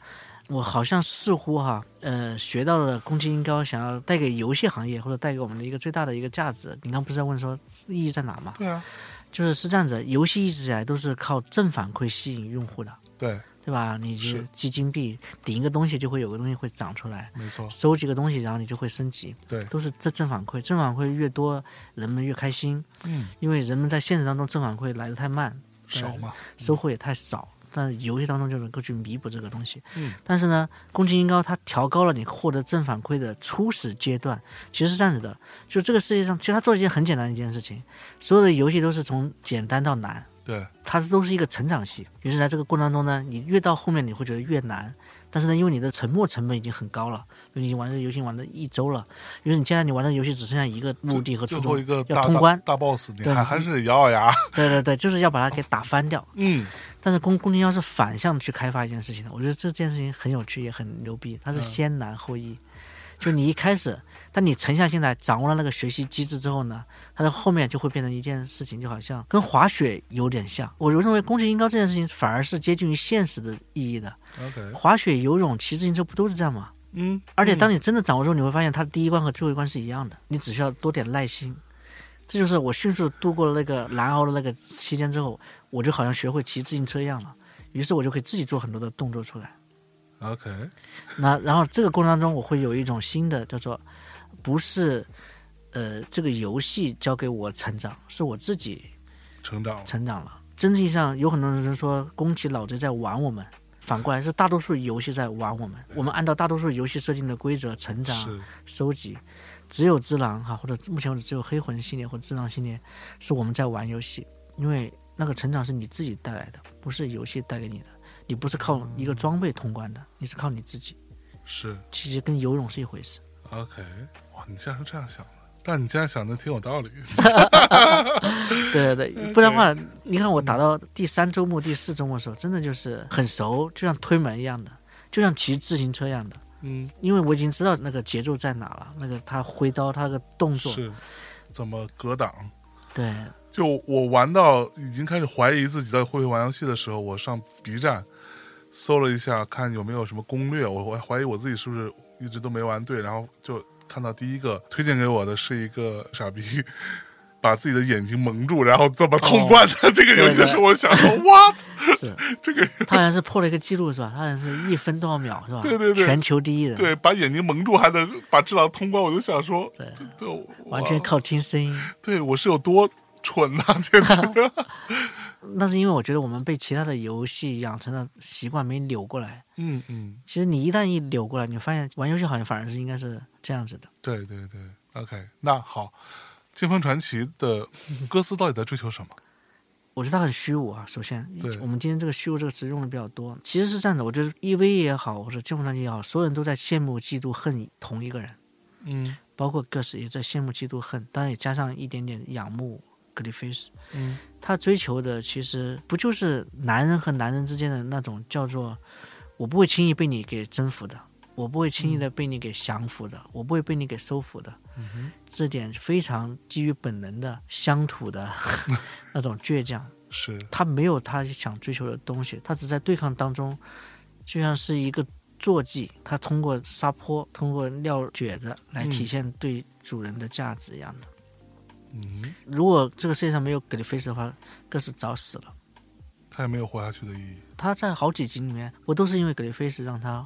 Speaker 3: 我好像似乎哈，呃，学到了宫崎英高想要带给游戏行业或者带给我们的一个最大的一个价值。你刚不是在问说意义在哪吗？
Speaker 2: 对啊，
Speaker 3: 就是是这样子，游戏一直以来都是靠正反馈吸引用户的，
Speaker 2: 对，
Speaker 3: 对吧？你就是基金币顶一个东西，就会有个东西会长出来。
Speaker 2: 没错，
Speaker 3: 收集个东西，然后你就会升级，
Speaker 2: 对
Speaker 3: 都是这正反馈，正反馈越多，人们越开心，
Speaker 2: 嗯，
Speaker 3: 因为人们在现实当中正反馈来的太慢，
Speaker 2: 少嘛，
Speaker 3: 收获也太少，但游戏当中就能够去弥补这个东西。
Speaker 2: 嗯，
Speaker 3: 但是呢，宫崎英高他调高了你获得正反馈的初始阶段，其实是这样子的，就这个世界上，其实他做了一件很简单的一件事情，所有的游戏都是从简单到难，
Speaker 2: 对，
Speaker 3: 它都是一个成长期。于是在这个过程当中呢，你越到后面你会觉得越难，但是呢，因为你的沉没成本已经很高了，因为你玩这个游戏玩了一周了，于是你现在你玩这个游戏只剩下一个目的和
Speaker 2: 最
Speaker 3: 初
Speaker 2: 后
Speaker 3: 衷
Speaker 2: 一个，大
Speaker 3: 要通关。
Speaker 2: 大 boss，你
Speaker 3: 对
Speaker 2: 还还是得咬咬牙，
Speaker 3: 对对对，就是要把它给打翻掉。
Speaker 2: 嗯，
Speaker 3: 但是宫宫崎英高是反向去开发一件事情的，我觉得这件事情很有趣，也很牛逼。它是先难后易，就你一开始， 当你沉下心来掌握了那个学习机制之后呢，它的后面就会变成一件事情，就好像跟滑雪有点像。我认为宫崎英高这件事情反而是接近于现实的意义的。
Speaker 2: OK，
Speaker 3: 滑雪、游泳、骑自行车不都是这样吗？
Speaker 2: 嗯，
Speaker 3: 而且当你真的掌握之后，你会发现它的第一关和最后一关是一样的，你只需要多点耐心。这就是我迅速度过了那个难熬的那个期间之后，我就好像学会骑自行车一样了。于是我就可以自己做很多的动作出来。
Speaker 2: 嗯 OK，
Speaker 3: 那然后这个过程当中，我会有一种新的叫做，不是，呃，这个游戏教给我成长，是我自己
Speaker 2: 成长了，
Speaker 3: 成长了。真正意义上，有很多人说宫崎老贼在玩我们，反过来是大多数游戏在玩我们。我们按照大多数游戏设定的规则成长、
Speaker 2: 是
Speaker 3: 收集，只有只狼哈，或者目前为止只有黑魂系列或者只狼系列是我们在玩游戏，因为那个成长是你自己带来的，不是游戏带给你的。你不是靠一个装备通关的，你是靠你自己。
Speaker 2: 是
Speaker 3: 其实跟游泳是一回事。
Speaker 2: OK，哇，你竟然是这样想的，但你竟然想的挺有道理，
Speaker 3: 对对对，不然的话，你看我打到第三周末、第四周末的时候，真的就是很熟，就像推门一样的，就像骑自行车一样的，
Speaker 2: 嗯，
Speaker 3: 因为我已经知道那个节奏在哪了，那个他挥刀他那个动作，
Speaker 2: 是怎么格挡？
Speaker 3: 对，
Speaker 2: 就我玩到已经开始怀疑自己在会不会玩游戏的时候，我上 B 站搜了一下，看有没有什么攻略。我我怀疑我自己是不是一直都没玩对，然后就看到第一个推荐给我的是一个傻逼，把自己的眼睛蒙住，然后这么通关的、这个游戏的时候，我想说 what
Speaker 3: 是
Speaker 2: 这个
Speaker 3: 他好像是破了一个记录是吧？他好像是一分多少秒是吧？
Speaker 2: 对对对
Speaker 3: 全球第一人，
Speaker 2: 对，把眼睛蒙住还能把智狼通关，我就想说，
Speaker 3: 对
Speaker 2: 这这我
Speaker 3: 完全靠听声音。
Speaker 2: 对我是有多蠢呐、啊简 直
Speaker 3: 那是因为我觉得我们被其他的游戏养成的习惯没扭过来。
Speaker 2: 嗯嗯，
Speaker 3: 其实你一旦一扭过来，你发现玩游戏好像反而是应该是这样子的。
Speaker 2: 对对对，OK，那好，《剑锋传奇》的歌词到底在追求什么？
Speaker 3: 我觉得它很虚无啊。首先
Speaker 2: 对，
Speaker 3: 我们今天这个“虚无”这个词用的比较多，其实是这样的。我觉得 EV 也好，或者剑魂传奇也好，所有人都在羡慕、嫉妒、恨同一个人，
Speaker 2: 嗯
Speaker 3: 包括 Gus 也在羡慕、嫉妒、恨，当然也加上一点点仰慕格里菲斯。
Speaker 2: 嗯，
Speaker 3: 他追求的其实不就是男人和男人之间的那种叫做“我不会轻易被你给征服的，我不会轻易的被你给降服的，我不会被你给收服的”这点非常基于本能的乡土的那种倔强。
Speaker 2: 是
Speaker 3: 他没有他想追求的东西，他只在对抗当中，就像是一个坐骑，他通过撒泼，通过撂蹶子来体现对主人的价值一样的。
Speaker 2: 嗯，
Speaker 3: 如果这个世界上没有格里菲斯的话，更是早死了。
Speaker 2: 他也没有活下去的意义。
Speaker 3: 他在好几集里面，我都是因为格里菲斯让他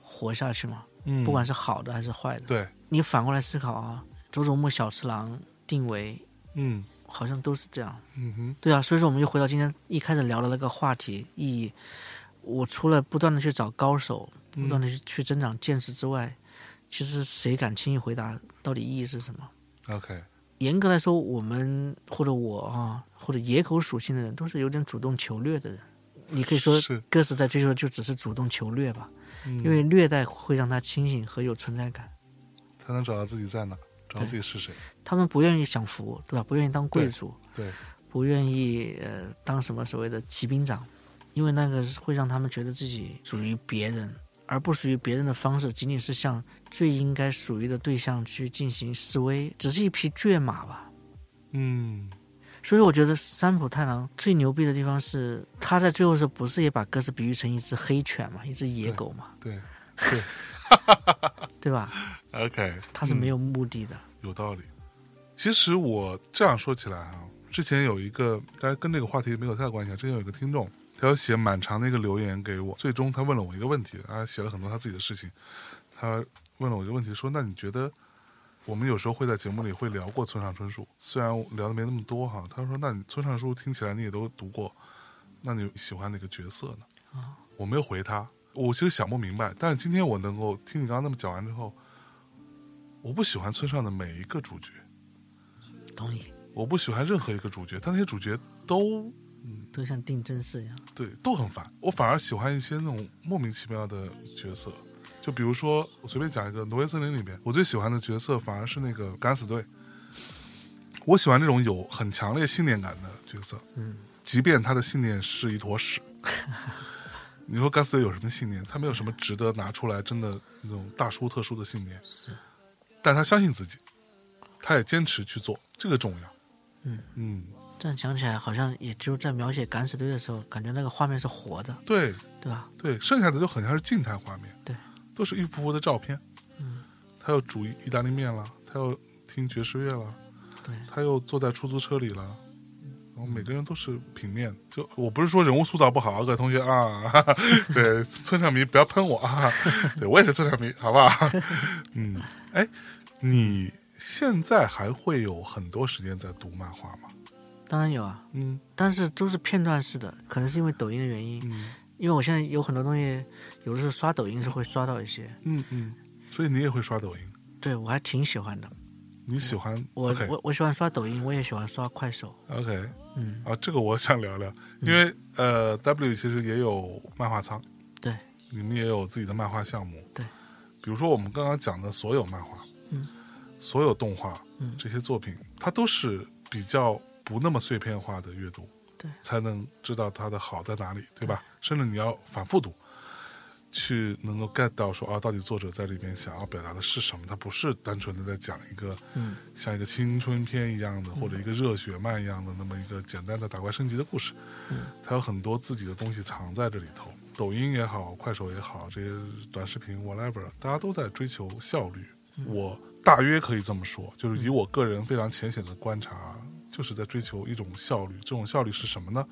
Speaker 3: 活下去嘛，
Speaker 2: 嗯
Speaker 3: 不管是好的还是坏的。
Speaker 2: 对，
Speaker 3: 你反过来思考啊，佐佐木小次郎定为
Speaker 2: 嗯
Speaker 3: 好像都是这样。
Speaker 2: 嗯哼，
Speaker 3: 对啊，所以说我们就回到今天一开始聊的那个话题意义。我除了不断的去找高手，不断的去去增长见识之外，其实谁敢轻易回答到底意义是什么？
Speaker 2: ，OK，
Speaker 3: 严格来说，我们或者我啊，或者野狗属性的人，都是有点主动求掠的人。你可以说
Speaker 2: 是，嗯
Speaker 3: 哥斯在追求的就只是主动求掠吧，
Speaker 2: 因
Speaker 3: 因为虐待会让他清醒和有存在感。
Speaker 2: 才能找到自己在哪，找到自己是谁。
Speaker 3: 他们不愿意享福，对吧？不愿意当贵族，
Speaker 2: 对对
Speaker 3: 不愿意呃当什么所谓的骑兵长，因为那个是会让他们觉得自己属于别人，而不属于别人的方式，仅仅是向最应该属于的对象去进行示威，只是一匹倔马吧。
Speaker 2: 嗯，
Speaker 3: 所以我觉得三浦太郎最牛逼的地方是，他在最后时候不是也把哥斯比喻成一只黑犬嘛，一只野狗嘛，
Speaker 2: 对
Speaker 3: 对吧？
Speaker 2: ，OK，
Speaker 3: 他是没有目的的，
Speaker 2: 有道理。其实我这样说起来啊，之前有一个，大家跟这个话题没有太大关系啊。之前有一个听众，他要写蛮长的一个留言给我，最终他问了我一个问题，他写了很多他自己的事情。他问了我一个问题，说：“那你觉得我们有时候会在节目里会聊过村上春树，虽然聊的没那么多哈。”他说：“那你村上书听起来你也都读过，那你喜欢哪个角色呢？”我没有回他，我其实想不明白。但是今天我能够听你刚刚那么讲完之后，我不喜欢村上的每一个主角，
Speaker 3: 懂你？
Speaker 2: 我不喜欢任何一个主角，但那些主角都
Speaker 3: 都像定真寺一样，
Speaker 2: 对都很烦。我反而喜欢一些那种莫名其妙的角色，就比如说我随便讲一个《挪威森林》里面，我最喜欢的角色反而是那个敢死队。我喜欢这种有很强烈信念感的角色，
Speaker 3: 嗯，
Speaker 2: 即便他的信念是一坨屎。你说敢死队有什么信念？他没有什么值得拿出来真的那种大书特书的信念，但他相信自己，他也坚持去做，这个重要。
Speaker 3: 嗯
Speaker 2: 嗯，
Speaker 3: 这样想起来，好像也只有在描写敢死队的时候，感觉那个画面是活的，
Speaker 2: 对，
Speaker 3: 对吧？
Speaker 2: 对，剩下的就很像是静态画面，
Speaker 3: 对，
Speaker 2: 都是一幅幅的照片。
Speaker 3: 嗯，
Speaker 2: 他又煮意大利面了，他又听爵士乐了，
Speaker 3: 对，
Speaker 2: 他又坐在出租车里了，然后每个人都是平面。就我不是说人物塑造不好啊，各位同学啊， 哈哈对，村上迷不要喷我啊， 对我也是村上迷，好不好？ 嗯，哎，你现在还会有很多时间在读漫画吗？
Speaker 3: 当然有啊，
Speaker 2: 嗯
Speaker 3: 但是都是片段式的，可能是因为抖音的原因，
Speaker 2: 嗯
Speaker 3: 因为我现在有很多东西，有的时候刷抖音是会刷到一些，
Speaker 2: 嗯嗯，所以你也会刷抖音，
Speaker 3: 对我还挺喜欢的。
Speaker 2: 你喜欢
Speaker 3: 我
Speaker 2: OK
Speaker 3: 我我喜欢刷抖音，我也喜欢刷快手，
Speaker 2: OK。
Speaker 3: 嗯，
Speaker 2: 啊，这个我想聊聊，因为、呃，W 其实也有漫画仓，
Speaker 3: 对，
Speaker 2: 你们也有自己的漫画项目，
Speaker 3: 对，
Speaker 2: 比如说我们刚刚讲的所有漫画，
Speaker 3: 嗯，
Speaker 2: 所有动画，
Speaker 3: 嗯
Speaker 2: 这些作品，它都是比较不那么碎片化的阅读，
Speaker 3: 对，
Speaker 2: 才能知道它的好在哪里，对吧？甚至你要反复读。去能够 get 到说啊，到底作者在里面想要表达的是什么？他不是单纯的在讲一个
Speaker 3: 嗯，
Speaker 2: 像一个青春片一样的，或者一个热血漫一样的那么一个简单的打怪升级的故事。
Speaker 3: 嗯，
Speaker 2: 它有很多自己的东西藏在这里头。抖音也好，快手也好，这些短视频 whatever，大家都在追求效率。我大约可以这么说，就是以我个人非常浅显的观察，就是在追求一种效率。这种效率是什么呢？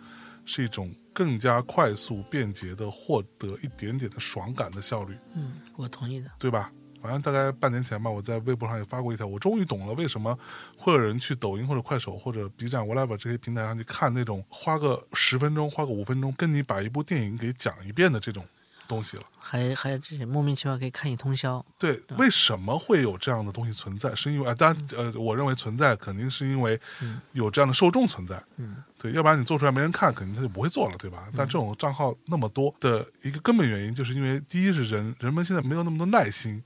Speaker 2: 是一种更加快速、便捷的获得一点点的爽感的效率。
Speaker 3: 嗯，我同意的，
Speaker 2: 对吧？反正大概半年前吧，我在微博上也发过一条，我终于懂了为什么会有人去抖音或者快手或者 B 站 whatever 这些平台上去看那种花个十分钟、花个五分钟跟你把一部电影给讲一遍的这种东西了。
Speaker 3: 还还有这些莫名其妙可以看一通宵，
Speaker 2: 对，为什么会有这样的东西存在？是因为啊，当然，呃，我认为存在肯定是因为有这样的受众存在，
Speaker 3: 嗯，
Speaker 2: 对，要不然你做出来没人看，肯定他就不会做了，对吧？但这种账号那么多的一个根本原因，就是因为第一是人人们现在没有那么多耐心，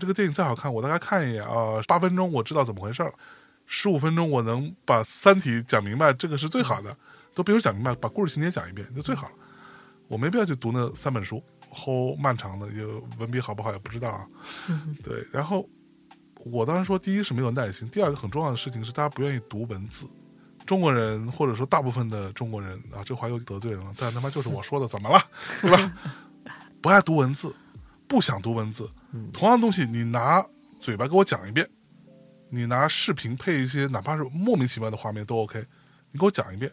Speaker 2: 这个电影再好看，我大概看一眼啊，八、分钟我知道怎么回事了，十五分钟我能把《三体》讲明白，这个是最好的，都别说讲明白，把故事情节讲一遍就最好了。我没必要去读那三本书，齁漫长的，也文笔好不好也不知道啊。对，然后我当时说，第一是没有耐心，第二个很重要的事情是大家不愿意读文字。中国人或者说大部分的中国人啊，这话又得罪人了，但他妈就是我说的，怎么了，对吧？不爱读文字，不想读文字。同样东西，你拿嘴巴给我讲一遍，你拿视频配一些哪怕是莫名其妙的画面都 OK，你给我讲一遍，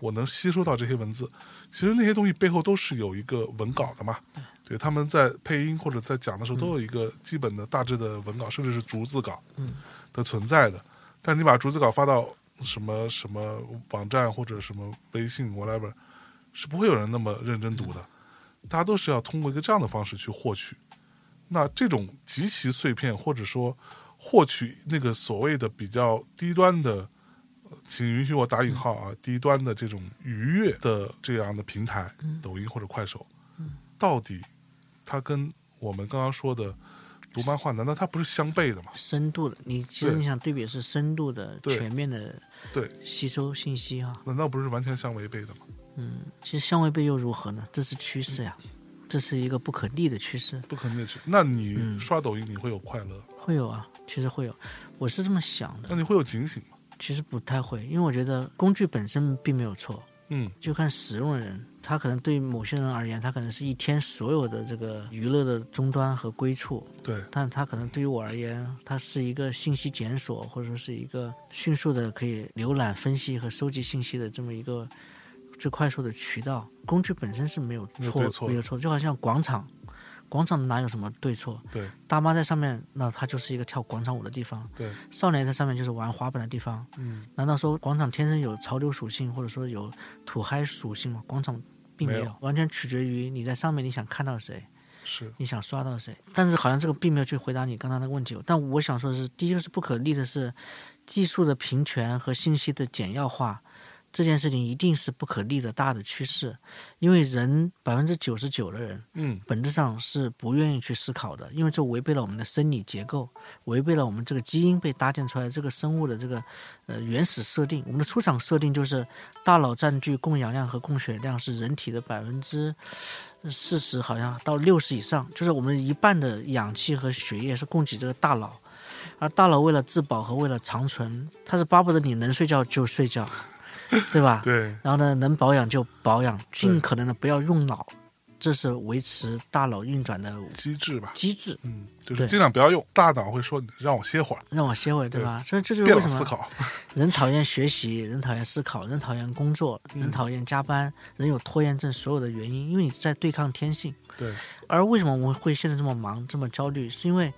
Speaker 2: 我能吸收到这些文字。其实那些东西背后都是有一个文稿的嘛，对，他们在配音或者在讲的时候都有一个基本的大致的文稿，甚至是逐字稿
Speaker 3: 嗯
Speaker 2: 的存在的。但你把逐字稿发到什么什么网站或者什么微信 whatever，是不会有人那么认真读的。大家都是要通过一个这样的方式去获取。那这种极其碎片，或者说获取那个所谓的比较低端的，呃请允许我打引号啊，低端的这种愉悦的这样的平台，抖音或者快手，到底它跟我们刚刚说的读漫画，难道它不是相悖的吗？
Speaker 3: 深度的，你其实
Speaker 2: 对
Speaker 3: 你想对比是深度的、
Speaker 2: 对
Speaker 3: 全面的
Speaker 2: 对，
Speaker 3: 吸收信息啊。
Speaker 2: 难道不是完全相违背的吗？
Speaker 3: 其实相违背又如何呢？这是趋势呀，
Speaker 2: 嗯
Speaker 3: 这是一个不可逆的趋势，
Speaker 2: 不可逆去。那你刷抖音，你会有快乐，
Speaker 3: 会有啊，其实会有。我是这么想的，
Speaker 2: 那你会有警醒吗？
Speaker 3: 其实不太会，因为我觉得工具本身并没有错，
Speaker 2: 嗯，
Speaker 3: 就看使用的人，他可能对某些人而言，他可能是一天所有的这个娱乐的终端和归处，
Speaker 2: 对，
Speaker 3: 但它可能对于我而言，它是一个信息检索，或者说是一个迅速的可以浏览、分析和收集信息的这么一个最快速的渠道。工具本身是没有
Speaker 2: 没有
Speaker 3: 错，
Speaker 2: 对错的
Speaker 3: 没有错，就好像广场，广场哪有什么对错？
Speaker 2: 对，
Speaker 3: 大妈在上面，那她就是一个跳广场舞的地方；
Speaker 2: 对，
Speaker 3: 少年在上面就是玩滑板的地方。
Speaker 2: 嗯，
Speaker 3: 难道说广场天生有潮流属性，或者说有土嗨属性吗？广场并
Speaker 2: 没
Speaker 3: 没
Speaker 2: 有
Speaker 3: 有完全取决于你在上面你想看到谁。
Speaker 2: 是
Speaker 3: 你想刷到谁？但是好像这个并没有去回答你刚才的问题。哦但我想说的是，第一个是不可逆的是，技术的平权和信息的简要化这件事情一定是不可逆的大的趋势，因为人百分之九十九的人
Speaker 2: 嗯，
Speaker 3: 本质上是不愿意去思考的，因为这违背了我们的生理结构，违背了我们这个基因被搭建出来的这个生物的这个呃原始设定。我们的出厂设定就是大脑占据供氧量和供血量是人体的百分之四十，好像到六十以上，就是我们一半的氧气和血液是供给这个大脑。而大脑为了自保和为了长存，它是巴不得你能睡觉就睡觉，对吧？
Speaker 2: 对，
Speaker 3: 然后呢，能保养就保养，尽可能的不要用脑，这是维持大脑运转的
Speaker 2: 机制吧，
Speaker 3: 机制。
Speaker 2: 嗯，就是
Speaker 3: 对
Speaker 2: 尽量不要用，大脑会说你让我歇会儿，
Speaker 3: 让我歇会儿，对吧？所以这就是
Speaker 2: 别
Speaker 3: 为
Speaker 2: 老
Speaker 3: 什
Speaker 2: 思
Speaker 3: 么
Speaker 2: 考，
Speaker 3: 人讨厌学习，人讨厌思考，人讨厌工作，
Speaker 2: 嗯
Speaker 3: 人讨厌加班，人有拖延症，所有的原因，因为你在对抗天性。
Speaker 2: 对，
Speaker 3: 而为什么我们会现在这么忙、这么焦虑，是因为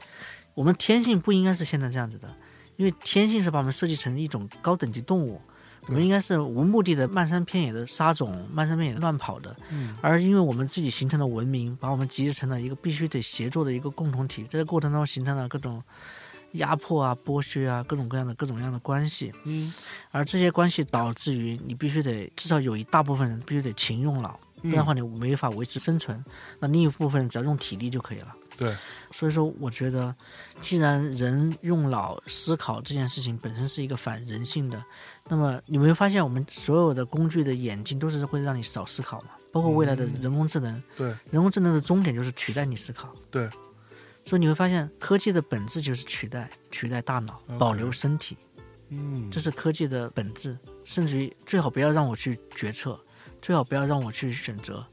Speaker 3: 我们天性不应该是现在这样子的，因为天性是把我们设计成一种高等级动物，我们应该是无目的的漫山遍野的撒种、漫山遍野地乱跑的。
Speaker 2: 嗯、
Speaker 3: 而因为我们自己形成了文明，把我们集结成了一个必须得协作的一个共同体，在这个过程当中形成了各种压迫啊、剥削啊、各种各样的各种各样的关系。
Speaker 2: 嗯，
Speaker 3: 而这些关系导致于你必须得至少有一大部分人必须得勤用脑，不
Speaker 2: 嗯
Speaker 3: 然的话你没法维持生存。那另一部分人只要用体力就可以了。
Speaker 2: 对，
Speaker 3: 所以说，我觉得，既然人用脑思考这件事情本身是一个反人性的，那么你没发现我们所有的工具的演进都是会让你少思考吗？包括未来的人工智能，
Speaker 2: 对，
Speaker 3: 人工智能的终点就是取代你思考。
Speaker 2: 对，
Speaker 3: 所以你会发现，科技的本质就是取代取代大脑，保留身体。
Speaker 2: 嗯，
Speaker 3: 这是科技的本质，甚至于最好不要让我去决策，最好不要让我去选择。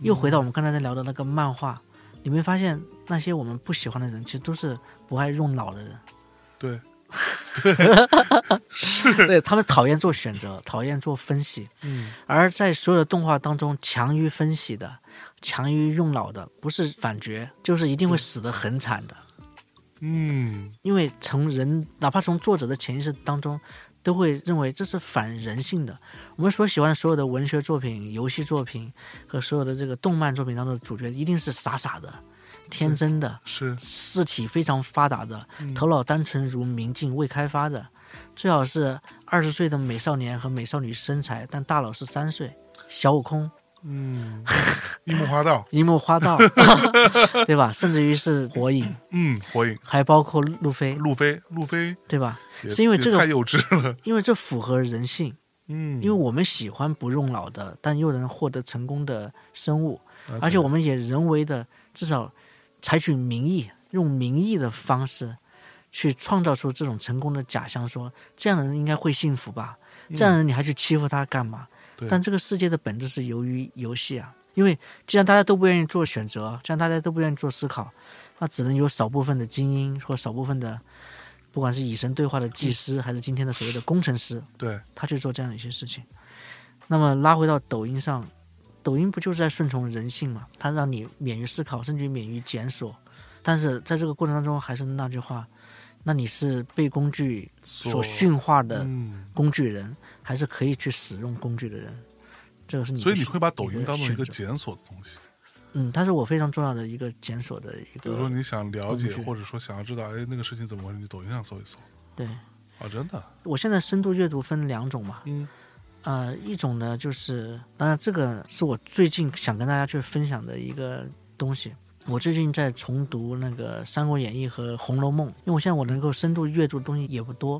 Speaker 3: 又回到我们刚才在聊的那个漫画，你没发现那些我们不喜欢的人，其实都是不爱用脑的人，
Speaker 2: 对，
Speaker 3: 对他们讨厌做选择，讨厌做分析。
Speaker 2: 嗯，
Speaker 3: 而在所有的动画当中，强于分析的，强于用脑的，不是反角，就是一定会死得很惨的。
Speaker 2: 嗯，
Speaker 3: 因为从人，哪怕从作者的潜意识当中，都会认为这是反人性的。我们所喜欢的所有的文学作品、游戏作品和所有的这个动漫作品当中的主角，一定是傻傻的、天真的、
Speaker 2: 是，
Speaker 3: 四体非常发达的、头脑单纯如明镜未开发的，最好是二十岁的美少年和美少女身材，但大脑是三岁。小悟空、
Speaker 2: 嗯，樱木花道，
Speaker 3: 樱木花道，对吧？甚至于是火影，
Speaker 2: 嗯，火影，
Speaker 3: 还包括路飞，
Speaker 2: 路飞，路飞
Speaker 3: 对吧？
Speaker 2: 也
Speaker 3: 是因为
Speaker 2: 也
Speaker 3: 这个
Speaker 2: 太幼稚了，
Speaker 3: 因为这符合人性。
Speaker 2: 嗯，
Speaker 3: 因为我们喜欢不用脑的，但又能获得成功的生物，
Speaker 2: 啊
Speaker 3: 而且
Speaker 2: 对
Speaker 3: 我们也人为的至少采取民意，用民意的方式去创造出这种成功的假象说，这样的人应该会幸福吧？这样的人你还去欺负他干嘛？
Speaker 2: 对
Speaker 3: 但这个世界的本质是由于游戏啊，因为既然大家都不愿意做选择，既然大家都不愿意做思考，那只能有少部分的精英或少部分的，不管是以神对话的技师，还是今天的所谓的工程师，
Speaker 2: 对，
Speaker 3: 他去做这样的一些事情。那么拉回到抖音上，抖音不就是在顺从人性嘛？它让你免于思考，甚至于免于检索。但是在这个过程当中，还是那句话，那你是被工具所
Speaker 2: 所
Speaker 3: 驯化的
Speaker 2: 嗯，
Speaker 3: 工具人，还是可以去使用工具的人？这个是你的
Speaker 2: 所以你
Speaker 3: 选
Speaker 2: 会把抖音当做一个
Speaker 3: 选择
Speaker 2: 检索的东西，
Speaker 3: 嗯，它是我非常重要的一个检索的一
Speaker 2: 比如说
Speaker 3: 个，
Speaker 2: 你想了解
Speaker 3: 工具
Speaker 2: 或者说想要知道，哎，那个事情怎么回事，你抖音上搜一搜
Speaker 3: 对
Speaker 2: 啊，真的，
Speaker 3: 我现在深度阅读分两种嘛，
Speaker 2: 嗯
Speaker 3: 呃，一种呢就是，当然这个是我最近想跟大家去分享的一个东西。我最近在重读那个《三国演义》和《红楼梦》，因为我现在我能够深度阅读的东西也不多，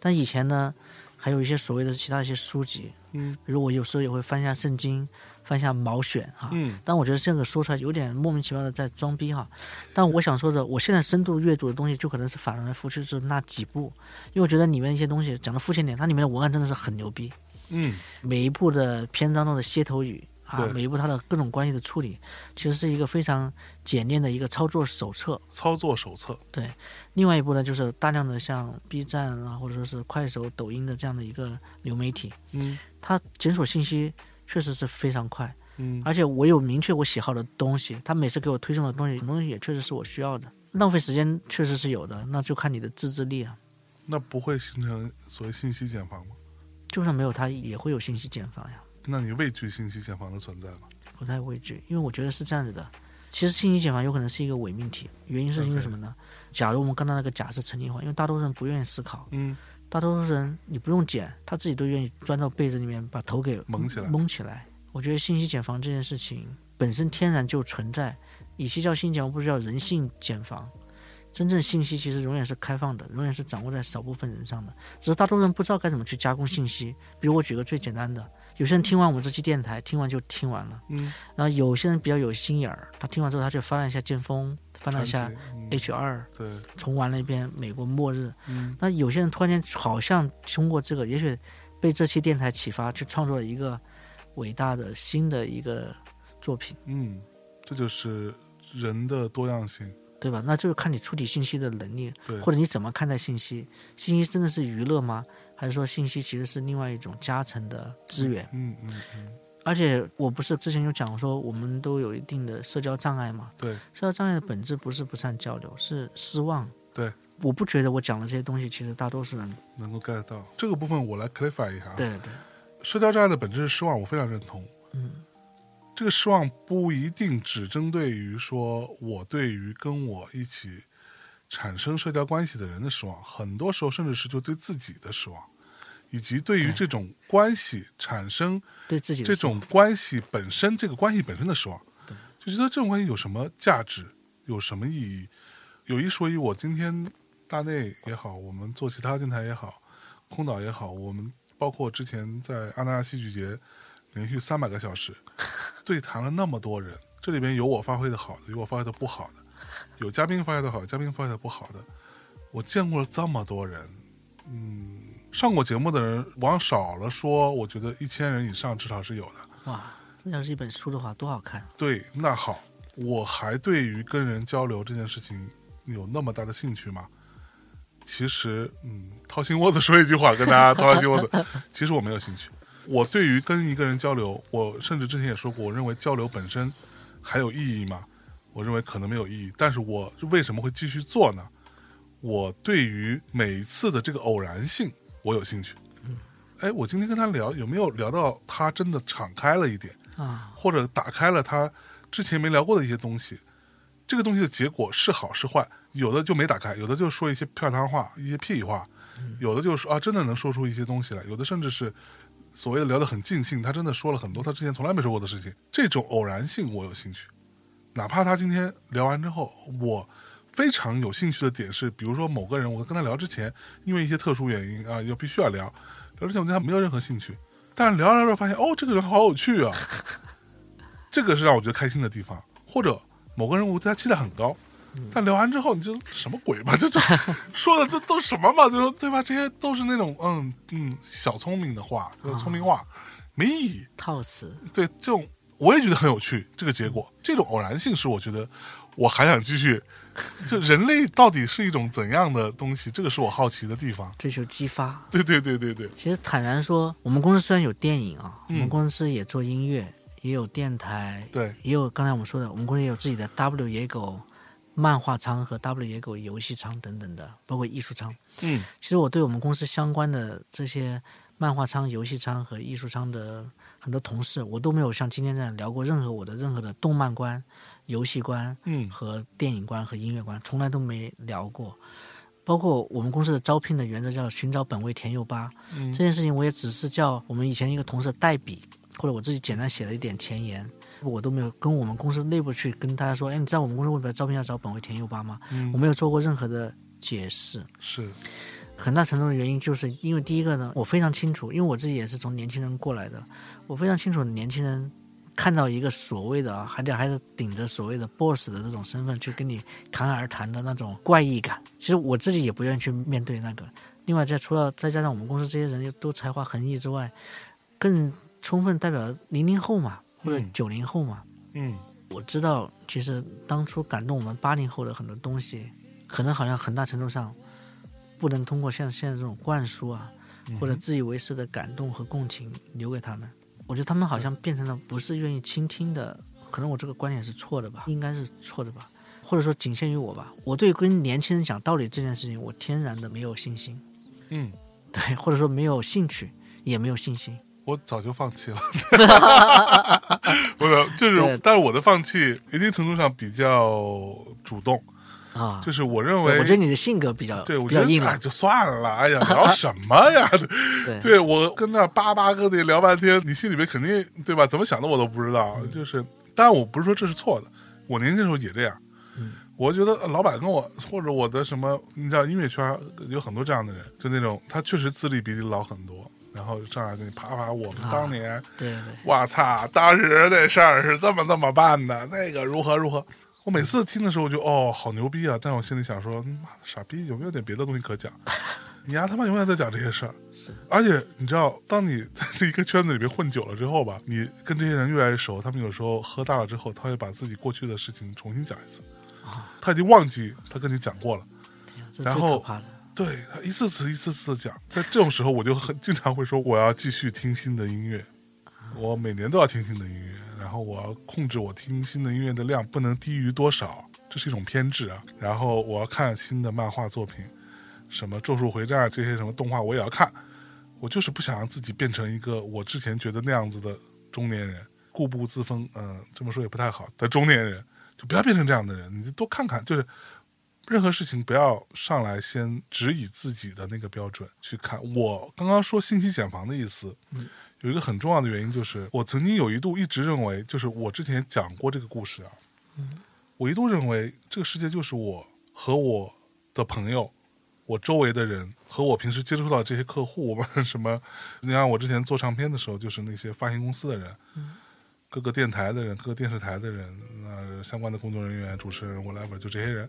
Speaker 3: 但以前呢，还有一些所谓的其他一些书籍，
Speaker 2: 嗯
Speaker 3: 比如我有时候也会翻一下圣经，翻一下毛选啊。
Speaker 2: 嗯，
Speaker 3: 但我觉得这个说出来有点莫名其妙的在装逼哈，但我想说的，我现在深度阅读的东西就可能是反来覆去就是那几部，因为我觉得里面一些东西讲的肤浅点，它里面的文案真的是很牛逼，
Speaker 2: 嗯，
Speaker 3: 每一部的篇章中的歇头语啊
Speaker 2: 对，
Speaker 3: 每一部它的各种关系的处理，其实是一个非常简练的一个操作手册。
Speaker 2: 操作手册，
Speaker 3: 另外一部呢，就是大量的像 B 站啊，或者说是快手、抖音的这样的一个流媒体，
Speaker 2: 嗯
Speaker 3: 它检索信息确实是非常快，
Speaker 2: 嗯
Speaker 3: 而且我有明确我喜好的东西，它每次给我推送的东西，很多东西也确实是我需要的。浪费时间确实是有的，那就看你的自制力啊。
Speaker 2: 那不会形成所谓信息茧房吗？
Speaker 3: 就算没有它，也会有信息茧房呀。
Speaker 2: 那你畏惧信息茧房的存在吗？
Speaker 3: 不太畏惧，因为我觉得是这样子的。其实信息茧房有可能是一个伪命题，原因是因为
Speaker 2: OK
Speaker 3: 什么呢假如我们刚才那个假设成立的话，因为大多数人不愿意思考，
Speaker 2: 嗯
Speaker 3: 大多数人你不用剪，他自己都愿意钻到被子里面把头给
Speaker 2: 蒙起来
Speaker 3: 蒙起来。我觉得信息茧房这件事情本身天然就存在，与其叫信息茧房，不如叫人性茧房。真正信息其实永远是开放的，永远是掌握在少部分人上的，只是大多数人不知道该怎么去加工信息。比如我举个最简单的，有些人听完我们这期电台，听完就听完了。
Speaker 2: 嗯，
Speaker 3: 然后有些人比较有心眼儿，他听完之后他就翻了一下剑锋，翻
Speaker 2: 传
Speaker 3: 了一
Speaker 2: 奇
Speaker 3: 下，哎
Speaker 2: 嗯
Speaker 3: H 二，
Speaker 2: 对，
Speaker 3: 重玩了一遍美国末日。
Speaker 2: 嗯
Speaker 3: 那有些人突然间好像通过这个，也许被这期电台启发，去创作了一个伟大的新的一个作品，
Speaker 2: 嗯，这就是人的多样性，
Speaker 3: 对吧？那就是看你处理信息的能力，
Speaker 2: 对，
Speaker 3: 或者你怎么看待信息。信息真的是娱乐吗？还是说信息其实是另外一种加成的资源？
Speaker 2: 嗯嗯嗯，
Speaker 3: 而且我不是之前有讲说，我们都有一定的社交障碍嘛？
Speaker 2: 对，
Speaker 3: 社交障碍的本质不是不善交流，是失望。
Speaker 2: 对，啊
Speaker 3: 我不觉得我讲的这些东西，其实大多数人
Speaker 2: 能够 get 到这个部分，我来 clarify 一下啊。
Speaker 3: 对对，
Speaker 2: 社交障碍的本质是失望，我非常认同。
Speaker 3: 嗯，
Speaker 2: 这个失望不一定只针对于说我对于跟我一起产生社交关系的人的失望，很多时候甚至是就对自己的失望，以及对于这种关系产生
Speaker 3: 对自己的
Speaker 2: 这种关系本身这个关系本身的失望，就觉得这种关系有什么价值，有什么意义？有一说一，我今天大内也好，我们做其他电台也好，空岛也好，我们包括之前在阿那亚戏剧节连续三百个小时对谈了那么多人，这里边有我发挥的好的，有我发挥的不好的，有嘉宾发挥的好，有嘉宾发挥的不好的，我见过了这么多人，嗯，上过节目的人往少了说，我觉得一千人以上至少是有的。
Speaker 3: 哇，这要是一本书的话，多好看！
Speaker 2: 对，那好，我还对于跟人交流这件事情有那么大的兴趣吗？其实，嗯，掏心窝子说一句话，跟大家掏心窝子，其实我没有兴趣。我对于跟一个人交流，我甚至之前也说过，我认为交流本身还有意义吗？我认为可能没有意义。但是我为什么会继续做呢？我对于每一次的这个偶然性，我有兴趣。哎，我今天跟他聊，有没有聊到他真的敞开了一点？
Speaker 3: 啊，
Speaker 2: 或者打开了他之前没聊过的一些东西。这个东西的结果是好是坏，有的就没打开，有的就说一些漂亮话、一些屁话，有的就是说啊，真的能说出一些东西来，有的甚至是所谓的聊得很尽兴，他真的说了很多他之前从来没说过的事情。这种偶然性我有兴趣，哪怕他今天聊完之后，我非常有兴趣的点是，比如说某个人，我跟他聊之前，因为一些特殊原因啊，要必须要聊，聊之前我对他没有任何兴趣，但是聊着聊着发现，哦，这个人好有趣啊，这个是让我觉得开心的地方。或者某个人物对他期待很高，但聊完之后你就 什么鬼吧，这这说的这都什么嘛，就对吧？这些都是那种嗯嗯小聪明的话，就是聪明话，没意义。
Speaker 3: 套词，
Speaker 2: 对这种我也觉得很有趣。这个结果，这种偶然性是我觉得我还想继续。 就人类到底是一种怎样的东西？这个是我好奇的地方。
Speaker 3: 追求激发。
Speaker 2: 对对对对对，
Speaker 3: 其实坦然说，我们公司虽然有电影啊，
Speaker 2: 嗯
Speaker 3: 我们公司也做音乐，也有电台，
Speaker 2: 对
Speaker 3: 也有刚才我们说的，我们公司也有自己的 W 野狗漫画仓和 W 野狗游戏仓等等的，包括艺术仓。
Speaker 2: 嗯
Speaker 3: 其实我对我们公司相关的这些。漫画仓、游戏仓和艺术仓的很多同事，我都没有像今天这样聊过任何我的任何的动漫观、游戏观
Speaker 2: 嗯
Speaker 3: 和电影观和音乐观，从来都没聊过。包括我们公司的招聘的原则叫寻找本位田佑八，
Speaker 2: 嗯
Speaker 3: 这件事情我也只是叫我们以前一个同事代笔，或者我自己简单写了一点前言，我都没有跟我们公司内部去跟大家说，哎，你知道我们公司为什么招聘要找本位田佑八吗？我
Speaker 2: 嗯，
Speaker 3: 没有做过任何的解释。
Speaker 2: 是
Speaker 3: 很大程度的原因就是因为第一个呢，我非常清楚，因为我自己也是从年轻人过来的，我非常清楚年轻人看到一个所谓的啊，还得还是顶着所谓的 boss 的这种身份去跟你侃侃而谈的那种怪异感。其实我自己也不愿意去面对那个。另外，再除了再加上我们公司这些人又都才华横溢之外，更充分代表了零零后嘛，或者
Speaker 2: 嗯
Speaker 3: 九零后嘛，
Speaker 2: 嗯
Speaker 3: 我知道，其实当初感动我们八零后的很多东西，可能好像很大程度上不能通过像现在这种灌输啊，
Speaker 2: 嗯
Speaker 3: 或者自以为是的感动和共情留给他们。我觉得他们好像变成了不是愿意倾听的，可能我这个观点是错的吧，应该是错的吧，或者说仅限于我吧。我对跟年轻人讲道理这件事情，我天然的没有信心，
Speaker 2: 嗯，
Speaker 3: 对，或者说没有兴趣，也没有信心。
Speaker 2: 我早就放 弃了，我早就是
Speaker 3: 对，
Speaker 2: 但是我的放弃一定程度上比较主动，
Speaker 3: 啊，
Speaker 2: 就是我认为，
Speaker 3: 对我觉得你的性格比较
Speaker 2: 对我
Speaker 3: 比
Speaker 2: 觉
Speaker 3: 较
Speaker 2: 得
Speaker 3: 硬
Speaker 2: 哎
Speaker 3: 朗，
Speaker 2: 就算了，哎呀，聊什么 呀？
Speaker 3: 对
Speaker 2: 对我跟那叭叭跟你聊半天，你心里面肯定对吧？怎么想的我都不知道。
Speaker 3: 嗯
Speaker 2: 就是，当然我不是说这是错的，我年轻的时候也这样。
Speaker 3: 嗯
Speaker 2: 我觉得老板跟我或者我的什么，你知道音乐圈有很多这样的人，就那种他确实资历比你老很多，然后上来跟你啪啪，我
Speaker 3: 啊
Speaker 2: 们当年，
Speaker 3: 对对对，
Speaker 2: 我操，当时那事儿是这么这么办的，那个如何如何。我每次听的时候就哦，好牛逼啊！但是我心里想说，妈的傻逼，有没有点别的东西可讲？你丫、他妈永远在讲这些事儿。
Speaker 3: 是
Speaker 2: 而且你知道，当你在这一个圈子里面混久了之后吧，你跟这些人越来越熟，他们有时候喝大了之后，他会把自己过去的事情重新讲一次，他已经忘记他跟你讲过了。
Speaker 3: 这
Speaker 2: 然
Speaker 3: 最
Speaker 2: 后
Speaker 3: 可怕的。
Speaker 2: 对，他一次次一次次的讲，在这种时候，我就很经常会说，我要继续听新的音乐，我每年都要听新的音乐，然后我要控制我听新的音乐的量不能低于多少，这是一种偏执啊。然后我要看新的漫画作品，什么《咒术回战》这些什么动画我也要看，我就是不想让自己变成一个我之前觉得那样子的中年人，固步自封。嗯、这么说也不太好，但中年人就不要变成这样的人，你就多看看，就是任何事情不要上来先只以自己的那个标准去看。我刚刚说信息茧房的意思，有一个很重要的原因就是，我曾经有一度一直认为，就是我之前讲过这个故事啊，我一度认为这个世界就是我和我的朋友、我周围的人和我平时接触到的这些客户，我们什么，你看我之前做唱片的时候，就是那些发行公司的人。各个电台的人、各个电视台的人，那呃相关的工作人员、主持人，whatever，就这些人，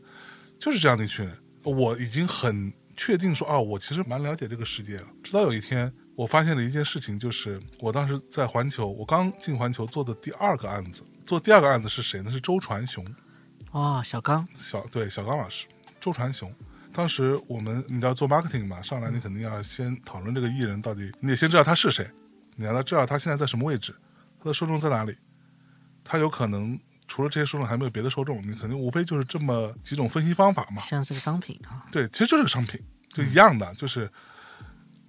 Speaker 2: 就是这样的一群人。呃我已经很确定说啊，我其实蛮了解这个世界了。直到有一天，我发现了一件事情，就是我当时在环球，我刚进环球做的第二个案子，做第二个案子是谁呢？是周传雄，
Speaker 3: 哦，小刚，
Speaker 2: 小对小刚老师，周传雄。当时我们你知道做 marketing 嘛，上来你肯定要先讨论这个艺人到底，你得先知道他是谁，你要知道他现在在什么位置，他的受众在哪里，他有可能除了这些受众还没有别的受众，你肯定无非就是这么几种分析方法嘛。
Speaker 3: 像是个商品啊，
Speaker 2: 对，其实就是个商品，就一样的，就是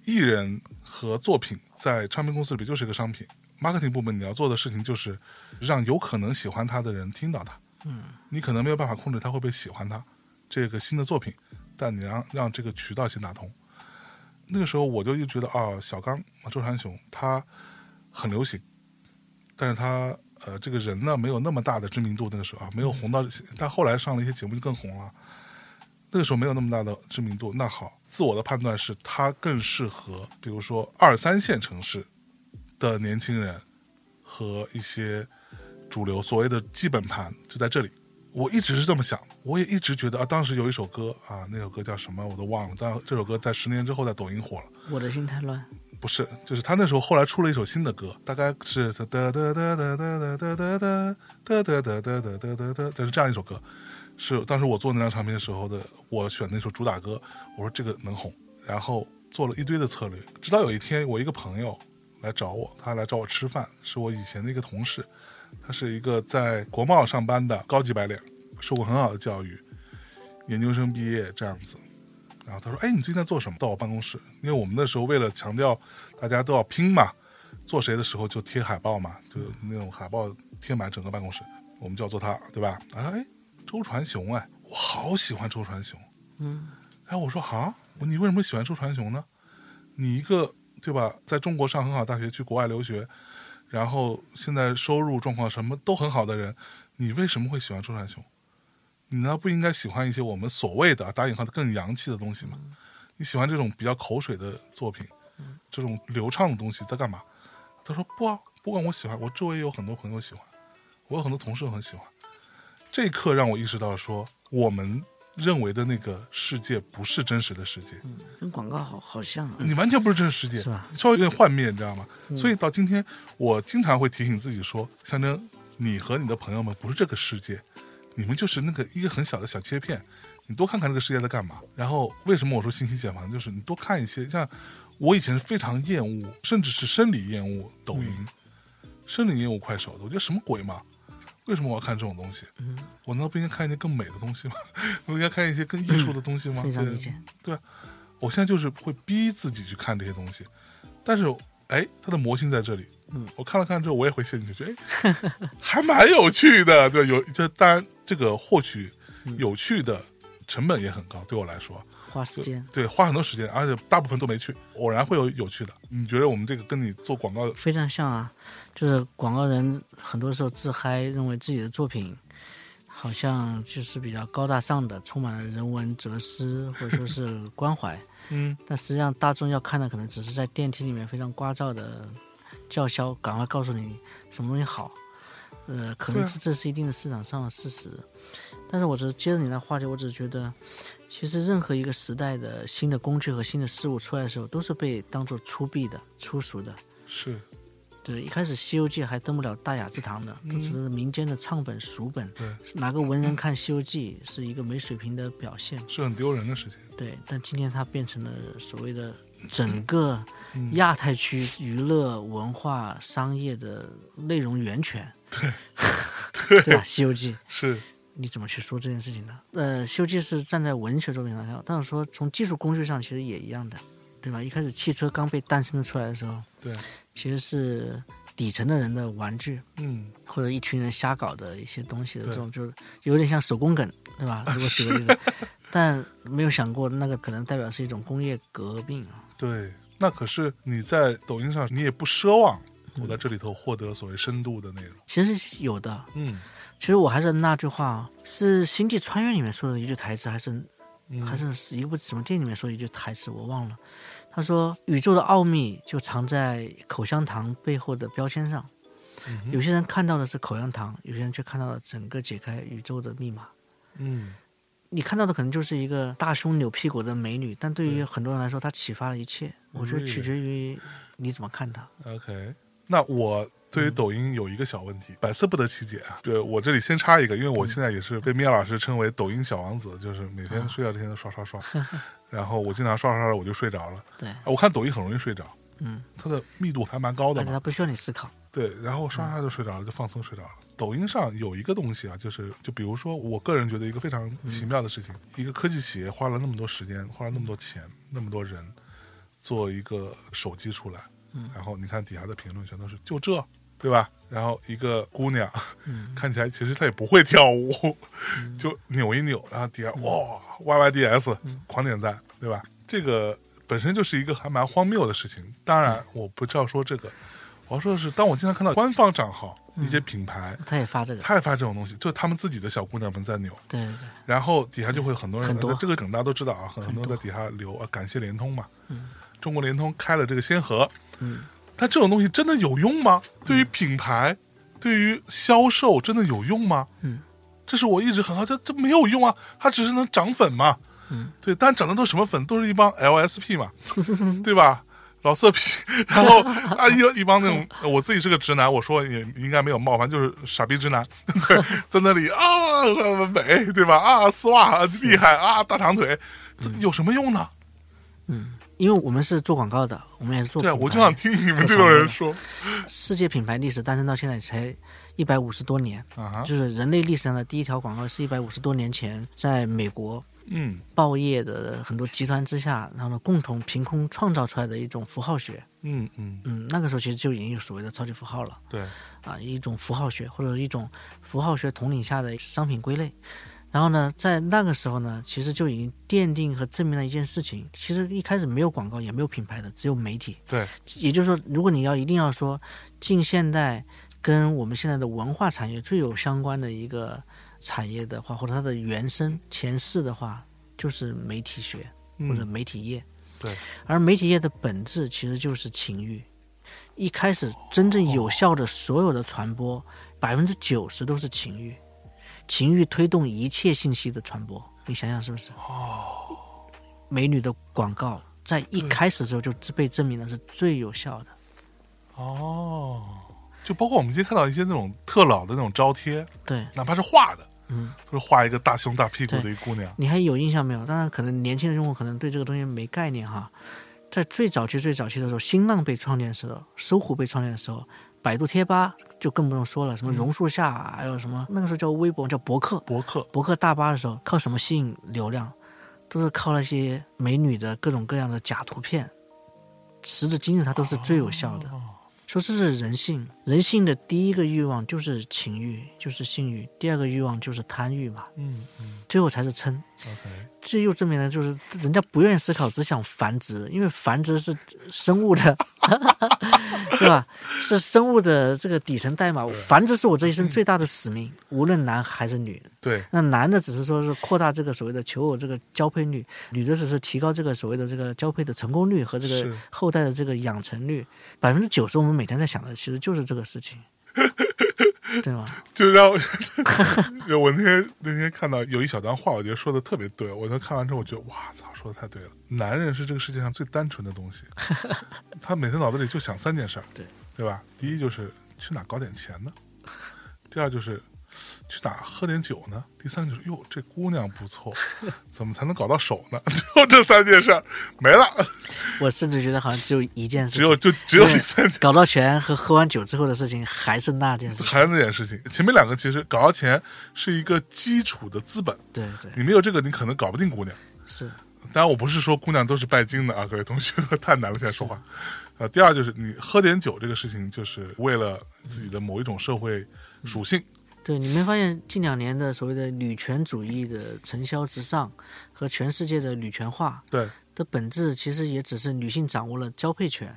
Speaker 2: 艺人和作品在唱片公司里边就是一个商品。marketing 部门你要做的事情就是让有可能喜欢他的人听到他。嗯，你可能没有办法控制他会不会喜欢他这个新的作品，但你让让这个渠道先打通。那个时候我就一直觉得啊，小刚周传雄他很流行，但是他呃这个人呢没有那么大的知名度，那个时候啊没有红到，但后来上了一些节目就更红了。那个时候没有那么大的知名度。那好，自我的判断是他更适合，比如说二三线城市的年轻人和一些主流所谓的基本盘就在这里。我一直是这么想，我也一直觉得啊，当时有一首歌啊，那首歌叫什么我都忘了，但这首歌在十年之后在抖音火了。
Speaker 3: 我的心太乱。
Speaker 2: 不是，就是他那时候后来出了一首新的歌，大概是哒哒哒哒哒哒哒哒哒哒哒哒哒哒哒哒哒哒，就是这样一首歌，是当时我做那张唱片的时候的，我选那首主打歌，我说这个能红，然后做了一堆的策略，直到有一天我一个朋友来找我，他来找我吃饭，是我以前的一个同事，他是一个在国贸上班的高级白领，受过很好的教育，研究生毕业这样子，然后他说：“哎，你最近在做什么？”到我办公室，因为我们那时候为了强调大家都要拼嘛，做谁的时候就贴海报嘛，就那种海报贴满整个办公室，我们就要做他，对吧？啊，哎，周传雄，哎，我好喜欢周传雄。
Speaker 3: 嗯，
Speaker 2: 然后我说：“啊，你为什么喜欢周传雄呢？你一个对吧，在中国上很好大学，去国外留学，然后现在收入状况什么都很好的人，你为什么会喜欢周传雄？你难道不应该喜欢一些我们所谓的打引号的更洋气的东西吗？你喜欢这种比较口水的作品，这种流畅的东西在干嘛？”他说：“不啊，不管我喜欢，我周围有很多朋友喜欢，我有很多同事很喜欢。”这一刻让我意识到说我们。认为的那个世界不是真实的世界，
Speaker 3: 跟广告好好像啊。
Speaker 2: 你完全不是真实世界，
Speaker 3: 是吧嗯
Speaker 2: 稍微有点幻灭，你知道吗？所以到今天，我经常会提醒自己说，象征你和你的朋友们不是这个世界，你们就是那个一个很小的小切片，你多看看这个世界在干嘛。然后为什么我说信息茧房，就是你多看一些，像我以前是非常厌恶，甚至是生理厌恶抖音，生理厌恶快手的，我觉得什么鬼嘛。为什么我要看这种东西？我难道不应该看一些更美的东西吗？ 我应该看一些更艺术的东西吗？
Speaker 3: 嗯非常
Speaker 2: 对
Speaker 3: 理解，
Speaker 2: 对啊，我现在就是会逼自己去看这些东西，但是哎，它的魔性在这里。
Speaker 3: 嗯，
Speaker 2: 我看了看之后，我也会陷进去，哎， 还蛮有趣的。对，有就当然这个获取
Speaker 3: 嗯
Speaker 2: 有趣的成本也很高，对我来说，
Speaker 3: 花时间
Speaker 2: 对，花很多时间，而且大部分都没去，偶然会有有趣的。你觉得我们这个跟你做广告
Speaker 3: 非常像啊，就是广告人很多时候自嗨，认为自己的作品好像就是比较高大上的，充满了人文哲思或者说是 关怀，
Speaker 2: 嗯，
Speaker 3: 但实际上大众要看的可能只是在电梯里面非常聒噪的叫嚣，赶快告诉你什么东西好，呃，可
Speaker 2: 对
Speaker 3: 能
Speaker 2: 啊
Speaker 3: 是这是一定的市场上的事实，但是我只是接着你的话题，我只是觉得。其实任何一个时代的新的工具和新的事物出来的时候，都是被当做粗鄙的、粗俗的，
Speaker 2: 是
Speaker 3: 对，一开始《西游记》还登不了大雅之堂的，都只是民间的唱本、俗本。
Speaker 2: 对
Speaker 3: 哪个文人看《西游记》是一个没水平的表现。
Speaker 2: 是很丢人的事情？
Speaker 3: 对，但今天它变成了所谓的整个亚太区娱乐、文化、商业的内容源泉。 对，对吧？《西游记》
Speaker 2: 是
Speaker 3: 你怎么去说这件事情呢？呃，《西游记》是站在文学作品上，但是说从技术工具上其实也一样的，对吧？一开始汽车刚被诞生出来的时候，
Speaker 2: 对，
Speaker 3: 其实是底层的人的玩具。
Speaker 2: 嗯，
Speaker 3: 或者一群人瞎搞的一些东西的
Speaker 2: 对
Speaker 3: 这种，就是有点像手工梗，对吧？如果举个例子， 但没有想过那个可能代表是一种工业革命啊。
Speaker 2: 对。那可是你在抖音上，你也不奢望我在这里头获得所谓深度的内容。
Speaker 3: 其实是有的，
Speaker 2: 嗯，
Speaker 3: 其实我还是那句话啊，是《星际穿越》里面说的一句台词，还是、还是一部什么电影里面说的一句台词，我忘了。他说：“宇宙的奥秘就藏在口香糖背后的标签上。有些人看到的是口香糖，有些人却看到了整个解开宇宙的密码。
Speaker 2: 嗯，
Speaker 3: 你看到的可能就是一个大胸扭屁股的美女，但对于很多人来说，她启发了一切。我
Speaker 2: 嗯
Speaker 3: 觉得取决于你怎么看她。
Speaker 2: OK，那我对于抖音有一个小问题，百思不得其解啊。这我这里先插一个，因为我现在也是被灭老师称为抖音小王子，就是每天睡觉之前都刷刷 刷，然后我经常刷刷刷我就睡着了。
Speaker 3: 对，
Speaker 2: 啊我看抖音很容易睡着，
Speaker 3: 嗯，
Speaker 2: 它的密度还蛮高的
Speaker 3: 而且
Speaker 2: 嘛
Speaker 3: 她。不需要你思考。
Speaker 2: 对，然后刷刷就睡着了，就放松睡着了。抖音上有一个东西啊，就是就比如说，我个人觉得一个非常奇妙的事情，一个科技企业花了那么多时间，花了那么多钱，那么多人做一个手机出来，然后你看底下的评论全都是就这，对吧？然后一个姑娘、 看起来其实她也不会跳舞， 就扭一扭，然后底下哇 Y Y D S 狂点赞，对吧？这个本身就是一个还蛮荒谬的事情。当然，我不是要说这个，我要说的是，当我经常看到官方账号
Speaker 3: 嗯
Speaker 2: 一些品牌，
Speaker 3: 她也发这个，
Speaker 2: 他也发这种东西，就是他们自己的小姑娘们在扭，
Speaker 3: 对对对，
Speaker 2: 然后底下就会很多人
Speaker 3: 很多
Speaker 2: 这个梗大家都知道啊，很很多人在底下留啊，感谢联通嘛，中国联通开了这个先河，
Speaker 3: 嗯，
Speaker 2: 但这种东西真的有用吗？对于品牌，对于销售，真的有用吗？
Speaker 3: 嗯，
Speaker 2: 这是我一直很好，这这没有用啊，它只是能涨粉嘛，
Speaker 3: 嗯，
Speaker 2: 对，但涨的都是什么粉？都是一帮 LSP 嘛，对吧？老色批，然后啊一一帮那种，我自己是个直男，我说也应该没有冒犯，就是傻逼直男， 对，在那里啊美对吧？啊丝袜啊厉害啊大长腿，这有什么用呢？
Speaker 3: 因为我们是做广告的，我们也是做
Speaker 2: 对，啊
Speaker 3: 品牌。
Speaker 2: 我就想听你们这种人说
Speaker 3: 世界品牌历史诞生到现在才一百五十多年，
Speaker 2: 啊哈，
Speaker 3: 就是人类历史上的第一条广告是一百五十多年前在美国
Speaker 2: 嗯
Speaker 3: 报业的很多集团之下，然后呢共同凭空创造出来的一种符号学。
Speaker 2: 嗯嗯，
Speaker 3: 嗯，那个时候其实就已经有所谓的超级符号了
Speaker 2: 对，
Speaker 3: 啊，一种符号学或者一种符号学统领下的商品归类。然后呢，在那个时候呢，其实就已经奠定和证明了一件事情。其实一开始没有广告，也没有品牌的，只有媒体。
Speaker 2: 对，
Speaker 3: 也就是说，如果你要一定要说近现代跟我们现在的文化产业最有相关的一个产业的话，或者它的原生前世的话，就是媒体学或者
Speaker 2: 嗯
Speaker 3: 媒体业。
Speaker 2: 对，
Speaker 3: 而媒体业的本质其实就是情欲。一开始真正有效的所有的传播，百分之九十都是情欲，情欲推动一切信息的传播。你想想是不是？哦，美女的广告在一开始的时候就被证明了是最有效的。
Speaker 2: 哦，就包括我们今天看到一些那种特老的那种招贴，
Speaker 3: 对，
Speaker 2: 哪怕是画的，
Speaker 3: 嗯，
Speaker 2: 就是画一个大胸大屁股的一姑娘，
Speaker 3: 你还有印象没有？当然，可能年轻的用户可能对这个东西没概念哈。在最早期、最早期的时候，新浪被创建的时候，搜狐被创建的时候，百度贴吧就更不用说了，什么榕树下，还有什么那个时候叫微博，叫博客，
Speaker 2: 博客，
Speaker 3: 博客大巴的时候，靠什么吸引流量？都是靠那些美女的各种各样的假图片。时至今日，它都是最有效的。说这是人性，人性的第一个欲望就是情欲，就是性欲；第二个欲望就是贪欲嘛，
Speaker 2: 嗯嗯
Speaker 3: 最后才是嗔。
Speaker 2: ，OK，
Speaker 3: 这又证明了，就是人家不愿意思考，只想繁殖，因为繁殖是生物的， 对吧？是生物的这个底层代码。繁殖是我这一
Speaker 2: 嗯
Speaker 3: 生最大的使命，无论男还是女。
Speaker 2: 对，
Speaker 3: 那男的只是说是扩大这个所谓的求偶这个交配率，女的只是提高这个所谓的这个交配的成功率和这
Speaker 2: 是
Speaker 3: 个后代的这个养成率。百分之九十我们每天在想的其实就是这个 事情，对吧？
Speaker 2: 就让我 我那天那天看到有一小段话，我觉得说的特别对。我那看完之后，我觉得哇操，说的太对了。男人是这个世界上最单纯的东西，他每天脑子里就想三件事儿，
Speaker 3: 对
Speaker 2: 对吧？第一就是去哪搞点钱呢？第二就是去哪喝点酒呢？第三个就是哟，这姑娘不 错，怎么才能搞到手呢？ 就这三件事儿没 了，
Speaker 3: 我甚至觉得好像只有一件事
Speaker 2: 只
Speaker 3: 情
Speaker 2: 有。就只有
Speaker 3: 对
Speaker 2: 第三件，
Speaker 3: 搞到钱和喝完酒之后的事情还是那件事情。
Speaker 2: 还是那件事情。前面两个其实搞到钱是一个基础的资本。
Speaker 3: 对对，
Speaker 2: 你没有这个，你可能搞不定姑娘。
Speaker 3: 是
Speaker 2: 当然，我不是说姑娘都是拜金的啊，各位同学，太难了，现在说话。呃，第二就是你喝点酒这个事情，就是为了自己的某一种社会属性。
Speaker 3: 对。你没发现近两年的所谓的女权主义的承销至上和全世界的女权化
Speaker 2: 对，
Speaker 3: 的本质，其实也只是女性掌握了交配权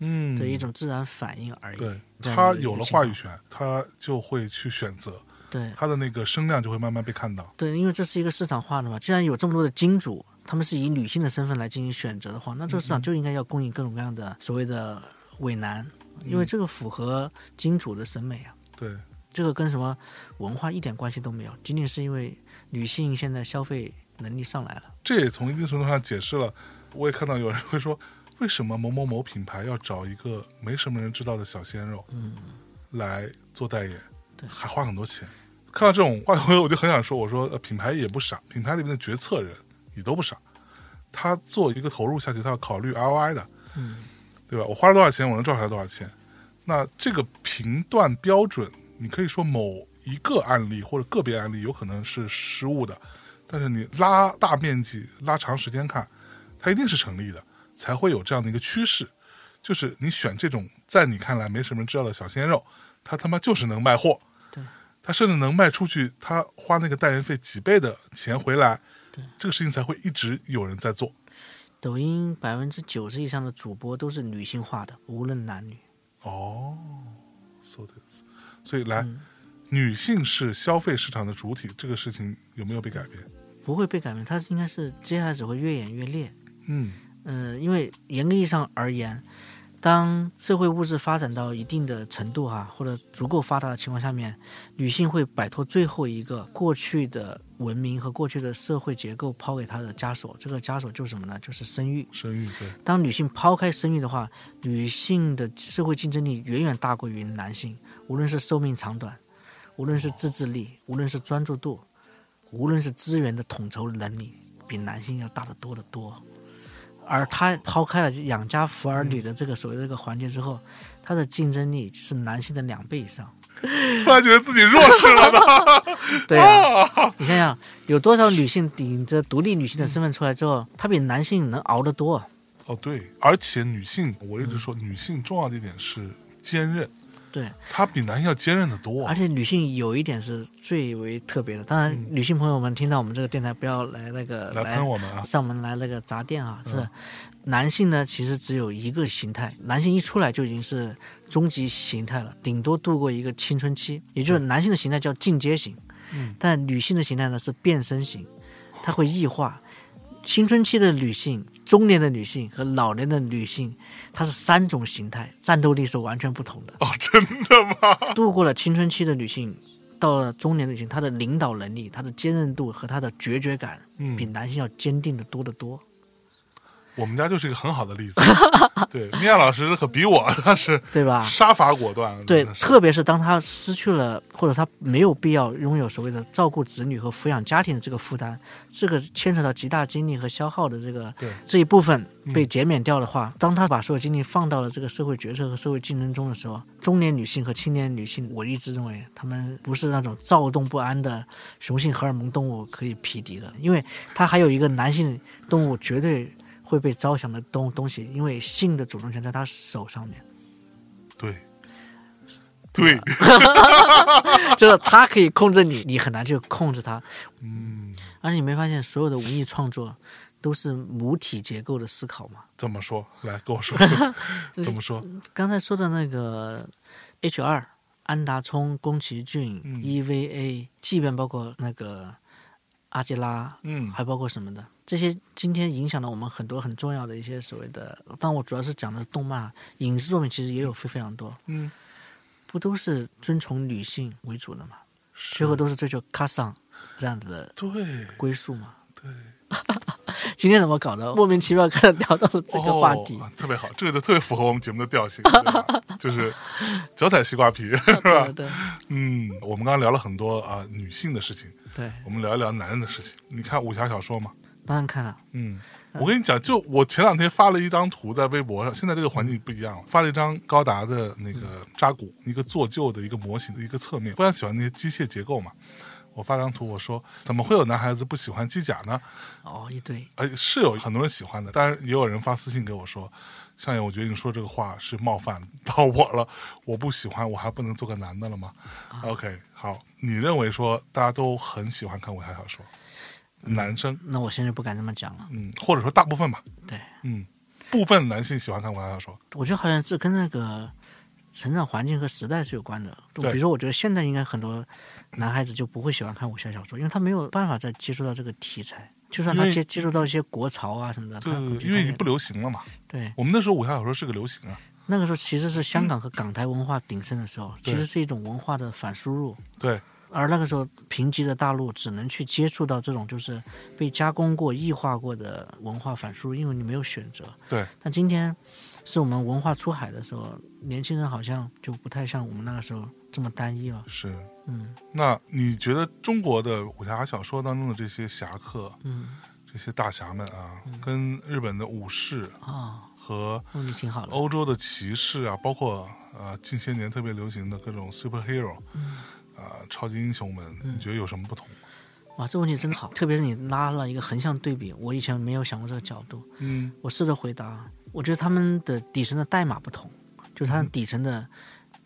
Speaker 2: 嗯，
Speaker 3: 的一种自然反应而已。
Speaker 2: 对，
Speaker 3: 这样
Speaker 2: 他
Speaker 3: 的一个
Speaker 2: 有了
Speaker 3: 情况
Speaker 2: 话语权，他就会去选择，
Speaker 3: 对
Speaker 2: 他的那个声量就会慢慢被看到。
Speaker 3: 对，因为这是一个市场化的嘛，既然有这么多的金主，他们是以女性的身份来进行选择的话，那这个
Speaker 2: 嗯
Speaker 3: 市场就应该要供应各种各样的所谓的伪男，因
Speaker 2: 嗯
Speaker 3: 为这个符合金主的审美啊。
Speaker 2: 对，
Speaker 3: 这个跟什么文化一点关系都没有，仅仅是因为女性现在消费能力上来了。
Speaker 2: 这也从一定程度上解释了。我也看到有人会说，为什么某某某品牌要找一个没什么人知道的小鲜肉，
Speaker 3: 嗯，
Speaker 2: 来做代言，
Speaker 3: 对
Speaker 2: 还花很多钱。看到这种话，我我就很想说，我说、呃、品牌也不傻，品牌里面的决策人也都不傻，他做一个投入下去，他要考虑 ROI 的，
Speaker 3: 嗯，
Speaker 2: 对吧？我花了多少钱，我能赚回来多少钱？那这个评断标准，你可以说某一个案例或者个别案例有可能是失误的，但是你拉大面积、拉长时间看，它一定是成立的，才会有这样的一个趋势。就是你选这种在你看来没什么人知道的小鲜肉，他他妈就是能卖货，
Speaker 3: 对，
Speaker 2: 他甚至能卖出去，他花那个代言费几倍的钱回来，
Speaker 3: 对，
Speaker 2: 这个事情才会一直有人在做。
Speaker 3: 抖音百分之九十以上的主播都是女性化的，无论男女。
Speaker 2: 哦，so this，所以来，
Speaker 3: 嗯
Speaker 2: 女性是消费市场的主体，这个事情有没有被改变？
Speaker 3: 不会被改变，它应该是接下来只会越演越烈。
Speaker 2: 嗯，
Speaker 3: 嗯，因为严格意义上而言，当社会物质发展到一定的程度哈、或者足够发达的情况下面，女性会摆脱最后一个过去的文明和过去的社会结构抛给她的枷锁。这个枷锁就是什么呢？就是生育。
Speaker 2: 生育对，
Speaker 3: 当女性抛开生育的话，女性的社会竞争力远远大过于男性，无论是寿命长短，无论是自制力，无论是专注度，无论是资源的统筹能力，比男性要大得多得多。而他抛开了就养家扶儿女的这个所谓的这个环节之后，他的竞争力是男性的两倍以上。
Speaker 2: 突然觉得自己弱势了呢。
Speaker 3: 对啊， 你想想，有多少女性顶着独立女性的身份出来之后，她比男性能熬得多。
Speaker 2: 哦，对，而且女性，我一直说、女性重要的一点是坚韧，
Speaker 3: 对，
Speaker 2: 她比男性要坚韧的多
Speaker 3: 而。且女性有一点是最为特别的，当然，女性朋友们听到我们这个电台不要来那个
Speaker 2: 来嗯喷我们啊！嗯
Speaker 3: 上门来那个砸店啊，是的。男性呢，其实只有一个形态，男性一出来就已经是终极形态了，顶多度过一个青春期，也就是男性的形态叫进阶型，
Speaker 2: 嗯哦
Speaker 3: 但女性的形态呢是变身型，它会异化。青春期的女性、中年的女性和老年的女性，它是三种形态，战斗力是完全不同的。
Speaker 2: 哦，真的吗？
Speaker 3: 度过了青春期的女性，到了中年的女性，她的领导能力、她的坚韧度和她的决绝感，
Speaker 2: 嗯
Speaker 3: 比男性要坚定的多得多。
Speaker 2: 我们家就是一个很好的例 子。对，米娅老师可比我那是
Speaker 3: 对吧？
Speaker 2: 杀伐果断。
Speaker 3: 对，
Speaker 2: 真是
Speaker 3: 特别是当她失去了或者她没有必要拥有所谓的照顾子女和抚养家庭的这个负担，这个牵扯到极大精力和消耗的这个
Speaker 2: 对
Speaker 3: 这一部分被减免掉的话，当她把所有精力放到了这个社会决策和社会竞争中的时候，中年女性和青年女性，我一直认为她们不是那种躁动不安的雄性荷尔蒙动物可以匹敌的，因为它还有一个男性动物绝对会被招降的东东西，因为性的主动权在他手上面。
Speaker 2: 对对，
Speaker 3: 就是他可以控制你，你很难去控制他。
Speaker 2: 嗯，
Speaker 3: 而且你没发现所有的文艺创作都是母体结构的思考吗？
Speaker 2: 怎么说？来跟我 说，怎么说？
Speaker 3: 刚才说的那个 H 二，安达充、宫崎骏、
Speaker 2: 嗯
Speaker 3: EVA，即便包括那个阿基拉，
Speaker 2: 嗯
Speaker 3: 还包括什么的，这些今天影响了我们很多很重要的一些所谓的，但我主要是讲的动漫、影视作品，其实也有非非常多，
Speaker 2: 嗯，
Speaker 3: 不都是遵从女性为主的嘛？
Speaker 2: 是
Speaker 3: 最后都是追求卡桑这样子的
Speaker 2: 对
Speaker 3: 归宿嘛。
Speaker 2: 对。
Speaker 3: 今天怎么搞的？莫名其妙开始聊到了这个话题，
Speaker 2: 哦、特别好，这个就特别符合我们节目的调性，对 吧就是脚踩西瓜皮， 是吧
Speaker 3: 对？对
Speaker 2: 嗯，我们刚刚聊了很多啊、女性的事情，
Speaker 3: 对，
Speaker 2: 我们聊一聊男人的事情。你看武侠小说吗？
Speaker 3: 当然看了，
Speaker 2: 嗯，我跟你讲，就我前两天发了一张图在微博上，现在这个环境不一样了，发了一张高达的那
Speaker 3: 嗯
Speaker 2: 个扎古，一个做旧的一个模型的一个侧面，非常喜欢那些机械结构嘛。我发了张图，我说怎么会有男孩子不喜欢机甲呢？
Speaker 3: 哦，一堆，
Speaker 2: 哎，是有很多人喜欢的，但是也有人发私信给我说，向爷，我觉得你说这个话是冒犯到我了，我不喜欢，我还不能做个男的了吗、o k 好，你认为说大家都很喜欢看武侠小说，男生，
Speaker 3: 那我现在不敢这么讲了。
Speaker 2: 嗯，或者说大部分吧，
Speaker 3: 对，
Speaker 2: 嗯，部分男性喜欢看武侠小说，
Speaker 3: 我觉得好像这跟那个成长环境和时代是有关的。比
Speaker 2: 对
Speaker 3: 如说，我觉得现在应该很多男孩子就不会喜欢看武侠小说，因为他没有办法再接触到这个题材。就算他
Speaker 2: 因为
Speaker 3: 接接触到一些国潮啊什么的，
Speaker 2: 对
Speaker 3: 他，
Speaker 2: 因为已经
Speaker 3: 不
Speaker 2: 不流行了嘛。
Speaker 3: 对
Speaker 2: 我们那时候武侠小说是个流行啊，
Speaker 3: 那个时候其实是香港和港台文化鼎盛的时候，
Speaker 2: 对
Speaker 3: 其实是一种文化的反输入。
Speaker 2: 对，
Speaker 3: 而那个时候，贫瘠的大陆只能去接触到这种就是被加工过、异化过的文化反输入，因为你没有选择。
Speaker 2: 对，
Speaker 3: 但今天是我们文化出海的时候，年轻人好像就不太像我们那个时候这么单一了。
Speaker 2: 是。
Speaker 3: 嗯
Speaker 2: 那你觉得中国的武侠小说当中的这些侠客，
Speaker 3: 嗯
Speaker 2: 这些大侠们啊，跟日本的武士
Speaker 3: 啊，
Speaker 2: 和
Speaker 3: 那、你挺好的。
Speaker 2: 欧洲的骑士啊，包括呃近些年特别流行的各种 superhero，啊、
Speaker 3: 嗯
Speaker 2: 超级英雄们，你觉得有什么不同？
Speaker 3: 哇，这问题真好，特别是你拉了一个横向对比，我以前没有想过这个角度。
Speaker 2: 嗯
Speaker 3: 我试着回答，我觉得他们的底层的代码不同，就是它的底层的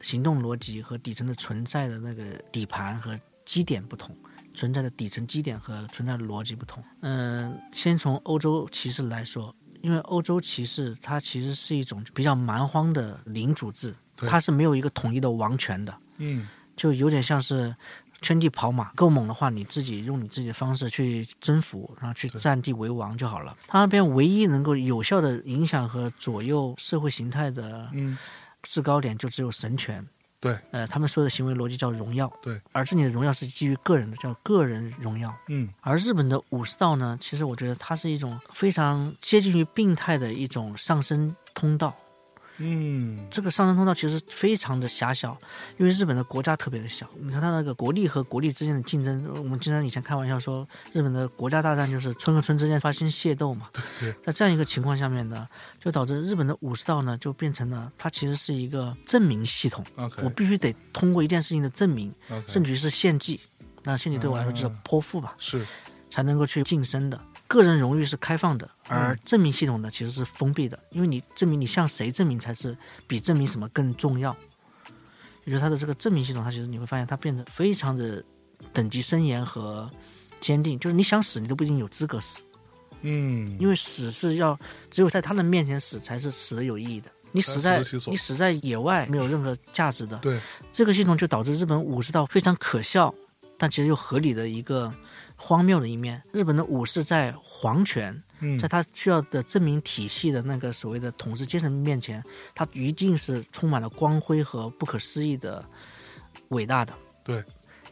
Speaker 3: 行动逻辑和底层的存在的那个底盘和基点不同，存在的底层基点和存在的逻辑不同。嗯、先从欧洲骑士来说，因为欧洲骑士它其实是一种比较蛮荒的领主制，
Speaker 2: 对
Speaker 3: 它是没有一个统一的王权的，
Speaker 2: 嗯，
Speaker 3: 就有点像是圈地跑马，够猛的话，你自己用你自己的方式去征服，然后去占地为王就好了。他那边唯一能够有效的影响和左右社会形态的
Speaker 2: 嗯
Speaker 3: 制高点，就只有神权。
Speaker 2: 对，
Speaker 3: 呃，他们说的行为逻辑叫荣耀，
Speaker 2: 对，
Speaker 3: 而这里的荣耀是基于个人的，叫个人荣耀。
Speaker 2: 嗯
Speaker 3: 而日本的武士道呢，其实我觉得它是一种非常接近于病态的一种上升通道，
Speaker 2: 嗯
Speaker 3: 这个上升通道其实非常的狭小，因为日本的国家特别的小。你看它那个国力和国力之间的竞争，我们经常以前开玩笑说，日本的国家大战就是村和村之间发生械斗嘛。
Speaker 2: 对
Speaker 3: 在这样一个情况下面呢，就导致日本的武士道呢，就变成了它其实是一个证明系统，
Speaker 2: ，OK，
Speaker 3: 我必须得通过一件事情的证明，
Speaker 2: OK，
Speaker 3: 甚至于是献祭。那献祭对我来说就是
Speaker 2: 嗯
Speaker 3: 泼妇吧，
Speaker 2: 是
Speaker 3: 才能够去晋升的。个人荣誉是开放的，
Speaker 2: 嗯
Speaker 3: 而证明系统呢其实是封闭的，因为你证明你向谁证明才是比证明什么更重要。也就是它的这个证明系统，它其实你会发现它变得非常的等级森严和坚定，就是你想死你都不一定有资格死，
Speaker 2: 嗯，
Speaker 3: 因为死是要只有在他人面前死才是死的有意义的。你死
Speaker 2: 才死得
Speaker 3: 在
Speaker 2: 其所
Speaker 3: 你死在野外没有任何价值的，
Speaker 2: 对，
Speaker 3: 这个系统就导致日本武士道非常可笑，但其实又合理的一个荒谬的一面。日本的武士在皇权，
Speaker 2: 嗯
Speaker 3: 在他需要的证明体系的那个所谓的统治阶层面前，他一定是充满了光辉和不可思议的伟大的。
Speaker 2: 对，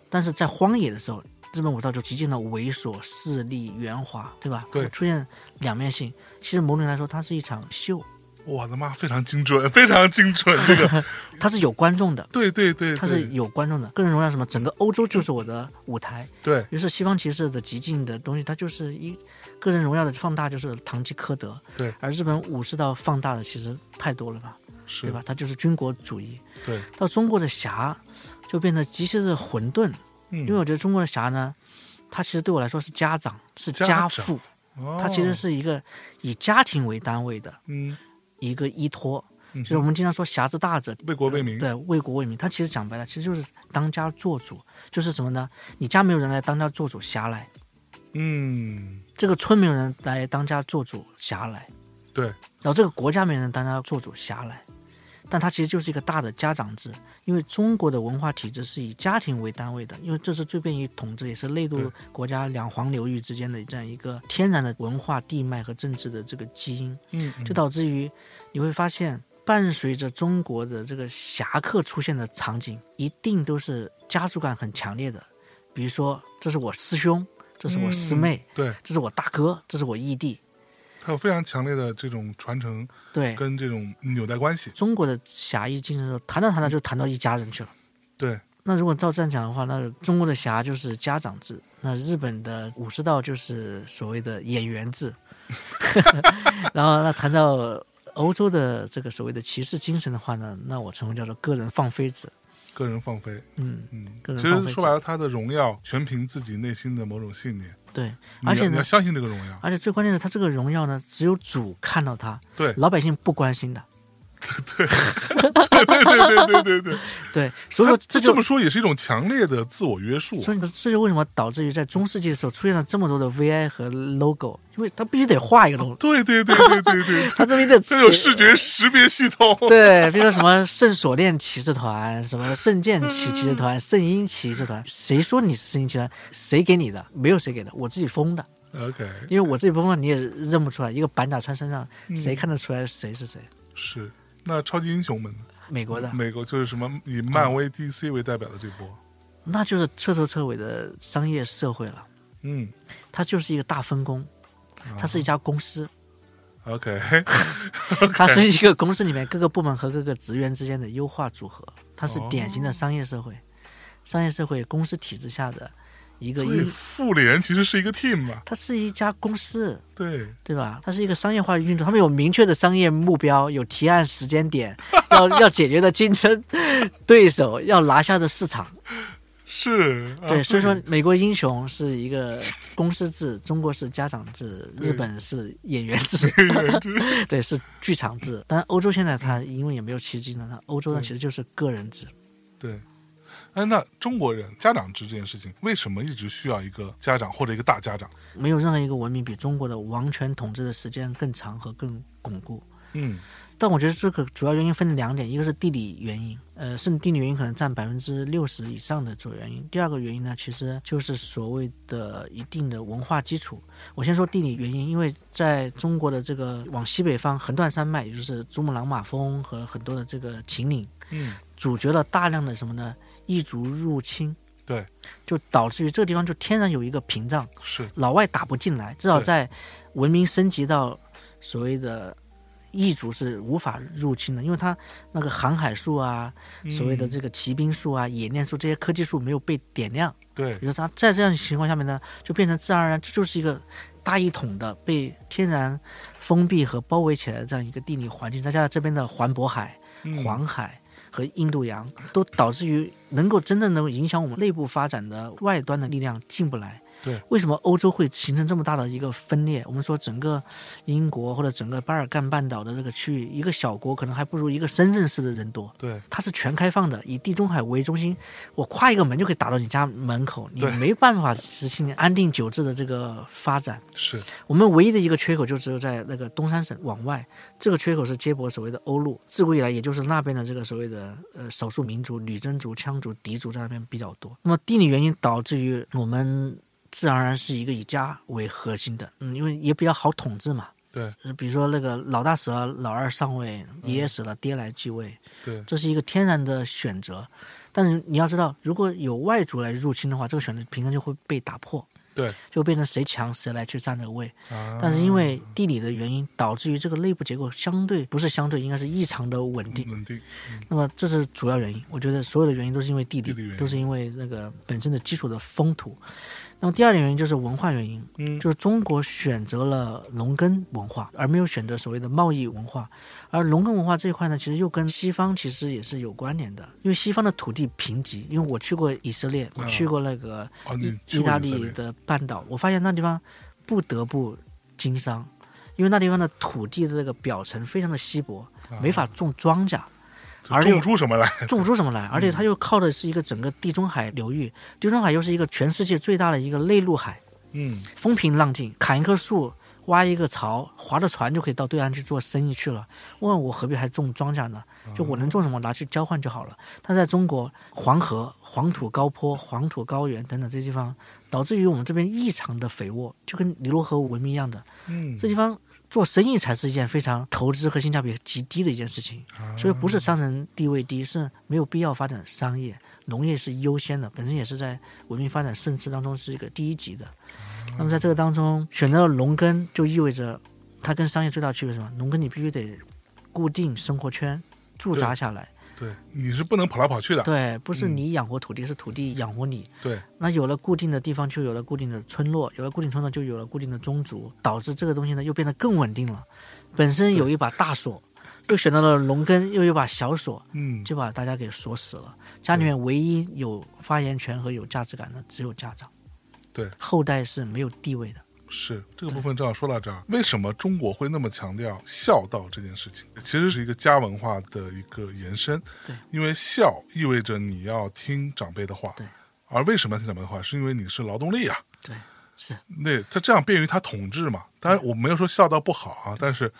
Speaker 3: 但是在荒野的时候，日本武道就极尽了猥琐、势力、圆滑，对吧？
Speaker 2: 对
Speaker 3: 出现两面性。其实某种来说，它是一场秀，
Speaker 2: 我的妈，非常精准，非常精准，这 个，
Speaker 3: 它是有观众的，
Speaker 2: 对对对，
Speaker 3: 它是
Speaker 2: 对
Speaker 3: 有观众的。个人荣耀什么，整个欧洲就是我的舞台。
Speaker 2: 对，
Speaker 3: 于是西方骑士的极尽的东西，它就是一个人荣耀的放大，就是堂吉诃德。
Speaker 2: 对
Speaker 3: 而日本武士道放大的其实太多了吧，
Speaker 2: 是
Speaker 3: 对吧？？它就是军国主义。
Speaker 2: 对，
Speaker 3: 到中国的侠，就变得极其的混沌，
Speaker 2: 因
Speaker 3: 因为我觉得中国的侠呢，它其实对我来说是家长，是
Speaker 2: 家
Speaker 3: 家
Speaker 2: 长
Speaker 3: 父，
Speaker 2: 哦
Speaker 3: 它其实是一个以家庭为单位的
Speaker 2: 嗯，
Speaker 3: 一个依托。
Speaker 2: 嗯
Speaker 3: 就是我们经常说侠之大者，
Speaker 2: 为国为民，
Speaker 3: 对，为国为民。他其实讲白了，其实就是当家做主，就是什么呢？你家没有人来当家做主，侠来。
Speaker 2: 嗯，
Speaker 3: 这个村没有人来当家做主，侠来；
Speaker 2: 对，
Speaker 3: 然后这个国家没有人当家做主，侠来。但它其实就是一个大的家长制，因为中国的文化体制是以家庭为单位的，因为这是最便于统治，也是内
Speaker 2: 对
Speaker 3: 陆国家两黄流域之间的这样一个天然的文化地脉和政治的这个基因，
Speaker 2: 嗯，
Speaker 3: 就导致于你会发现，伴随着中国的这个侠客出现的场景，一定都是家族感很强烈的，比如说这是我师兄，这是我师
Speaker 2: 嗯
Speaker 3: 妹，
Speaker 2: 对，
Speaker 3: 这是我大哥，这是我义弟。
Speaker 2: 它有非常强烈的这种传承
Speaker 3: 对，
Speaker 2: 跟这种纽带关系，
Speaker 3: 中国的侠义精神说，谈到谈到就谈到一家人去了。
Speaker 2: 对，
Speaker 3: 那如果照这样讲的话，那中国的侠就是家长制，那日本的武士道就是所谓的演 员制。 然后，那谈到欧洲的这个所谓的骑士精神的话呢，那我称为叫做个人放飞制。
Speaker 2: 个人放飞，
Speaker 3: 嗯，
Speaker 2: 嗯，
Speaker 3: 个人
Speaker 2: 其
Speaker 3: 放
Speaker 2: 实
Speaker 3: 飞
Speaker 2: 说白了，他的荣耀全凭自己内心的某种信念，
Speaker 3: 对，
Speaker 2: 你
Speaker 3: 而且
Speaker 2: 要你要
Speaker 3: 呢，啊
Speaker 2: 相信这个荣耀，
Speaker 3: 而且最关键是他这个荣耀呢，只有主看到他，
Speaker 2: 对
Speaker 3: 老百姓不关心的。
Speaker 2: 对对对对对对，
Speaker 3: 对，所以说
Speaker 2: 他
Speaker 3: 这就
Speaker 2: 这么说也是一种强烈的自我约束，
Speaker 3: 所以这就为什么导致于在中世纪的时候出现了这么多的 VI 和 logo，因为它必须得画一 个东西，
Speaker 2: 对对对对对对，
Speaker 3: 它这边得
Speaker 2: 这有视觉识别系统，
Speaker 3: 对，比如说什么圣锁链骑士团、什么圣剑骑骑士团、圣鹰骑士团，谁说你是圣鹰骑士团？谁给你的？没有谁给的，我自己封的，
Speaker 2: ，OK，
Speaker 3: 因为我自己封了，你也认不出来，一个板甲穿身上，谁看得出来谁是谁？
Speaker 2: 是。那超级英雄们呢，
Speaker 3: 美国的，
Speaker 2: 美国就是什么以
Speaker 3: 嗯
Speaker 2: 漫威、DC 为代表的这波，
Speaker 3: 那就是彻头彻尾的商业社会了，
Speaker 2: 嗯
Speaker 3: 它就是一个大分工，它是一家公司。
Speaker 2: ，OK，
Speaker 3: 它是一个公司里面各个部门和各个职员之间的优化组合，它
Speaker 2: 哦
Speaker 3: 是典型的商业社会，商业社会公司体制下的一个
Speaker 2: 所以
Speaker 3: 一，
Speaker 2: 复联其实是一个 team 吧？
Speaker 3: 它是一家公司，
Speaker 2: 对，
Speaker 3: 对吧？它是一个商业化运作，他们有明确的商业目标，有提案时间点，要要解决的竞争对手，要拿下的市场。
Speaker 2: 是，啊
Speaker 3: 对，所以说美国英雄是一个公司制，中国是家长制，
Speaker 2: 对
Speaker 3: 日本是演员 制， 对，是剧场制。但欧洲现在它因为也没有奇迹呢，它欧洲呢
Speaker 2: 对
Speaker 3: 其实就是个人制。
Speaker 2: 对。哎，那中国人家长制这件事情，为什么一直需要一个家长或者一个大家长？
Speaker 3: 没有任何一个文明比中国的王权统治的时间更长和更巩固。
Speaker 2: 嗯，
Speaker 3: 但我觉得这个主要原因分两点，一个是地理原因，呃，甚至地理原因可能占百分之六十以上的主要原因。第二个原因呢，其实就是所谓的一定的文化基础。我先说地理原因，因为在中国的这个往西北方横断山脉，也就是珠穆朗玛峰和很多的这个秦岭，
Speaker 2: 嗯，
Speaker 3: 阻绝了大量的什么呢？异族入侵，
Speaker 2: 对，
Speaker 3: 就导致于这个地方就天然有一个屏障。
Speaker 2: 是
Speaker 3: 老外打不进来，至少在文明升级到所谓的异族是无法入侵的，因为它那个航海术啊，所谓的这个骑兵术啊、冶炼术这些科技术没有被点亮。
Speaker 2: 对
Speaker 3: 比如它在这样的情况下面呢，就变成自然而然，这就是一个大一统的被天然封闭和包围起来的这样一个地理环境，再加上这边的环渤海、
Speaker 2: 嗯
Speaker 3: 黄海和印度洋，都导致于能够真正能够影响我们内部发展的外端的力量进不来。
Speaker 2: 对，
Speaker 3: 为什么欧洲会形成这么大的一个分裂？我们说整个英国或者整个巴尔干半岛的这个区域，一个小国可能还不如一个深圳市的人多。
Speaker 2: 对
Speaker 3: 它是全开放的，以地中海为中心，我跨一个门就可以打到你家门口，你
Speaker 2: 对
Speaker 3: 没办法实行安定久治的这个发展。
Speaker 2: 是，
Speaker 3: 我们唯一的一个缺口就只有在那个东三省往外，这个缺口是接驳所谓的欧陆，自古以来也就是那边的这个所谓的呃少数民族、女真族、羌族、敌族在那边比较多。那么地理原因导致于我们自然而然是一个以家为核心的，嗯，因为也比较好统治嘛。
Speaker 2: 对
Speaker 3: 呃比如说那个老大死了，老二上位，爷爷死了，爹来继位，
Speaker 2: 对
Speaker 3: 这是一个天然的选择。但是你要知道，如果有外族来入侵的话，这个选择平衡就会被打破，
Speaker 2: 对
Speaker 3: 就变成谁强谁来去占这个位。
Speaker 2: 啊，
Speaker 3: 但是因为地理的原因，导致于这个内部结构相对不是相对，应该是异常的稳定。
Speaker 2: 稳定，
Speaker 3: 那么这是主要原因，我觉得所有的原因都是因为地
Speaker 2: 地
Speaker 3: 理，
Speaker 2: 理原因
Speaker 3: 都是因为那个本身的基础的风土。那么第二点原因就是文化原因，
Speaker 2: 嗯
Speaker 3: 就是中国选择了农耕文化，而没有选择所谓的贸易文化。而农耕文化这一块呢，其实又跟西方其实也是有关联的，因为西方的土地贫瘠。因为我去过以色列，我
Speaker 2: 啊
Speaker 3: 去过那个
Speaker 2: 哦，
Speaker 3: 意
Speaker 2: 你去
Speaker 3: 意
Speaker 2: 过
Speaker 3: 大
Speaker 2: 以色
Speaker 3: 利
Speaker 2: 列
Speaker 3: 的半岛，我发现那地方不得不经商，因为那地方的土地的这个表层非常的稀薄，没法种庄稼，
Speaker 2: 啊就
Speaker 3: 而
Speaker 2: 种嗯
Speaker 3: 又
Speaker 2: 出什么来？
Speaker 3: 种出什么来？而且它又靠的是一个整个地中海流域，地中海又是一个全世界最大的一个内陆海，
Speaker 2: 嗯，
Speaker 3: 风平浪静，砍一棵树。挖一个槽，划着船就可以到对岸去做生意去了。问我何必还种庄稼呢？就我能种什么，拿去交换就好了。但在中国，黄河、黄土高坡、黄土高原等等这些地方，导致于我们这边异常的肥沃，就跟尼罗河文明一样的。
Speaker 2: 嗯
Speaker 3: 这地方做生意才是一件非常投资和性价比极低的一件事情，所以不是商人地位低，是没有必要发展商业，农业是优先的，本身也是在文明发展顺次当中是一个第一级的。那么在这个当中，选择了农耕就意味着它跟商业最大的区别是什么？农耕你必须得固定生活圈。驻扎下来，
Speaker 2: 对，你是不能跑来跑去的，
Speaker 3: 对，不是你养活土地，是土地养活你。
Speaker 2: 对
Speaker 3: 那有了固定的地方，就有了固定的村落，有了固定村落，就有了固定的宗族，导致这个东西呢又变得更稳定了。本身有一把大锁，又选到了农耕，又有一把小锁，
Speaker 2: 嗯，
Speaker 3: 就把大家给锁死了。家里面唯一有发言权和有价值感的只有家长，
Speaker 2: 对，
Speaker 3: 后代是没有地位的。
Speaker 2: 是这个部分正好说到这儿。为什么中国会那么强调孝道这件事情？其实是一个家文化的一个延伸。
Speaker 3: 对，
Speaker 2: 因为孝意味着你要听长辈的话。
Speaker 3: 对，
Speaker 2: 而为什么要听长辈的话？是因为你是劳动力啊。
Speaker 3: 对，是
Speaker 2: 那他这样便于他统治嘛。当然，我没有说孝道不好啊，但是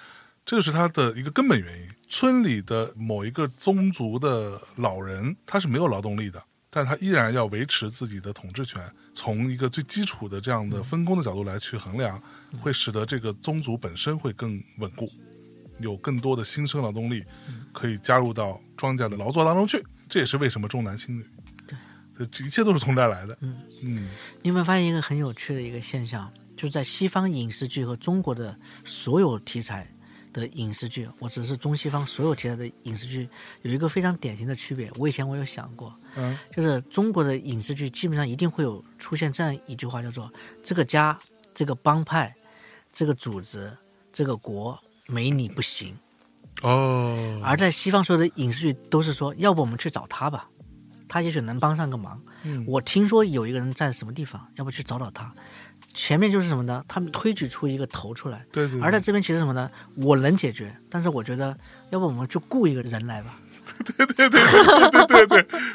Speaker 2: 这是他的一个根本原因。村里的某一个宗族的老人，他是没有劳动力的，但是他依然要维持自己的统治权。从一个最基础的这样
Speaker 3: 嗯
Speaker 2: 的分工的角度来去衡量，会使得这个宗族本身会更稳固，有更多的新生劳动力
Speaker 3: 嗯
Speaker 2: 可以加入到庄稼的劳作当中去。这也是为什么重男轻女。对，这一切都是从这儿来的。
Speaker 3: 嗯
Speaker 2: 嗯，
Speaker 3: 你有没有发现一个很有趣的一个现象，就是在西方影视剧和中国的所有题材的影视剧，我只是中西方所有题材的影视剧有一个非常典型的区别。我以前我有想过，
Speaker 2: 嗯，
Speaker 3: 就是中国的影视剧基本上一定会有出现这样一句话，叫做“这个家、这个帮派、这个组织、这个国没你不行”。
Speaker 2: 哦，
Speaker 3: 而在西方所有的影视剧都是说，要不我们去找他吧，他也许能帮上个忙。
Speaker 2: 嗯
Speaker 3: 我听说有一个人在什么地方，要不去找找他。前面就是什么呢？他们推举出一个头出来，
Speaker 2: 对对对
Speaker 3: 而在这边其实什么呢？我能解决，但是我觉得，要不我们就雇一个人来吧。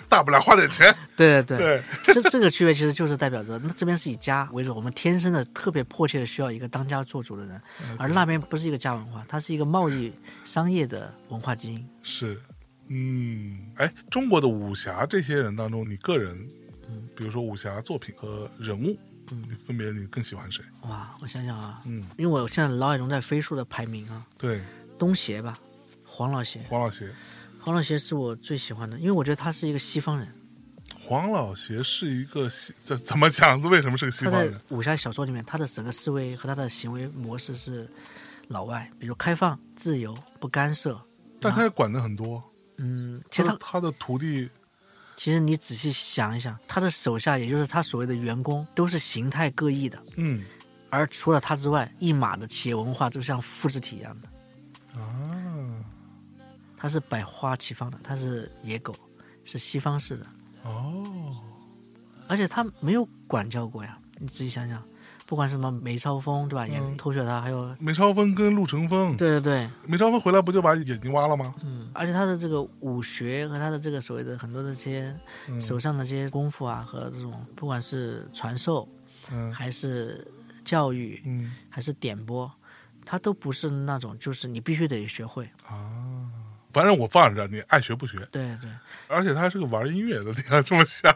Speaker 2: 大不了花点钱。
Speaker 3: 对对
Speaker 2: 对，
Speaker 3: 这这个区别其实就是代表着，那这边是以家为主，我们天生的特别迫切的需要一个当家做主的人，而那边不是一个家文化，它是一个贸易商业的文化基因。
Speaker 2: 是，嗯，哎，中国的武侠这些人当中，你个人，比如说武侠作品和人物，你分别你更喜欢谁？
Speaker 3: 哇，我想想啊，
Speaker 2: 嗯，
Speaker 3: 因为我现在脑海中在飞速的排名啊，
Speaker 2: 对，
Speaker 3: 东邪吧，黄老邪，
Speaker 2: 黄老邪，
Speaker 3: 黄老邪是我最喜欢的，因为我觉得他是一个西方人，
Speaker 2: 黄老邪是一个西，这怎么讲？为什么是个西
Speaker 3: 他
Speaker 2: 方
Speaker 3: 在
Speaker 2: 人？
Speaker 3: 武侠小说里面，他的整个思维和他的行为模式是老外，比如开放、自由、不干涉。
Speaker 2: 但他也管的很多，
Speaker 3: 嗯，其
Speaker 2: 就是
Speaker 3: 实他
Speaker 2: 啊他的徒弟，
Speaker 3: 其实你仔细想一想，他的手下也就是他所谓的员工，都是形态各异的。
Speaker 2: 嗯
Speaker 3: 而除了他之外，一马的企业文化就像复制体一样的，
Speaker 2: 啊，
Speaker 3: 它是百花齐放的，它是野狗，是西方式的，
Speaker 2: 哦，
Speaker 3: 而且他没有管教过呀。你仔细想想，不管什么梅超风对吧，也
Speaker 2: 嗯
Speaker 3: 偷学他，还有
Speaker 2: 梅超风跟陆成风，
Speaker 3: 对对对，
Speaker 2: 梅超风回来不就把眼睛挖了吗？
Speaker 3: 嗯，而且他的这个武学和他的这个所谓的很多的这些
Speaker 2: 嗯
Speaker 3: 手上的这些功夫啊，和这种不管是传授
Speaker 2: 嗯
Speaker 3: 还是教育
Speaker 2: 嗯
Speaker 3: 还是点拨，他都不是那种就是你必须得学会。
Speaker 2: 啊，反正我放着，你爱学不学，
Speaker 3: 对对，
Speaker 2: 而且他是个玩音乐的，你看这么像，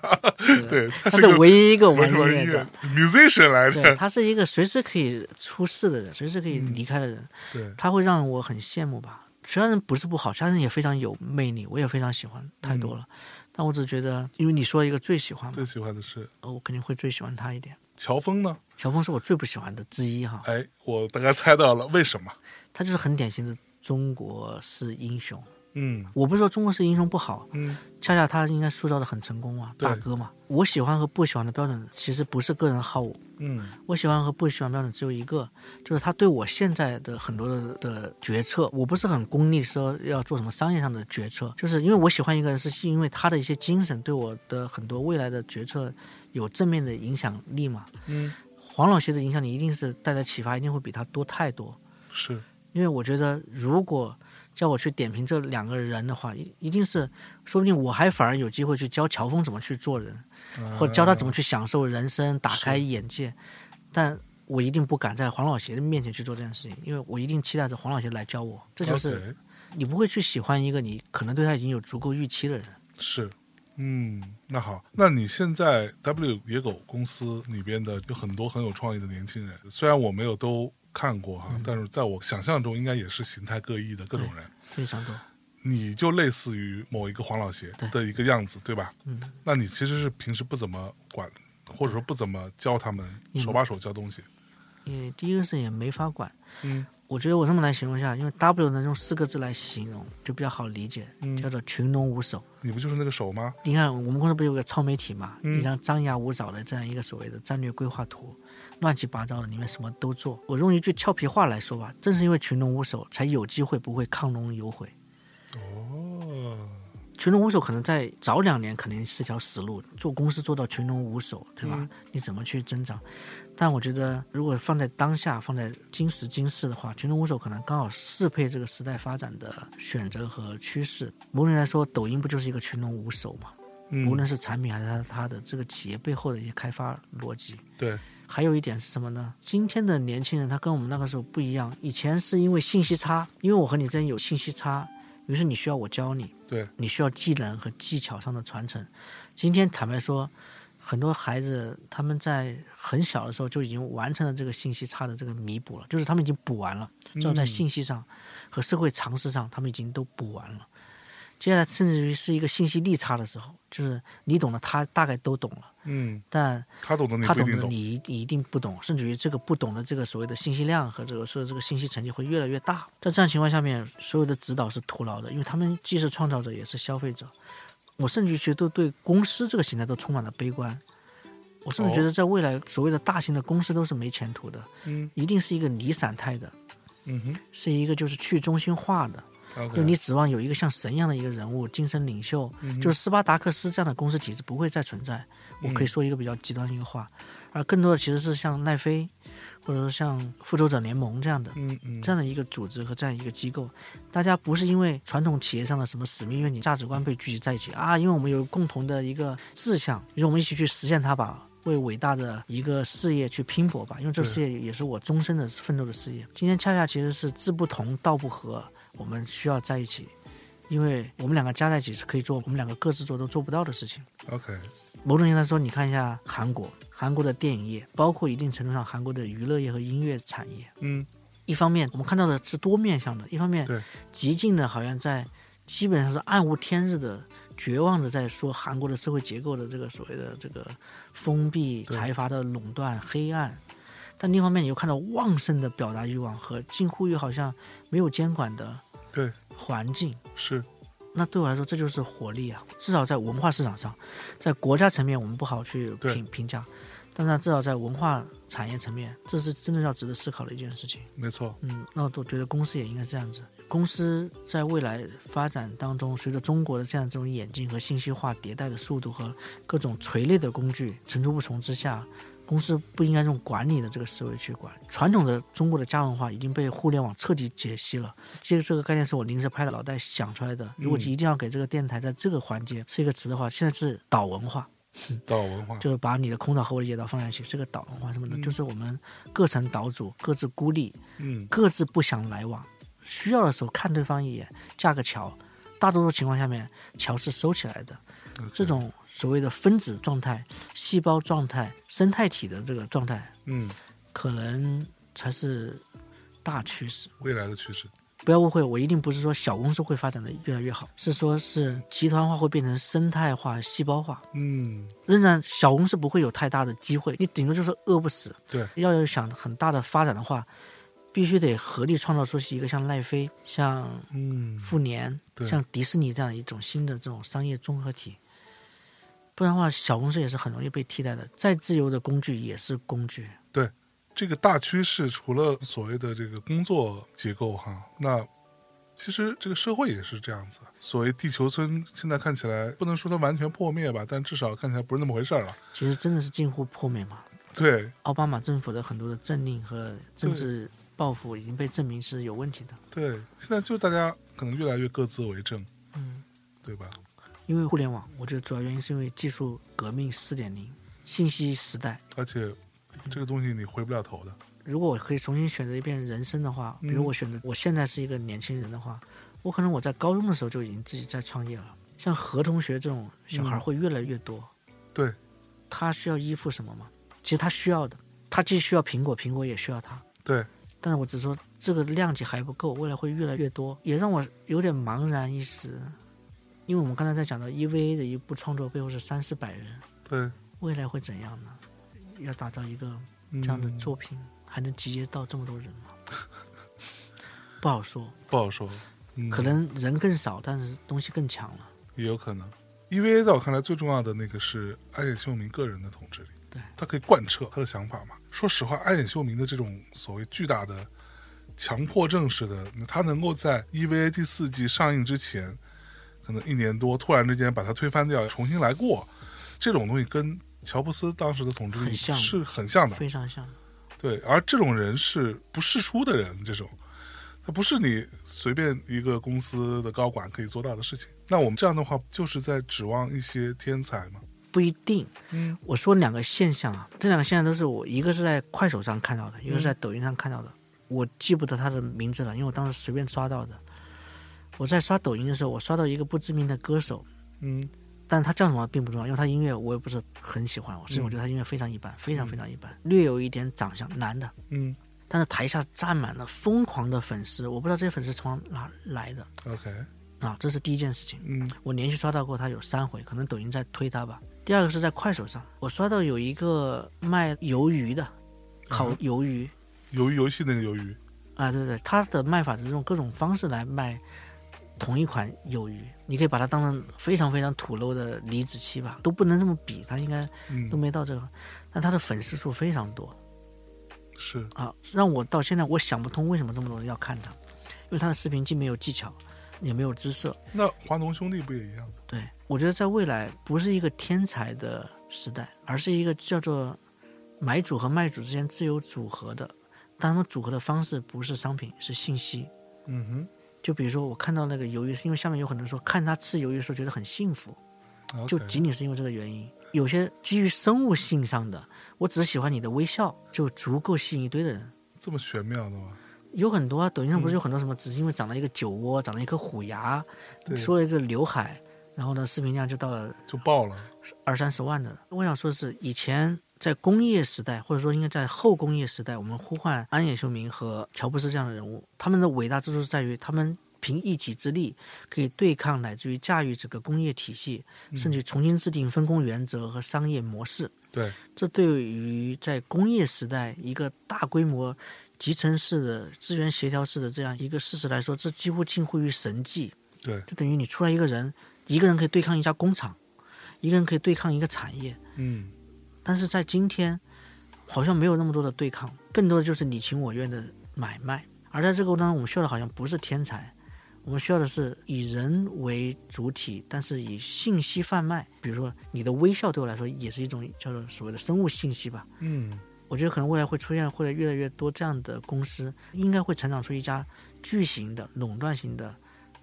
Speaker 2: 对，他
Speaker 3: 啊他
Speaker 2: 是
Speaker 3: 是
Speaker 2: 个
Speaker 3: 唯一一个玩
Speaker 2: 玩
Speaker 3: 音乐
Speaker 2: 乐
Speaker 3: 的，
Speaker 2: musician 来
Speaker 3: 对
Speaker 2: 着，
Speaker 3: 他是一个随时可以出世的人，随时可以离开的人，
Speaker 2: 对，
Speaker 3: 他会让我很羡慕吧。虽然不是不好，虽然也非常有魅力，我也非常喜欢，太多
Speaker 2: 嗯
Speaker 3: 了。但我只觉得，因为你说一个最喜欢嘛
Speaker 2: 最，喜欢的是
Speaker 3: 呃我肯定会最喜欢他一点。
Speaker 2: 乔峰呢，
Speaker 3: 小峰是我最不喜欢的之一哈，
Speaker 2: 哎，我大概猜到了为什么，
Speaker 3: 他就是很典型的中国式英雄。
Speaker 2: 嗯
Speaker 3: 我不是说中国式英雄不好，
Speaker 2: 嗯
Speaker 3: 恰恰他应该塑造的很成功啊，
Speaker 2: 对
Speaker 3: 大哥嘛。我喜欢和不喜欢的标准其实不是个人好恶，
Speaker 2: 嗯
Speaker 3: 我喜欢和不喜欢标准只有一个，就是他对我现在的很多的的决策，我不是很功利说要做什么商业上的决策，就是因为我喜欢一个人，是因为他的一些精神对我的很多未来的决策有正面的影响力嘛。
Speaker 2: 嗯，
Speaker 3: 黄老邪的影响力一定是带来启发，一定会比他多太多。
Speaker 2: 是，
Speaker 3: 因为我觉得如果叫我去点评这两个人的话，一一定是，说不定我还反而有机会去教乔峰怎么去做人，
Speaker 2: 啊
Speaker 3: 或者教他
Speaker 2: 嗯
Speaker 3: 怎么去享受人生，打开眼界。但我一定不敢在黄老邪的面前去做这件事情，因为我一定期待着黄老邪来教我。这
Speaker 2: 这
Speaker 3: 就是你不会去喜欢一个你可能对他已经有足够预期的人。
Speaker 2: 是，嗯，那好，那你现在 W 野狗公司里边的有很多很有创意的年轻人，虽然我没有都看过
Speaker 3: 嗯
Speaker 2: 哈，但是在我想象中应该也是形态各异的各种人。
Speaker 3: 非常多，
Speaker 2: 你就类似于某一个黄老邪
Speaker 3: 对
Speaker 2: 的一个样子，对吧？
Speaker 3: 嗯，
Speaker 2: 那你其实是平时不怎么管，或者说不怎么教他们
Speaker 3: 嗯
Speaker 2: 手把手教东西。
Speaker 3: 也第一个是也没法管。
Speaker 2: 嗯
Speaker 3: 我觉得我这么来形容一下，因为 W 能用四个字来形容就比较好理解，
Speaker 2: 嗯
Speaker 3: 叫做群龙无首。
Speaker 2: 你不就是那个手吗？
Speaker 3: 你看，我们公司不是有个超媒体嘛？
Speaker 2: 嗯
Speaker 3: 一张张牙舞爪的这样一个所谓的战略规划图，乱七八糟的，里面什么都做。我用一句俏皮话来说吧，正是因为群龙无首，才有机会不会亢龙有悔。
Speaker 2: 哦，
Speaker 3: 群龙无首可能在早两年肯定是条死路，做公司做到群龙无首，对
Speaker 2: 嗯
Speaker 3: 吧？你怎么去增长？但我觉得，如果放在当下，放在今时今世的话，群龙无首可能刚好适配这个时代发展的选择和趋势。某种意义来说，抖音不就是一个群龙无首嘛？
Speaker 2: 嗯，
Speaker 3: 无论是产品还是它它的这个企业背后的一些开发逻辑。
Speaker 2: 对，
Speaker 3: 还有一点是什么呢？今天的年轻人他跟我们那个时候不一样，以前是因为信息差，因为我和你之间有信息差，于是你需要我教你，
Speaker 2: 对，
Speaker 3: 你需要技能和技巧上的传承。今天坦白说，很多孩子他们在很小的时候就已经完成了这个信息差的这个弥补了，就是他们已经补完了，至少在信息上和社会常识上，他们已经都补完了。接下来甚至于是一个信息逆差的时候，就是你懂的他大概都懂了，
Speaker 2: 嗯，
Speaker 3: 但
Speaker 2: 他懂得你
Speaker 3: 他
Speaker 2: 不一
Speaker 3: 懂
Speaker 2: 定
Speaker 3: 的
Speaker 2: 懂。
Speaker 3: 你一你一定不懂，甚至于这个不懂的这个所谓的信息量和这个所有这个信息成绩会越来越大。在这样情况下面，所有的指导是徒劳的，因为他们既是创造者也是消费者。我甚至于觉得对公司这个形态都充满了悲观。我甚至觉得在未来所谓的大型的公司都是没前途的，
Speaker 2: 哦嗯
Speaker 3: 一定是一个离散态的，
Speaker 2: 嗯哼
Speaker 3: 是一个就是去中心化的。
Speaker 2: ，OK，嗯
Speaker 3: 就你指望有一个像神一样的一个人物，精神领袖，就是斯巴达克斯这样的公司体制不会再存在。我
Speaker 2: 嗯
Speaker 3: 可以说一个比较极端的一个话，而更多的其实是像奈飞，或者说像复仇者联盟这样的。
Speaker 2: 嗯嗯
Speaker 3: 这样的一个组织和这样一个机构，大家不是因为传统企业上的什么使命、愿景、价值观被聚集在一起啊，因为我们有共同的一个志向，于是我们一起去实现它吧，为伟大的一个事业去拼搏吧，因为这个事业也是我终身的奋斗的事业。今天恰恰其实是志不同道不合，我们需要在一起，因为我们两个加在一起是可以做我们两个各自做都做不到的事情。
Speaker 2: ，OK，
Speaker 3: 某种意义来说，你看一下韩国，韩国的电影业，包括一定程度上韩国的娱乐业和音乐产业，
Speaker 2: 嗯
Speaker 3: 一方面我们看到的是多面向的，一方面
Speaker 2: 对
Speaker 3: 极尽的好像在基本上是暗无天日的绝望的在说韩国的社会结构的这个所谓的这个封闭、
Speaker 2: 对
Speaker 3: 财阀的垄断、黑暗。但另一方面你又看到旺盛的表达欲望和近乎于好像没有监管的
Speaker 2: 对，
Speaker 3: 环境。
Speaker 2: 是
Speaker 3: 那对我来说，这就是活力啊！至少在文化市场上，在国家层面我们不好去
Speaker 2: 对
Speaker 3: 评评价，但是至少在文化产业层面，这是真的要值得思考的一件事情。
Speaker 2: 没错，
Speaker 3: 嗯，那我都觉得公司也应该这样子。公司在未来发展当中，随着中国的这样这种演进和信息化迭代的速度和各种垂类的工具层出不穷之下，公司不应该用管理的这个思维去管。传统的中国的家文化已经被互联网彻底解析了。这个这个概念是我临时拍了脑袋想出来的。如果一定要给这个电台在这个环节是一个词的话，现在是岛文化。
Speaker 2: 岛文化
Speaker 3: 就是把你的空岛和我的野岛放在一起，这个岛文化什么的，
Speaker 2: 嗯
Speaker 3: 就是我们各成岛主各自孤立，
Speaker 2: 嗯，
Speaker 3: 各自不想来往，需要的时候看对方一眼，架个桥。大多数情况下面，桥是收起来的。这种所谓的分子状态、细胞状态、生态体的这个状态，
Speaker 2: 嗯，
Speaker 3: 可能才是大趋势。
Speaker 2: 未来的趋势，
Speaker 3: 不要误会，我一定不是说小公司会发展的越来越好，是说是集团化会变成生态化、细胞化。
Speaker 2: 嗯，
Speaker 3: 仍然小公司不会有太大的机会，你顶多就是饿不死。
Speaker 2: 对，
Speaker 3: 要有想很大的发展的话，必须得合力创造出一个像奈飞、像
Speaker 2: 嗯，
Speaker 3: 复联、
Speaker 2: 对
Speaker 3: 像迪士尼这样一种新的这种商业综合体。不然的话，小公司也是很容易被替代的。再自由的工具也是工具，
Speaker 2: 这个大趋势除了所谓的这个工作结构哈，那其实这个社会也是这样子。所谓地球村，现在看起来不能说它完全破灭吧，但至少看起来不是那么回事儿了。
Speaker 3: 其实真的是近乎破灭嘛。
Speaker 2: 对
Speaker 3: 奥巴马政府的很多的政令和政治抱负已经被证明是有问题的。
Speaker 2: 对，现在就大家可能越来越各自为政，
Speaker 3: 嗯，
Speaker 2: 对吧？
Speaker 3: 因为互联网，我觉得主要原因是因为技术革命四点零，信息时代。
Speaker 2: 而且这个东西你回不了头的。
Speaker 3: 如果我可以重新选择一遍人生的话，比
Speaker 2: 嗯
Speaker 3: 如我选择我现在是一个年轻人的话，我可能我在高中的时候就已经自己在创业了。像何同学这种小孩
Speaker 2: 嗯
Speaker 3: 会越来越多，
Speaker 2: 对，
Speaker 3: 他需要依附什么吗？其实他需要的，他既需要苹果，苹果也需要他。
Speaker 2: 对，
Speaker 3: 但是我只说这个量级还不够，未来会越来越多，也让我有点茫然一时。因为我们刚才在讲到 EVA 的一部创作背后是三四百人，
Speaker 2: 对，
Speaker 3: 未来会怎样呢？要打造一个
Speaker 2: 嗯
Speaker 3: 这样的作品，还能集结到这么多人吗？ 不好说，
Speaker 2: 不好说，嗯、
Speaker 3: 可能人更少，但是东西更强了。
Speaker 2: 也有可能。EVA 在我看来最重要的那个是安野秀明个人的统治力，
Speaker 3: 对，
Speaker 2: 他可以贯彻他的想法嘛。说实话，安野秀明的这种所谓巨大的强迫症似的，他能够在 EVA 第四季上映之前，可能一年多突然之间把它推翻掉，重新来过，这种东西跟乔布斯当时的统治力
Speaker 3: 很像
Speaker 2: 是很像的，
Speaker 3: 非常像，
Speaker 2: 对，而这种人是不世出的人，这种，他不是你随便一个公司的高管可以做到的事情。那我们这样的话，就是在指望一些天才嘛。
Speaker 3: 不一定。
Speaker 2: 嗯，
Speaker 3: 我说两个现象啊，这两个现象都是我一个是在快手上看到的，一个是在
Speaker 2: 嗯
Speaker 3: 抖音上看到的。我记不得他的名字了，因为我当时随便刷到的。我在刷抖音的时候，我刷到一个不知名的歌手，
Speaker 2: 嗯，
Speaker 3: 但他叫什么并不重要，因为他音乐我也不是很喜欢，我
Speaker 2: 嗯
Speaker 3: 甚至我觉得他音乐非常一般，非常非常一般，略有一点长相，男的，
Speaker 2: 嗯
Speaker 3: 但是台下站满了疯狂的粉丝，我不知道这些粉丝从哪来的
Speaker 2: ，OK，
Speaker 3: 啊，这是第一件事情。
Speaker 2: 嗯
Speaker 3: 我连续刷到过他有三回，可能抖音在推他吧。第二个是在快手上，我刷到有一个卖鱿鱼的，烤鱿鱼、
Speaker 2: 鱿鱼游戏那个鱿鱼，
Speaker 3: 啊，对对，他的卖法是用各种方式来卖同一款鱿鱼，你可以把它当成非常非常土陋的离子漆吧，都不能这么比，他应该都
Speaker 2: 嗯，
Speaker 3: 没到这个，但他的粉丝数非常多，
Speaker 2: 是，
Speaker 3: 啊，让我到现在我想不通为什么这么多人要看他，因为他的视频既没有技巧，也没有姿色。
Speaker 2: 那华农兄弟不也一样？
Speaker 3: 对我觉得在未来不是一个天才的时代，而是一个叫做买主和卖主之间自由组合的，但他们组合的方式不是商品，是信息。
Speaker 2: 嗯
Speaker 3: 就比如说，我看到那个鱿鱼，是因为下面有很多人说看他吃鱿鱼的时候觉得很幸福，
Speaker 2: 哼
Speaker 3: 就
Speaker 2: ，OK，
Speaker 3: 仅仅是因为这个原因。有些基于生物性上的，我只喜欢你的微笑，就足够吸引一堆的人。
Speaker 2: 这么玄妙的吗？
Speaker 3: 有很多啊，抖音上不是有很多什么，只是因为长了一个酒窝，长了一颗虎牙，
Speaker 2: 对
Speaker 3: 说了一个刘海，然后呢，视频量就到了
Speaker 2: 就爆了，
Speaker 3: 二三十万的。我想说的是，以前在工业时代，或者说应该在后工业时代，我们呼唤安野秀明和乔布斯这样的人物，他们的伟大之处是在于他们。凭一己之力，可以对抗乃至于驾驭整个工业体系，甚至重新制定分工原则和商业模式。
Speaker 2: 对，
Speaker 3: 这对于在工业时代一个大规模集成式的资源协调式的这样一个事实来说，这几乎近乎于神迹。
Speaker 2: 对
Speaker 3: 就等于你出来一个人，一个人可以对抗一家工厂，一个人可以对抗一个产业。
Speaker 2: 嗯，
Speaker 3: 但是在今天，好像没有那么多的对抗，更多的就是你情我愿的买卖。而在这个过程当中，我们需要的好像不是天才，我们需要的是以人为主体，但是以信息贩卖。比如说，你的微笑对我来说也是一种叫做所谓的生物信息吧。
Speaker 2: 嗯，
Speaker 3: 我觉得可能未来会出现会越来越多这样的公司，应该会成长出一家巨型的垄断型的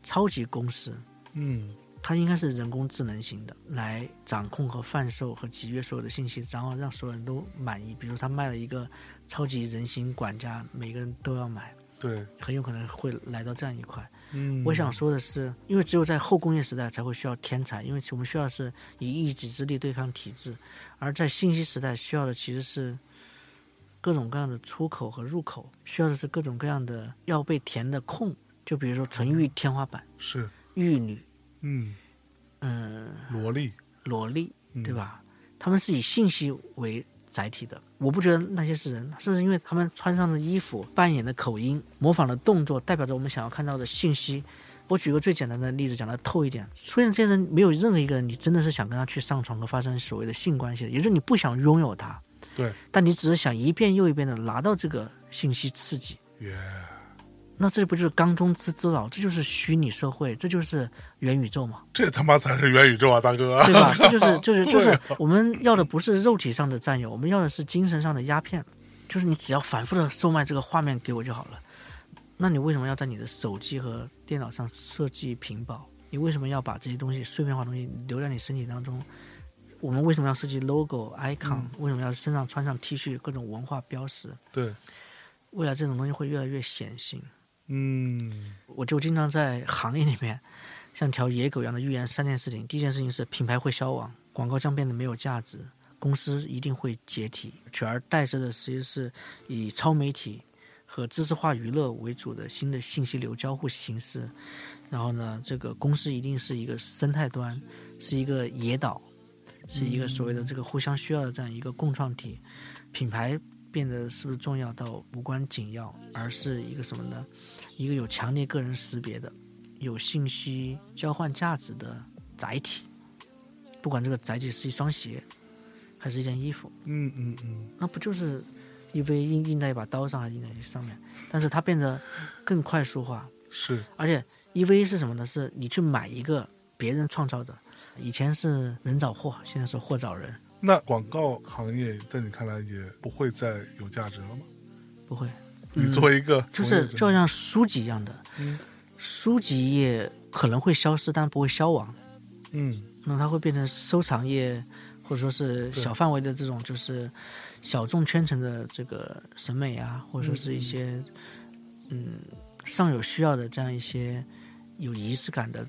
Speaker 3: 超级公司。
Speaker 2: 嗯，
Speaker 3: 它应该是人工智能型的，来掌控和贩售和集约所有的信息，然后让所有人都满意。比如他卖了一个超级人形管家，每个人都要买，
Speaker 2: 对，
Speaker 3: 很有可能会来到这样一块。
Speaker 2: 嗯，
Speaker 3: 我想说的是，因为只有在后工业时代才会需要天才，因为我们需要的是以一己之力对抗体制，而在信息时代需要的其实是各种各样的出口和入口，需要的是各种各样的要被填的空，就比如说纯欲天花板、
Speaker 2: 是，
Speaker 3: 玉女，
Speaker 2: 嗯，
Speaker 3: 嗯、
Speaker 2: 萝莉，
Speaker 3: 萝莉，
Speaker 2: 嗯
Speaker 3: 对吧？他们是以信息为载体的。我不觉得那些是人，甚至因为他们穿上的衣服、扮演的口音、模仿的动作，代表着我们想要看到的信息。我举个最简单的例子，讲的透一点，出现这些人没有任何一个人，你真的是想跟他去上床和发生所谓的性关系的，也就是你不想拥有他，
Speaker 2: 对，
Speaker 3: 但你只是想一遍又一遍的拿到这个信息刺激。
Speaker 2: 耶，
Speaker 3: 那这不就是缸中之之老？这就是虚拟社会，这就是元宇宙嘛。
Speaker 2: 这他妈才是元宇宙啊，大 哥，
Speaker 3: 对吧？这就是就是就
Speaker 2: 对
Speaker 3: 是
Speaker 2: 啊
Speaker 3: 我们要的不是肉体上的占有，我们要的是精神上的鸦片，就是你只要反复的售卖这个画面给我就好了。那你为什么要在你的手机和电脑上设计屏保？你为什么要把这些东西碎片化的东西留在你身体当中？我们为什么要设计 logo、icon？、为
Speaker 2: 嗯
Speaker 3: 什么要身上穿上 T 恤、各种文化标识？
Speaker 2: 对，
Speaker 3: 未来这种东西会越来越显性。
Speaker 2: 嗯，
Speaker 3: 我就经常在行业里面像条野狗一样的预言三件事情。第一件事情是品牌会消亡，广告将变得没有价值，公司一定会解体，取而代之的其实是以超媒体和知识化娱乐为主的新的信息流交互形式。然后呢，这个公司一定是一个生态端，是一个野岛，是一个所谓的这个互相需要的这样一个共创体。品牌变得是不是重要到无关紧要，而是一个什么呢？一个有强烈个人识别的、有信息交换价值的载体，不管这个载体是一双鞋，还是一件衣服，
Speaker 2: 嗯嗯嗯，
Speaker 3: 那不就是一杯印印在一把刀上，还是印在上面？但是它变得更快速化，
Speaker 2: 是，
Speaker 3: 而且 EV 是什么呢？是你去买一个别人创造的，以前是人找货，现在是货找人，
Speaker 2: 那广告行业在你看来也不会再有价值了吗？
Speaker 3: 不会。
Speaker 2: 你作为一个
Speaker 3: 就
Speaker 2: 从业
Speaker 3: 是
Speaker 2: 者，
Speaker 3: 就像书籍一样的，
Speaker 2: 嗯
Speaker 3: 书籍业可能会消失，但不会消亡。
Speaker 2: 嗯，
Speaker 3: 那它会变成收藏业，或者说是
Speaker 2: 对
Speaker 3: 小范围的这种就是小众圈层的这个审美啊，或者说是一些嗯上有需要的这样一些有仪式感的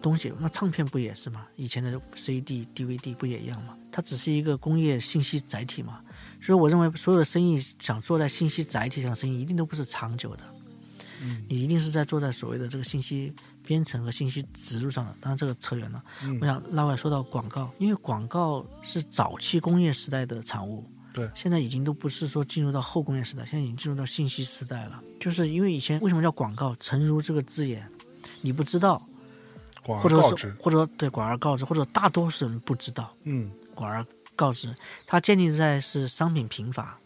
Speaker 3: 东西。那唱片不也是嘛？以前的 CD、DVD 不也一样嘛？它只是一个工业信息载体嘛。所以我认为所有的生意想做在信息载体上的生意，一定都不是长久的。你一定是在做在所谓的这个信息编程和信息植入上的，当然这个扯远了。
Speaker 2: 嗯
Speaker 3: 我想拉回来说到广告，因为广告是早期工业时代的产物，
Speaker 2: 对
Speaker 3: 现在已经都不是说进入到后工业时代，现在已经进入到信息时代了。就是因为以前为什么叫广告，诚如这个字眼，你不知道，
Speaker 2: 广
Speaker 3: 或
Speaker 2: 而
Speaker 3: 者
Speaker 2: 告
Speaker 3: 是
Speaker 2: 之，
Speaker 3: 或者说对广而告之，或者大多数人不知道
Speaker 2: 嗯，
Speaker 3: 广而告之，它建立在是商品贫乏、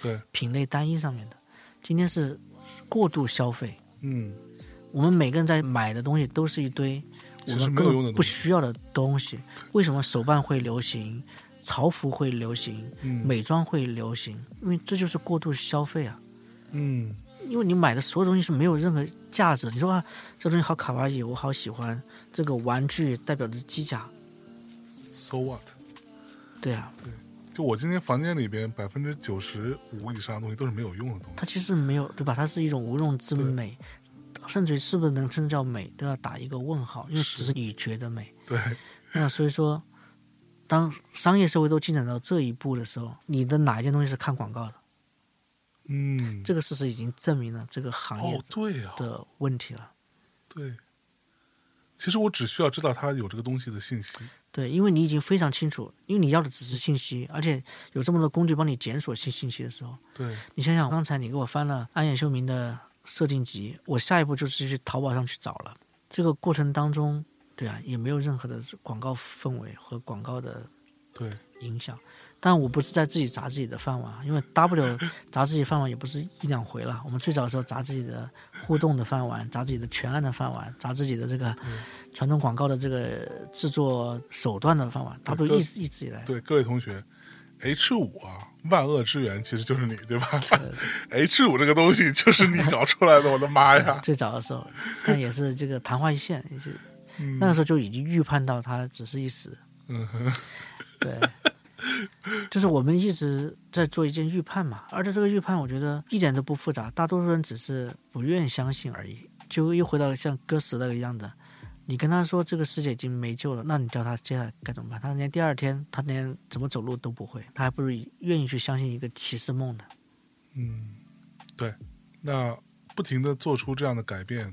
Speaker 2: 对，
Speaker 3: 品类单一上面的。今天是过度消费，
Speaker 2: 嗯，
Speaker 3: 我们每个人在买的东西都是一堆我
Speaker 2: 其实
Speaker 3: 们
Speaker 2: 没有用的东
Speaker 3: 根本不
Speaker 2: 西
Speaker 3: 需要的东西。为什么手办会流行，潮服会流行，
Speaker 2: 嗯
Speaker 3: 美妆会流行？因为这就是过度消费啊！
Speaker 2: 嗯，
Speaker 3: 因为你买的所有东西是没有任何价值的。你说啊，这东西好卡哇伊，我好喜欢。这个玩具代表着机甲，
Speaker 2: ，so what？
Speaker 3: 对啊，
Speaker 2: 就我今天房间里边百分之九十五以上的东西都是没有用的东西。
Speaker 3: 它其实没有，对吧？它是一种无用之
Speaker 2: 对
Speaker 3: 美，甚至于是不是能称之叫美，都要打一个问号，因为
Speaker 2: 是
Speaker 3: 只是你觉得美。
Speaker 2: 对，
Speaker 3: 那所以说，当商业社会都进展到这一步的时候，你的哪一件东西是看广告的？
Speaker 2: 嗯，
Speaker 3: 这个事实已经证明了这个行业
Speaker 2: 哦，对呀、
Speaker 3: 的问题了。
Speaker 2: 对，其实我只需要知道它有这个东西的信息。
Speaker 3: 对，因为你已经非常清楚，因为你要的只是信息，而且有这么多工具帮你检索信信息的时候，
Speaker 2: 对，
Speaker 3: 你想想，刚才你给我翻了安野秀明的设定集，我下一步就是去淘宝上去找了。这个过程当中，对啊，也没有任何的广告氛围和广告的
Speaker 2: 对，
Speaker 3: 影响。但我不是在自己砸自己的饭碗啊，因为 W 砸自己饭碗也不是一两回了。我们最早的时候砸自己的互动的饭碗，砸自己的全案的饭碗，砸自己的这个传统广告的这个制作手段的饭碗。W
Speaker 2: 对
Speaker 3: 一直一直以来，
Speaker 2: 对，各位同学，H 五啊，万恶之源其实就是你，对吧？H 五这个东西就是你搞出来的，我的妈呀！
Speaker 3: 最早的时候，但也是这个昙花一现，也是、那个时候就已经预判到它只是一时。
Speaker 2: 嗯哼，
Speaker 3: 对，就是我们一直在做一件预判嘛，而且这个预判我觉得一点都不复杂，大多数人只是不愿意相信而已。就又回到像割死那个样子，你跟他说这个世界已经没救了，那你叫他接下来该怎么办？他连第二天他连怎么走路都不会，他还不如愿意去相信一个骑士梦呢。
Speaker 2: 嗯，对，那不停的做出这样的改变，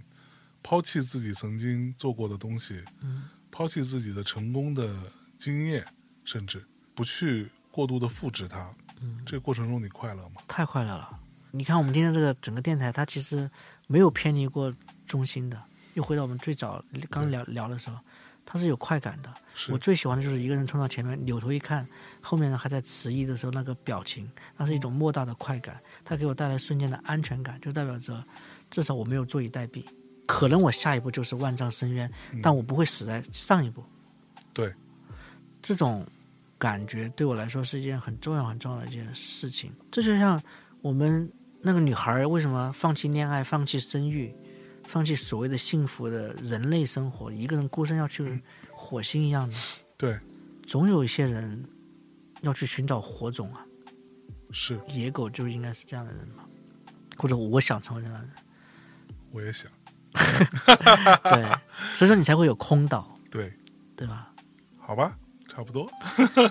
Speaker 2: 抛弃自己曾经做过的东西，
Speaker 3: 嗯
Speaker 2: 抛弃自己的成功的经验，甚至不去过度的复制它。
Speaker 3: 嗯，
Speaker 2: 这个过程中你快乐吗？
Speaker 3: 太快乐了！你看我们今天这个整个电台，它其实没有偏离过中心的。又回到我们最早刚聊聊的时候，它是有快感的。
Speaker 2: 是
Speaker 3: 我最喜欢的就是一个人冲到前面，扭头一看，后面人还在迟疑的时候那个表情，那是一种莫大的快感，它给我带来瞬间的安全感，就代表着至少我没有坐以待毙。可能我下一步就是万丈深渊，但我不会死在上一步。
Speaker 2: 嗯对，
Speaker 3: 这种感觉对我来说是一件很重要、很重要的一件事情。这就像我们那个女孩儿为什么放弃恋爱、放弃生育、放弃所谓的幸福的人类生活，一个人孤身要去火星一样的。
Speaker 2: 对，
Speaker 3: 总有一些人要去寻找火种啊，
Speaker 2: 是，
Speaker 3: 野狗就应该是这样的人嘛，或者我想成为这样的人，
Speaker 2: 我也想。
Speaker 3: 对，所以说你才会有空岛，
Speaker 2: 对，
Speaker 3: 对
Speaker 2: 嗯
Speaker 3: 吧？
Speaker 2: 好吧，差不多。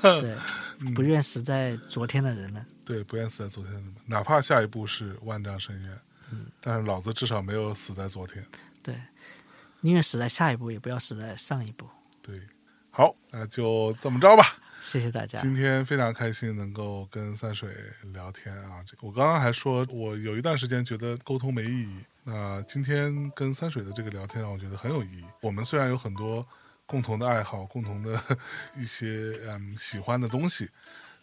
Speaker 3: 对，
Speaker 2: 嗯
Speaker 3: 不愿死在昨天的人们，
Speaker 2: 对，不愿死在昨天的人，哪怕下一步是万丈深渊，但是老子至少没有死在昨天。
Speaker 3: 对，宁愿死在下一步，也不要死在上一步。
Speaker 2: 对，好，那就这么着吧。
Speaker 3: 谢谢大家，
Speaker 2: 今天非常开心能够跟三水聊天啊！这我刚刚还说，我有一段时间觉得沟通没意义，那今天跟三水的这个聊天让我觉得很有意义。我们虽然有很多共同的爱好、共同的 一些嗯喜欢的东西，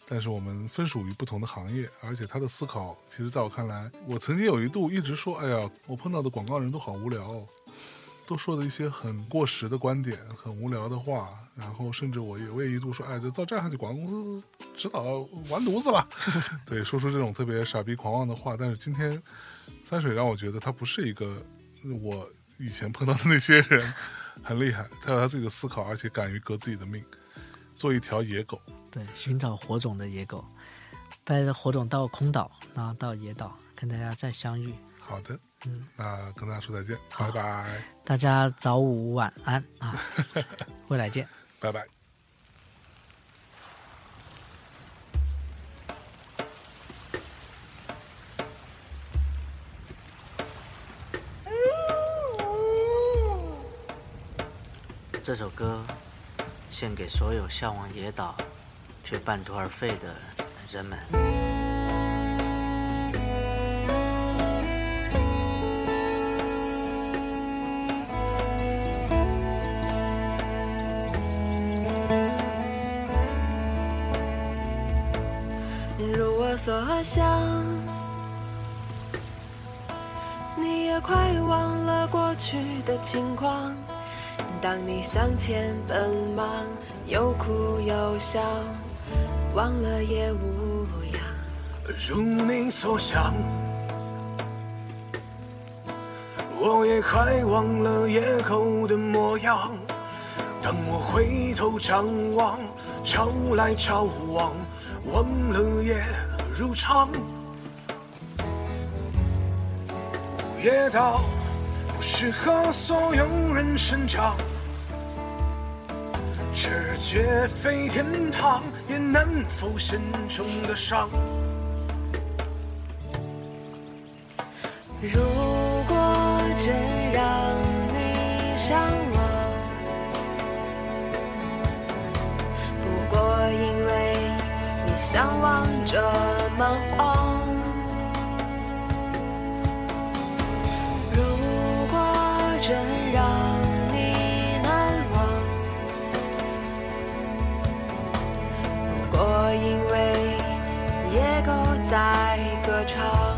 Speaker 2: 但是我们分属于不同的行业，而且他的思考，其实在我看来，我曾经有一度一直说，哎呀，我碰到的广告人都好无聊、哦。都说的一些很过时的观点、很无聊的话，然后甚至我也我也一度说，哎，就照这样下去，广告公司指导完犊子了。对，说出这种特别傻逼狂妄的话。但是今天三水让我觉得他不是一个我以前碰到的那些人，很厉害，他有他自己的思考，而且敢于革自己的命，做一条野狗。
Speaker 3: 对，寻找火种的野狗，带着火种到空岛，然后到野岛，跟大家再相遇。
Speaker 2: 好的，
Speaker 3: 嗯，
Speaker 2: 那跟大家说再见，拜拜，
Speaker 3: 大家早午晚安 啊，未来见。
Speaker 2: 拜拜。
Speaker 3: 这首歌献给所有向往野岛却半途而废的人们。
Speaker 4: 如我所想，你也快忘了过去的情况。当你向前奔忙，有哭有笑，忘了也无恙。
Speaker 5: 如你所想，我也快忘了野狗的模样。当我回头张望，朝来朝往，忘了也如常。野道不适合所有人生长，这绝非天堂，也难否心中的伤。
Speaker 4: 如果真让你伤亡，向往着梦。如果真让你难忘，如果因为野狗在歌唱。